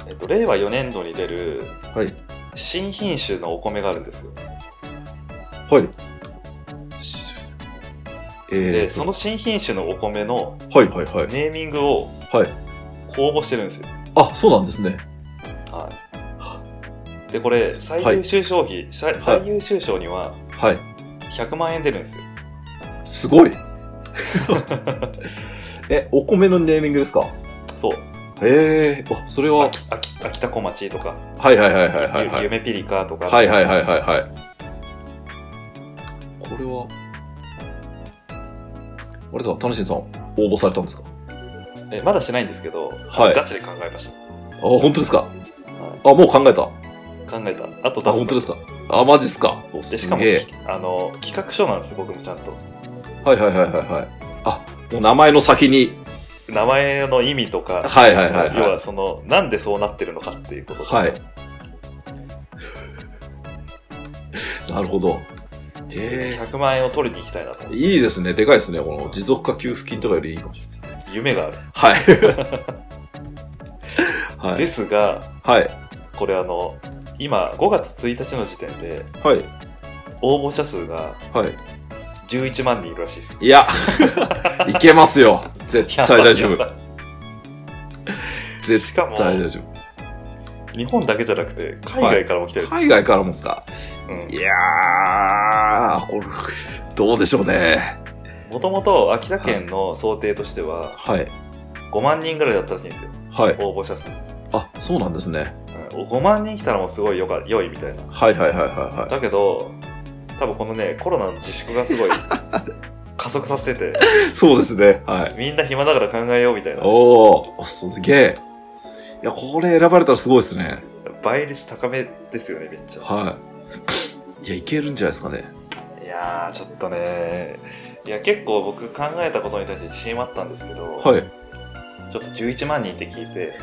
[SPEAKER 2] えっと、令和4年度に出る
[SPEAKER 1] はい。
[SPEAKER 2] 新品種のお米があるんですよ
[SPEAKER 1] はい。しえ
[SPEAKER 2] で
[SPEAKER 1] ー
[SPEAKER 2] その新品種のお米の
[SPEAKER 1] と、はいはいはい。
[SPEAKER 2] ネーミングを
[SPEAKER 1] はい。
[SPEAKER 2] 公募してるんですよ、
[SPEAKER 1] あ、そうなんですね。
[SPEAKER 2] はい、でこれ最優秀賞品、さ最優秀賞には
[SPEAKER 1] はい。
[SPEAKER 2] 100万円出るんですよ
[SPEAKER 1] す ごいえ、お米のネーミングですか
[SPEAKER 2] そう
[SPEAKER 1] へえ、あ、それは、
[SPEAKER 2] 秋秋秋田小町とか、
[SPEAKER 1] はいはいはいはいはい。はい
[SPEAKER 2] ゆ夢ピリカとか、
[SPEAKER 1] はいはいはいはいはい。これは、あれですか、タナシンさん、応募されたんですか
[SPEAKER 2] えまだしないんですけど、
[SPEAKER 1] はい
[SPEAKER 2] ガチで考えまし
[SPEAKER 1] あ、本当ですか
[SPEAKER 2] た、はい
[SPEAKER 1] あ、もう考えた。あ、
[SPEAKER 2] 考えたあと出す
[SPEAKER 1] 本当ですかあ、マジっすかお
[SPEAKER 2] ですしかも
[SPEAKER 1] げえ。
[SPEAKER 2] きあの企画書なんですよ僕もちゃんと
[SPEAKER 1] はいはいはいはいはい。あ、もう名前の先に、
[SPEAKER 2] 名前の意味とか、
[SPEAKER 1] はいはいはいはい
[SPEAKER 2] 要はそのなんでそうなってるのかっていうこととか
[SPEAKER 1] はい。なるほど。え
[SPEAKER 2] 100万円を取りに行きたいなと
[SPEAKER 1] えいいですね。でかいですね。この持続化給付金とかよりいいかもしれないですね。
[SPEAKER 2] 夢がある、
[SPEAKER 1] はい。 は
[SPEAKER 2] で
[SPEAKER 1] い。
[SPEAKER 2] すが
[SPEAKER 1] はい。
[SPEAKER 2] これあの今5月1日の時点で
[SPEAKER 1] はい。
[SPEAKER 2] 応募者数が
[SPEAKER 1] は
[SPEAKER 2] 11万人いるらしいです
[SPEAKER 1] い。いや、 いけますよ。絶対大丈
[SPEAKER 2] やば
[SPEAKER 1] 夫。
[SPEAKER 2] いや
[SPEAKER 1] 絶
[SPEAKER 2] しかも
[SPEAKER 1] 対大丈
[SPEAKER 2] ばい日本だけじゃなくて海外からも来てる
[SPEAKER 1] 夫。、海外からもですか
[SPEAKER 2] うん
[SPEAKER 1] いやー、これ、どうでしょうね。
[SPEAKER 2] もともと秋田県の想定としては
[SPEAKER 1] はい。
[SPEAKER 2] 5万人ぐらいだったらしいんですよ
[SPEAKER 1] はい。
[SPEAKER 2] 応募者数、うん、
[SPEAKER 1] あ、そうなんですね。
[SPEAKER 2] 5万人来たらもうすごいよか良いみたいな
[SPEAKER 1] はいはいはいはいはい。
[SPEAKER 2] だけど多分このねコロナの自粛が すごい加速させてて
[SPEAKER 1] そうですね。はい。
[SPEAKER 2] みんな暇だから考えようみたいな
[SPEAKER 1] おお、すげえ。いや、これ選ばれたらすごいですね。
[SPEAKER 2] 倍率高めですよねめっちゃ
[SPEAKER 1] はい。いや、いけるんじゃないですかね。
[SPEAKER 2] いやーちょっとねいや結構僕考えたことに対して自信はあったんですけど、
[SPEAKER 1] はい。
[SPEAKER 2] ちょっと11万人って聞いて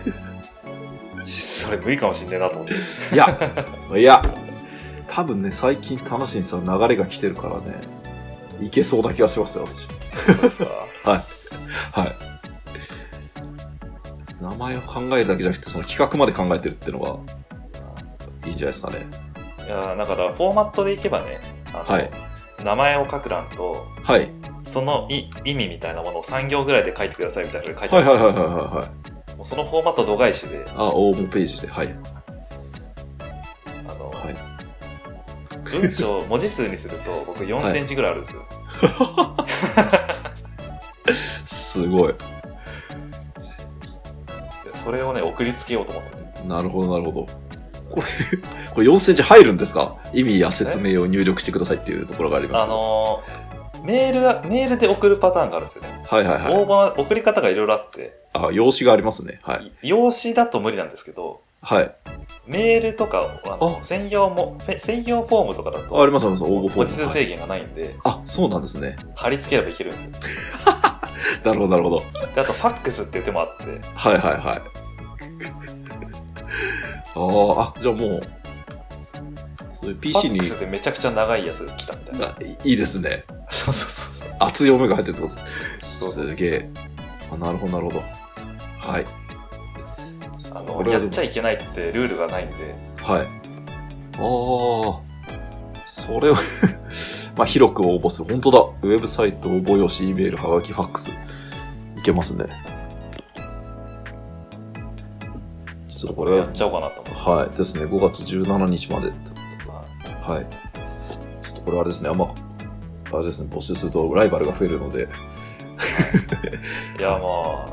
[SPEAKER 2] それ無理かもしんねえなと思って
[SPEAKER 1] いや、いや、多分ね、最近、タナシンさん流れが来てるからね、いけそうな気がしますよ、私。
[SPEAKER 2] どうですか
[SPEAKER 1] はい。名前を考えるだけじゃなくて、その企画まで考えてるっていうのが、いいんじゃないですかね。
[SPEAKER 2] いやーだからフォーマットでいけばねあの
[SPEAKER 1] はい
[SPEAKER 2] 名前を書く欄と
[SPEAKER 1] はい。
[SPEAKER 2] そのい意味みたいなものを3行ぐらいで書いてくださいみたいなのが書いて
[SPEAKER 1] はいはいはい
[SPEAKER 2] あるんで
[SPEAKER 1] はいはいはい。
[SPEAKER 2] すよもうそのフォーマット度外視で
[SPEAKER 1] あ、応募ページで。はい。
[SPEAKER 2] あの、
[SPEAKER 1] はい。
[SPEAKER 2] 文章を文字数にすると僕4センチぐらいあるんですよ、
[SPEAKER 1] すごい。
[SPEAKER 2] でそれをね送りつけようと思ってて
[SPEAKER 1] なるほど、なるほど。これ、これ4センチ入るんですか意味や説明を入力してくださいっていうところがあります
[SPEAKER 2] あ
[SPEAKER 1] けど、
[SPEAKER 2] のーメールはメールで送るパターンがあるんですよね、
[SPEAKER 1] はいはいはい。
[SPEAKER 2] 応募は送り方がいろいろあって
[SPEAKER 1] あ、用紙がありますね。はい。
[SPEAKER 2] 用紙だと無理なんですけど
[SPEAKER 1] はい。
[SPEAKER 2] メールとかあの
[SPEAKER 1] あ
[SPEAKER 2] 専用もフェ専用フォームとかだ
[SPEAKER 1] ああり
[SPEAKER 2] と
[SPEAKER 1] ますあります。応募フォ
[SPEAKER 2] 文字
[SPEAKER 1] ーム。
[SPEAKER 2] 数
[SPEAKER 1] はい
[SPEAKER 2] 制限がないんで、
[SPEAKER 1] あ、そうなんですね。
[SPEAKER 2] 貼り付ければいけるんですよ
[SPEAKER 1] なるほど、なるほど。
[SPEAKER 2] であとファックスっていう手もあって
[SPEAKER 1] はいはいはい。あーあ、じゃあもう、そういう
[SPEAKER 2] ファ
[SPEAKER 1] PC
[SPEAKER 2] ッ
[SPEAKER 1] に
[SPEAKER 2] ク、スってめちゃくちゃ長いやつ来たみた いな
[SPEAKER 1] あいいいですね。
[SPEAKER 2] そうそうそうそう
[SPEAKER 1] 熱い思いが入ってるってことです。すげえ。あ、なるほど、なるほど。はい。
[SPEAKER 2] あ
[SPEAKER 1] こ
[SPEAKER 2] の
[SPEAKER 1] れ
[SPEAKER 2] や
[SPEAKER 1] はでも
[SPEAKER 2] っちゃいけないってルールがないんで
[SPEAKER 1] はい。ああ、それを、 まあ、広く応募する。本当だ。ウェブサイト、応募用紙、E メール、はがき、ファックス。いけますね。ちょっとこ
[SPEAKER 2] こ
[SPEAKER 1] れ
[SPEAKER 2] れや
[SPEAKER 1] は
[SPEAKER 2] っ、ちゃおうかなと思って
[SPEAKER 1] はい。ですね。5月17日までってことだ。
[SPEAKER 2] は
[SPEAKER 1] はい。ちょっとこれあれですね。あんま、あれですね、募集するとライバルが増えるので、
[SPEAKER 2] いやまあ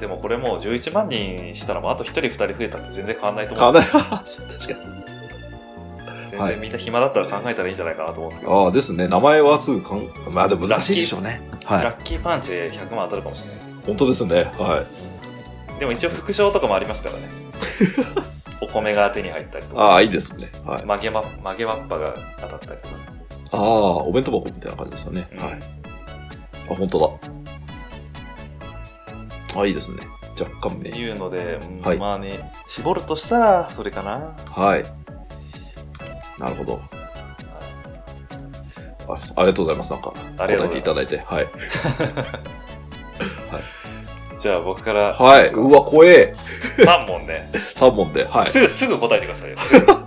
[SPEAKER 2] でもこれもう11万人したらもうあと1人2人増えたって全然変わんないと思
[SPEAKER 1] か
[SPEAKER 2] う
[SPEAKER 1] な確かに。
[SPEAKER 2] 全然みんな暇だったら考えたらいいんじゃないかなと思うんですけど、
[SPEAKER 1] ああですね、名前はすぐかん、まあでも難しいでしょうね。はい。
[SPEAKER 2] ラッキーパンチで100万当たるかもしれない
[SPEAKER 1] 本当ですね。は
[SPEAKER 2] でも一応副賞とかもありますから ねお米が手に入ったりと
[SPEAKER 1] い。
[SPEAKER 2] か
[SPEAKER 1] ああ、いいですね。はい。
[SPEAKER 2] 曲げま曲げわっぱが当たったりとか、
[SPEAKER 1] ああ、お弁当箱みたいな感じですよね。
[SPEAKER 2] うん
[SPEAKER 1] はい。あ、本当だ。あ、いいですね。若干
[SPEAKER 2] っ
[SPEAKER 1] ね
[SPEAKER 2] て。いうので、うん
[SPEAKER 1] はい
[SPEAKER 2] まあね絞るとしたらそれかな
[SPEAKER 1] はい。なるほど。あありがとうございます。なんか、
[SPEAKER 2] あ
[SPEAKER 1] 答
[SPEAKER 2] り
[SPEAKER 1] え
[SPEAKER 2] がとうござ
[SPEAKER 1] て
[SPEAKER 2] い
[SPEAKER 1] いた
[SPEAKER 2] ます
[SPEAKER 1] だいて。はい。
[SPEAKER 2] じゃあ僕から
[SPEAKER 1] はい。うわ、怖え。
[SPEAKER 2] 3問ね、
[SPEAKER 1] 3問で。はい。
[SPEAKER 2] すぐすぐ答えてくださいよすぐ
[SPEAKER 1] は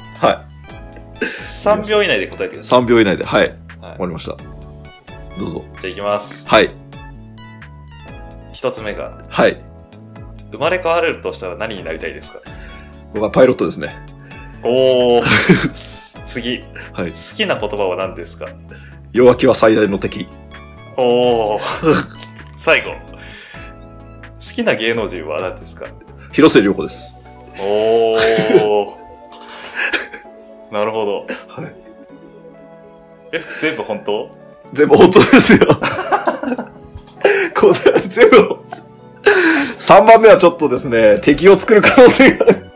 [SPEAKER 2] 3秒以内で答えてく
[SPEAKER 1] い。
[SPEAKER 2] ださ
[SPEAKER 1] 3秒以内で。はい。
[SPEAKER 2] い、はい
[SPEAKER 1] 終わりました。どうぞ。
[SPEAKER 2] じゃあいきます
[SPEAKER 1] はい。
[SPEAKER 2] 1つ目が
[SPEAKER 1] はい。
[SPEAKER 2] 生まれ変われるとしたら何になりたいですか
[SPEAKER 1] 僕はパイロットですね。
[SPEAKER 2] おお 次好
[SPEAKER 1] はい。
[SPEAKER 2] きな言葉は何ですか
[SPEAKER 1] 弱気は最大の敵。
[SPEAKER 2] おお 最後好きな芸能人は何ですか
[SPEAKER 1] 広瀬良子です。
[SPEAKER 2] おお なるほど
[SPEAKER 1] はい
[SPEAKER 2] え全部本当
[SPEAKER 1] 全部本当ですよ。これ全部、3番目はちょっとですね、敵を作る可能性がある。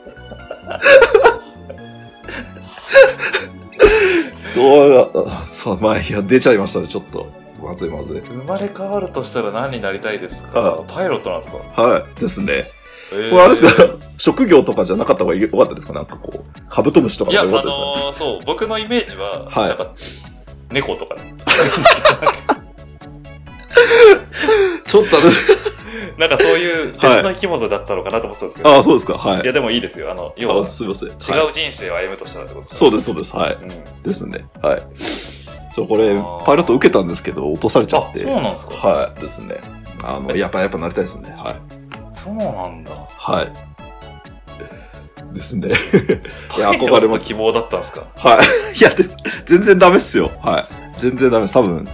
[SPEAKER 1] そうだ、そう、まあ、いや、出ちゃいましたね、ちょっと。まずいまずい。
[SPEAKER 2] 生まれ変わるとしたら何になりたいです
[SPEAKER 1] あ
[SPEAKER 2] かパイロットなんですか、
[SPEAKER 1] はい。ですね。
[SPEAKER 2] えー
[SPEAKER 1] これあれですか、職業とかじゃなかった方がよかったですかなんかこう、カブトムシとか
[SPEAKER 2] い
[SPEAKER 1] で
[SPEAKER 2] や、あ
[SPEAKER 1] も
[SPEAKER 2] の
[SPEAKER 1] よかったですかね。
[SPEAKER 2] ーそう、僕のイメージは、
[SPEAKER 1] はい
[SPEAKER 2] なんか、猫とかね、
[SPEAKER 1] ちょっとあれです
[SPEAKER 2] なんかそういう別の生き物だったのかなと思ってたんですけど、、
[SPEAKER 1] ああ、そうですか。はいい。
[SPEAKER 2] や、でもいいですよ。あの、要は、
[SPEAKER 1] あ
[SPEAKER 2] 違
[SPEAKER 1] すいません。違う
[SPEAKER 2] う人生を歩むとしたらってことです。
[SPEAKER 1] そうですす、そうです。はい。
[SPEAKER 2] うん、
[SPEAKER 1] ですね。はい。ちょこれ
[SPEAKER 2] あー、
[SPEAKER 1] パイロット受けたんですけど、落とされちゃ
[SPEAKER 2] あ
[SPEAKER 1] っ、て。
[SPEAKER 2] そうなんですか、
[SPEAKER 1] はい。ですね。あの、やっぱ、やっぱなりたいですね。はい。
[SPEAKER 2] そうなんだ。
[SPEAKER 1] はい。です ね。いや
[SPEAKER 2] パイロット
[SPEAKER 1] 憧れます
[SPEAKER 2] 希望だったんですか
[SPEAKER 1] はい。いや、でも全然ダメっすよ。はい。全然ダメです。多分、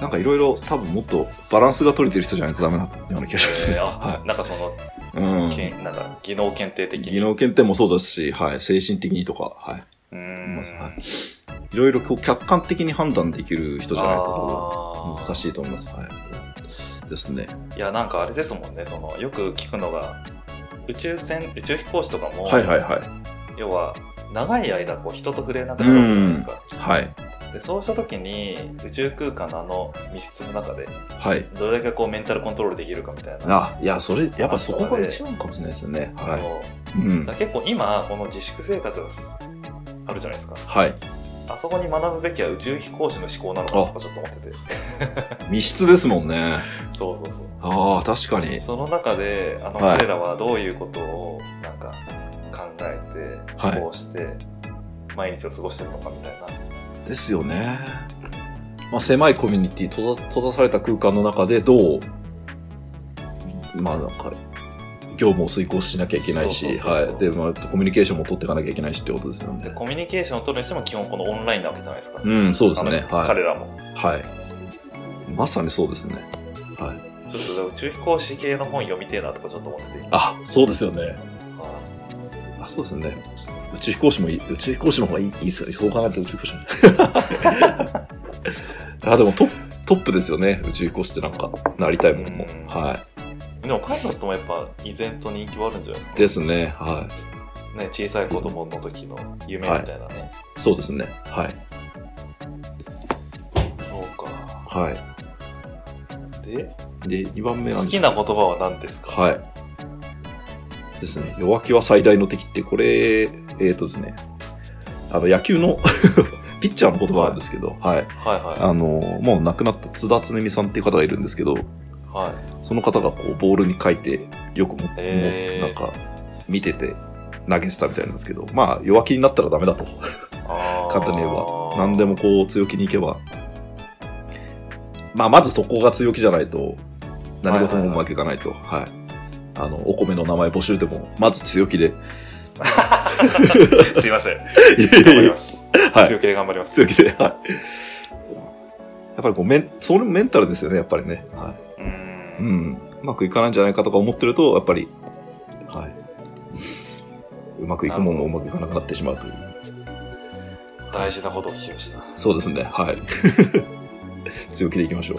[SPEAKER 1] なんかいろいろ、多分もっとバランスが取れてる人じゃないとダメなような気がします
[SPEAKER 2] え
[SPEAKER 1] ね。
[SPEAKER 2] ーあ、
[SPEAKER 1] は
[SPEAKER 2] なんかその、
[SPEAKER 1] い。うん。
[SPEAKER 2] けんなんか、技能検定的に。
[SPEAKER 1] 技能検定もそうですし、はい。精神的にとか、はい。
[SPEAKER 2] うー
[SPEAKER 1] ま
[SPEAKER 2] ん。
[SPEAKER 1] すはいいろいろこう客観的に判断できる人じゃないと多分難
[SPEAKER 2] い。
[SPEAKER 1] しいと思います。はい。ですね。
[SPEAKER 2] いや、なんかあれですもんね、その、よく聞くのが、宇宙船、宇宙飛行士とかも、
[SPEAKER 1] はいはいはい。
[SPEAKER 2] 要は、長い間、こう、人と触れなくなるじゃないですか。
[SPEAKER 1] はい。
[SPEAKER 2] でそうした時に宇宙空間のあの密室の中で
[SPEAKER 1] はい。
[SPEAKER 2] どれだけこうメンタルコントロールできるかみたいな。
[SPEAKER 1] あ、いや、それ、やっぱそこが一番かもしれないですよね。
[SPEAKER 2] あ
[SPEAKER 1] は
[SPEAKER 2] の
[SPEAKER 1] い。うん
[SPEAKER 2] だ。から結構今この自粛生活がすあるじゃないですか
[SPEAKER 1] はい。
[SPEAKER 2] あそこに学ぶべきは宇宙飛行士の思考なのかなとかちょっと思ってて
[SPEAKER 1] 密室ですもんね。
[SPEAKER 2] そうそうそう
[SPEAKER 1] ああ、確かに。
[SPEAKER 2] その中であの
[SPEAKER 1] はい
[SPEAKER 2] 彼らはどういうことをなんか考えて、
[SPEAKER 1] はい
[SPEAKER 2] こうして毎日を過ごしてるのかみたいな
[SPEAKER 1] ですよね。まあ、狭いコミュニティ、閉ざ閉ざされた空間の中でどう、まあ、なんか、業務を遂行しなきゃいけないし、
[SPEAKER 2] そうそうそうそう
[SPEAKER 1] はい。で、まあ、コミュニケーションも取っていかなきゃいけないしってことですよ
[SPEAKER 2] で
[SPEAKER 1] ね。
[SPEAKER 2] コミュニケーションを取るにしても基本このオンラインなわけじゃないですか、
[SPEAKER 1] うん、そうですね。
[SPEAKER 2] あの
[SPEAKER 1] は
[SPEAKER 2] 彼らも
[SPEAKER 1] い。はい。まさにそうですね。はい。
[SPEAKER 2] ちょっと宇宙飛行士系の本読みてえなとかちょっと思ってて
[SPEAKER 1] あ、そうですよね。
[SPEAKER 2] あ
[SPEAKER 1] あ、そうですね。宇宙飛行士もいい、宇宙飛行士の方がいいいいですよね。そう考えると宇宙飛行士もい い。あ、でもトップ、トップですよね。宇宙飛行士ってなんか、なりたいものも
[SPEAKER 2] うん。
[SPEAKER 1] は
[SPEAKER 2] でもパイロットもやっぱ依然と人気はあるんじゃないですか
[SPEAKER 1] い。ですね。は
[SPEAKER 2] ね小さい子供の時の夢みたいなね、
[SPEAKER 1] い。そうですね。はい。
[SPEAKER 2] そうか
[SPEAKER 1] は
[SPEAKER 2] で
[SPEAKER 1] い。で、2番目なん
[SPEAKER 2] 好
[SPEAKER 1] ですけ
[SPEAKER 2] き
[SPEAKER 1] ど
[SPEAKER 2] な言葉は何ですか、
[SPEAKER 1] はい。ですね。弱気は最大の敵って、これ、えっ、とですね。あの、野球の、 ピッチャーの言葉なんですけど、はい。
[SPEAKER 2] はいはい
[SPEAKER 1] あの、もう亡くなった津田恒美さんっていう方がいるんですけど、
[SPEAKER 2] はい
[SPEAKER 1] その方がこうボールに書いてよくも、
[SPEAKER 2] へー
[SPEAKER 1] もうなんか見てて投げてたみたいなんですけど、まあ弱気になったらダメだと。
[SPEAKER 2] あー
[SPEAKER 1] 簡単に言えば。何でもこう強気にいけば。まあまずそこが強気じゃないと、何事もうまくいかないと。はいあの、お米の名前募集でも、まず強気で。
[SPEAKER 2] すいません頑張ります、
[SPEAKER 1] はい
[SPEAKER 2] 強気で頑張ります
[SPEAKER 1] 強気で。はい。っぱりこうメン、それもメンタルですよね、やっぱりね。はい。
[SPEAKER 2] う。
[SPEAKER 1] うんん、うまくいかないんじゃないかとか思ってると、やっぱり、はい。うまくいくもんもうまくいかなくなってしまうという。
[SPEAKER 2] 大事なことを聞きました。
[SPEAKER 1] そうですね、はい。 強気でいきましょ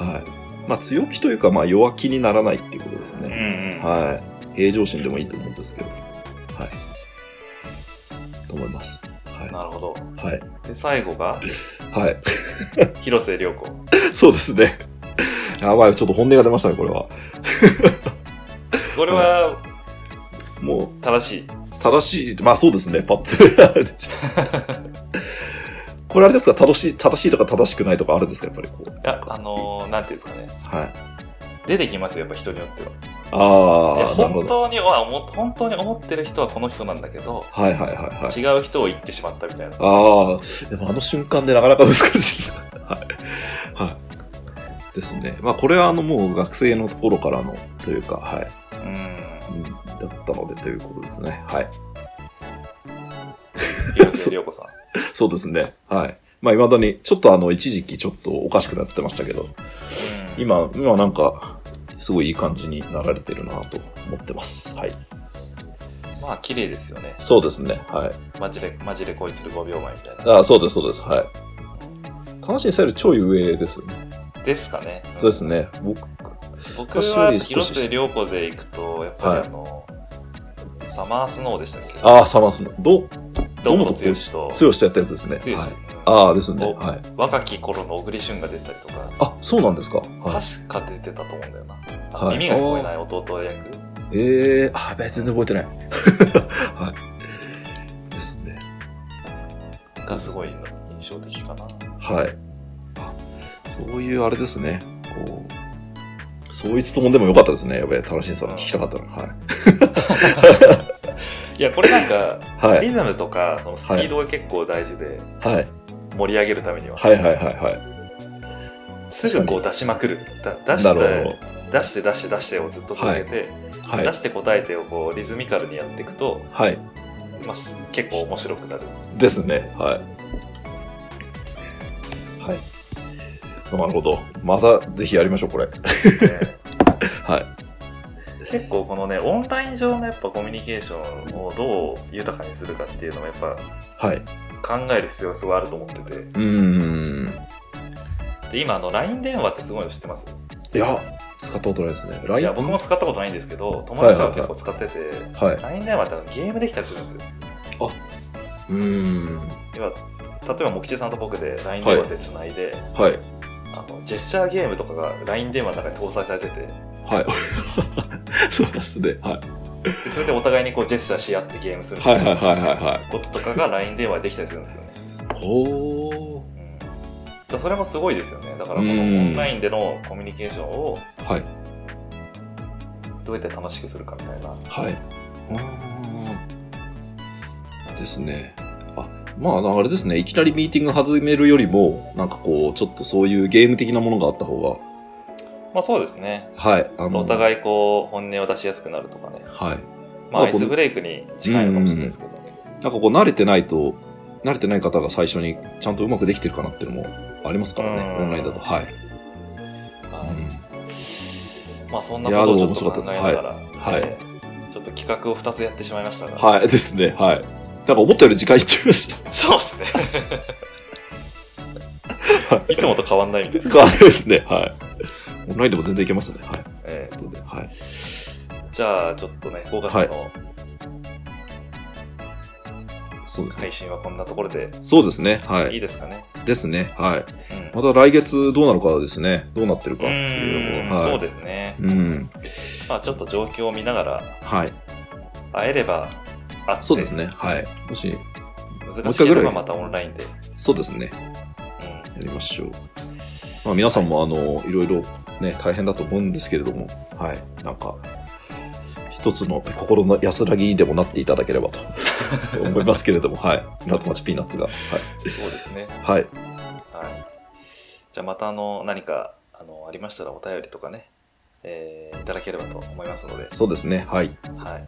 [SPEAKER 1] う。はい。まあ、強気というか、まあ、弱気にならないっていうことです
[SPEAKER 2] うん
[SPEAKER 1] ね。
[SPEAKER 2] うん。
[SPEAKER 1] はい。平常心でもいいと思うんですけど。はい。と思います。は
[SPEAKER 2] なるほど。
[SPEAKER 1] い。はい。
[SPEAKER 2] で、最後が、
[SPEAKER 1] はい。
[SPEAKER 2] 広末涼子。
[SPEAKER 1] そうですね。やばい、ちょっと本音が出ましたね、これは。
[SPEAKER 2] これは
[SPEAKER 1] もう、
[SPEAKER 2] 正しい。
[SPEAKER 1] 正しい、まあそうですね、パッと。 これあれですか正しい、正しいとか正しくないとかあるんですかやっぱりこう。
[SPEAKER 2] いや、あのー、なんていうんですかね。
[SPEAKER 1] はい。
[SPEAKER 2] 出てきますよ、やっぱ人によっては。で
[SPEAKER 1] ああ、なるほ
[SPEAKER 2] 本
[SPEAKER 1] ど。
[SPEAKER 2] 当には思、本当に思ってる人はこの人なんだけど、
[SPEAKER 1] はいはいはいはい。
[SPEAKER 2] 違う人を言ってしまったみたい
[SPEAKER 1] ああ、
[SPEAKER 2] な。
[SPEAKER 1] でもあの瞬間でなかなか難しいです。 はい。はい。ですね。まあこれはあのもう学生のところからの、というか、はい。
[SPEAKER 2] う
[SPEAKER 1] う
[SPEAKER 2] ん。
[SPEAKER 1] んだったのでということですね。はい。
[SPEAKER 2] 広末涼子さん。
[SPEAKER 1] そうですね。はい。まあ未だに、ちょっとあの一時期ちょっとおかしくなってましたけど、
[SPEAKER 2] うん
[SPEAKER 1] 今、今なんか、すごいいい感じになられてるなと思ってます。はい。
[SPEAKER 2] まあ、綺麗ですよね。
[SPEAKER 1] そうですね。はい。
[SPEAKER 2] マジで、マジで恋する5秒前みたいな。
[SPEAKER 1] あそうです、そうです。はい。楽しいサイル超上ですよね。
[SPEAKER 2] ですかね。
[SPEAKER 1] そうですね。僕、
[SPEAKER 2] 僕
[SPEAKER 1] 私よ
[SPEAKER 2] は
[SPEAKER 1] り少し
[SPEAKER 2] 広末涼子で行くと、やっぱりあの、サマースノーでしたっけ
[SPEAKER 1] ああ、サマースの、ど、
[SPEAKER 2] ど
[SPEAKER 1] ど
[SPEAKER 2] う
[SPEAKER 1] う
[SPEAKER 2] も
[SPEAKER 1] も
[SPEAKER 2] と
[SPEAKER 1] と
[SPEAKER 2] 剛と、
[SPEAKER 1] 強しとやったやつですね。はい
[SPEAKER 2] 剛、うん
[SPEAKER 1] ああ、ですね。
[SPEAKER 2] お
[SPEAKER 1] はい。
[SPEAKER 2] 若き頃の小栗旬が出てたりとか、
[SPEAKER 1] あ、そうなんですか。はい。
[SPEAKER 2] 確か出てたと思うんだよな。
[SPEAKER 1] はい
[SPEAKER 2] 耳が聞こえない弟役。
[SPEAKER 1] ええー、あ、やべえ全然覚えてない。 はい。ですね。
[SPEAKER 2] がすごい印象的かな。
[SPEAKER 1] はい。あそういうあれですね。こう、そういう質問でもよかったですね。やべえ、楽しいさん聞きたかったな。
[SPEAKER 2] いや、これなんか、
[SPEAKER 1] はい。はい。
[SPEAKER 2] リズムとか、そのスピードが結構大事で、
[SPEAKER 1] はい。
[SPEAKER 2] 盛り上げるためには、
[SPEAKER 1] はいはいはいはい。
[SPEAKER 2] すぐこう出しまくる。だ出
[SPEAKER 1] な
[SPEAKER 2] して
[SPEAKER 1] る、
[SPEAKER 2] 出して出して出してをずっと続けて、
[SPEAKER 1] ほど。はい
[SPEAKER 2] 出。して答えてをこうリズミカルにやっていくと、
[SPEAKER 1] はい。
[SPEAKER 2] まあ、す結構面白くなる。
[SPEAKER 1] ですね。はい。はい。なるほど。またぜひやりましょう、これ。 はい。
[SPEAKER 2] 結構このね、オンライン上のやっぱコミュニケーションをどう豊かにするかっていうのもやっぱ
[SPEAKER 1] はい。
[SPEAKER 2] 考える必要がすごいあると思ってて。
[SPEAKER 1] うーん。
[SPEAKER 2] で、今あの LINE 電話ってすごいの知ってます
[SPEAKER 1] いや、使ったことないですね。
[SPEAKER 2] い
[SPEAKER 1] LINE?
[SPEAKER 2] や、僕も使ったことないんですけど、友達
[SPEAKER 1] はい
[SPEAKER 2] は
[SPEAKER 1] はいはい
[SPEAKER 2] 結構使ってて、
[SPEAKER 1] はい。う
[SPEAKER 2] LINE 電話ってあのゲームできたりするんですよ。
[SPEAKER 1] ーん。
[SPEAKER 2] 要は例えば、もきちさんと僕で LINE 電話でつないで、
[SPEAKER 1] はい。
[SPEAKER 2] あの、ジェスチャーゲームとかが LINE 電話の中に搭載されてて、
[SPEAKER 1] はい。 そうですね。はい。
[SPEAKER 2] でそれでお互いにこうジェスチャーし合ってゲームする
[SPEAKER 1] はいはいはいはいは
[SPEAKER 2] こととかが LINE 電話できたりするんですよね。
[SPEAKER 1] い。おー。
[SPEAKER 2] うんだからそれもすごいですよね。だからこのオ
[SPEAKER 1] うん
[SPEAKER 2] ンラインでのコミュニケーションを
[SPEAKER 1] はい。
[SPEAKER 2] どうやって楽しくするかみたいな。
[SPEAKER 1] はい。ですね。あ、まあ、あれですね。いきなりミーティング始めるよりも、なんかこう、ちょっとそういうゲーム的なものがあった方
[SPEAKER 2] まあそうですね。
[SPEAKER 1] が、はい。あ
[SPEAKER 2] お
[SPEAKER 1] い。
[SPEAKER 2] 互いこう本音を出しやすくなるとかね。
[SPEAKER 1] はい。
[SPEAKER 2] まあ
[SPEAKER 1] まあ
[SPEAKER 2] アイスブレイクに近いのかもしれないですけど。
[SPEAKER 1] なんかこう、慣れてないと、慣れてない方が最初にちゃんとうまくできてるかなっていうのもありますからね。
[SPEAKER 2] うん
[SPEAKER 1] オンラインだと。はい。
[SPEAKER 2] はい
[SPEAKER 1] うん
[SPEAKER 2] まあそんなことを
[SPEAKER 1] い
[SPEAKER 2] ち
[SPEAKER 1] や
[SPEAKER 2] ょっと考えながら、
[SPEAKER 1] かったですはい
[SPEAKER 2] えーちょっと企画を2つやってしまいましたが。
[SPEAKER 1] はい。ですね。はい。なんか思ったより時間いっちゃいまし
[SPEAKER 2] そうですね。 いつもと変わんないみたい
[SPEAKER 1] た。
[SPEAKER 2] な。
[SPEAKER 1] かですね。はい。オンラインでも全然いけますね。はい。
[SPEAKER 2] え
[SPEAKER 1] ということではい。
[SPEAKER 2] ーじゃあちょっとね、5月の
[SPEAKER 1] そうですね。
[SPEAKER 2] 配信はこんなところで
[SPEAKER 1] そうですね。はい
[SPEAKER 2] いい。ですかね。
[SPEAKER 1] ですね。はい。
[SPEAKER 2] うん
[SPEAKER 1] また来月どうなるかですね。どうなってるかっていううんのも。はい。
[SPEAKER 2] そうですね、
[SPEAKER 1] うん。
[SPEAKER 2] まあ、ちょっと状況を見ながら
[SPEAKER 1] はい。
[SPEAKER 2] 会えれば会って
[SPEAKER 1] そうですね。はい。もし、もう
[SPEAKER 2] 難
[SPEAKER 1] 一
[SPEAKER 2] しけ
[SPEAKER 1] 回ぐ
[SPEAKER 2] れ
[SPEAKER 1] ら
[SPEAKER 2] ば
[SPEAKER 1] い
[SPEAKER 2] またオンラインで、
[SPEAKER 1] そうですね。
[SPEAKER 2] う
[SPEAKER 1] やりましょう。まあ皆さんも、あの、いろいろね、大変だと思うんですけれども、はい。なんか、一つの心の安らぎにでもなっていただければと思いますけれども、はい。港町ピーナッツが。は
[SPEAKER 2] ん、そうですね、
[SPEAKER 1] い。はい。
[SPEAKER 2] はい、じゃあまたあの何かあのありましたらお便りとかね、えーいただければと思いますので、
[SPEAKER 1] そうですね。はい。
[SPEAKER 2] はい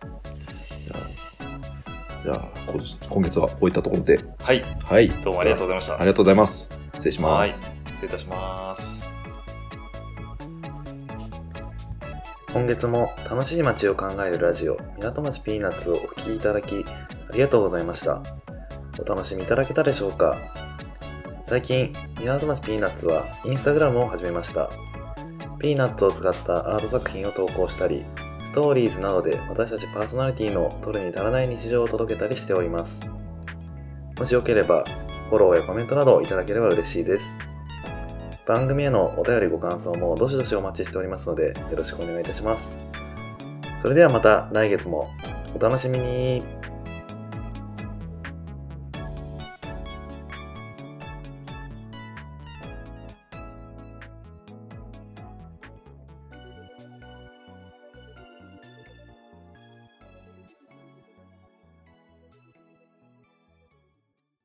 [SPEAKER 1] じゃあ、じゃあ今今月はこういったところで、
[SPEAKER 2] はい、
[SPEAKER 1] はい。
[SPEAKER 2] どうもありがとうございました
[SPEAKER 1] ありがとうございます。失礼します。
[SPEAKER 2] はい
[SPEAKER 3] 失礼いたします。
[SPEAKER 2] 今月も楽しい街を考えるラジオ港町ピーナッツをお聞きいただきありがとうございましたお楽しみいただけたでしょうか最近港町ピーナッツはインスタグラムを始めましたピーナッツを使ったアート作品を投稿したりストーリーズなどで私たちパーソナリティの取るに足らない日常を届けたりしておりますもしよければフォローやコメントなどいただければ嬉しいです番組へのお便りご感想もどしどしお待ちしておりますのでよろしくお願いいたしますそれではまた来月もお楽しみに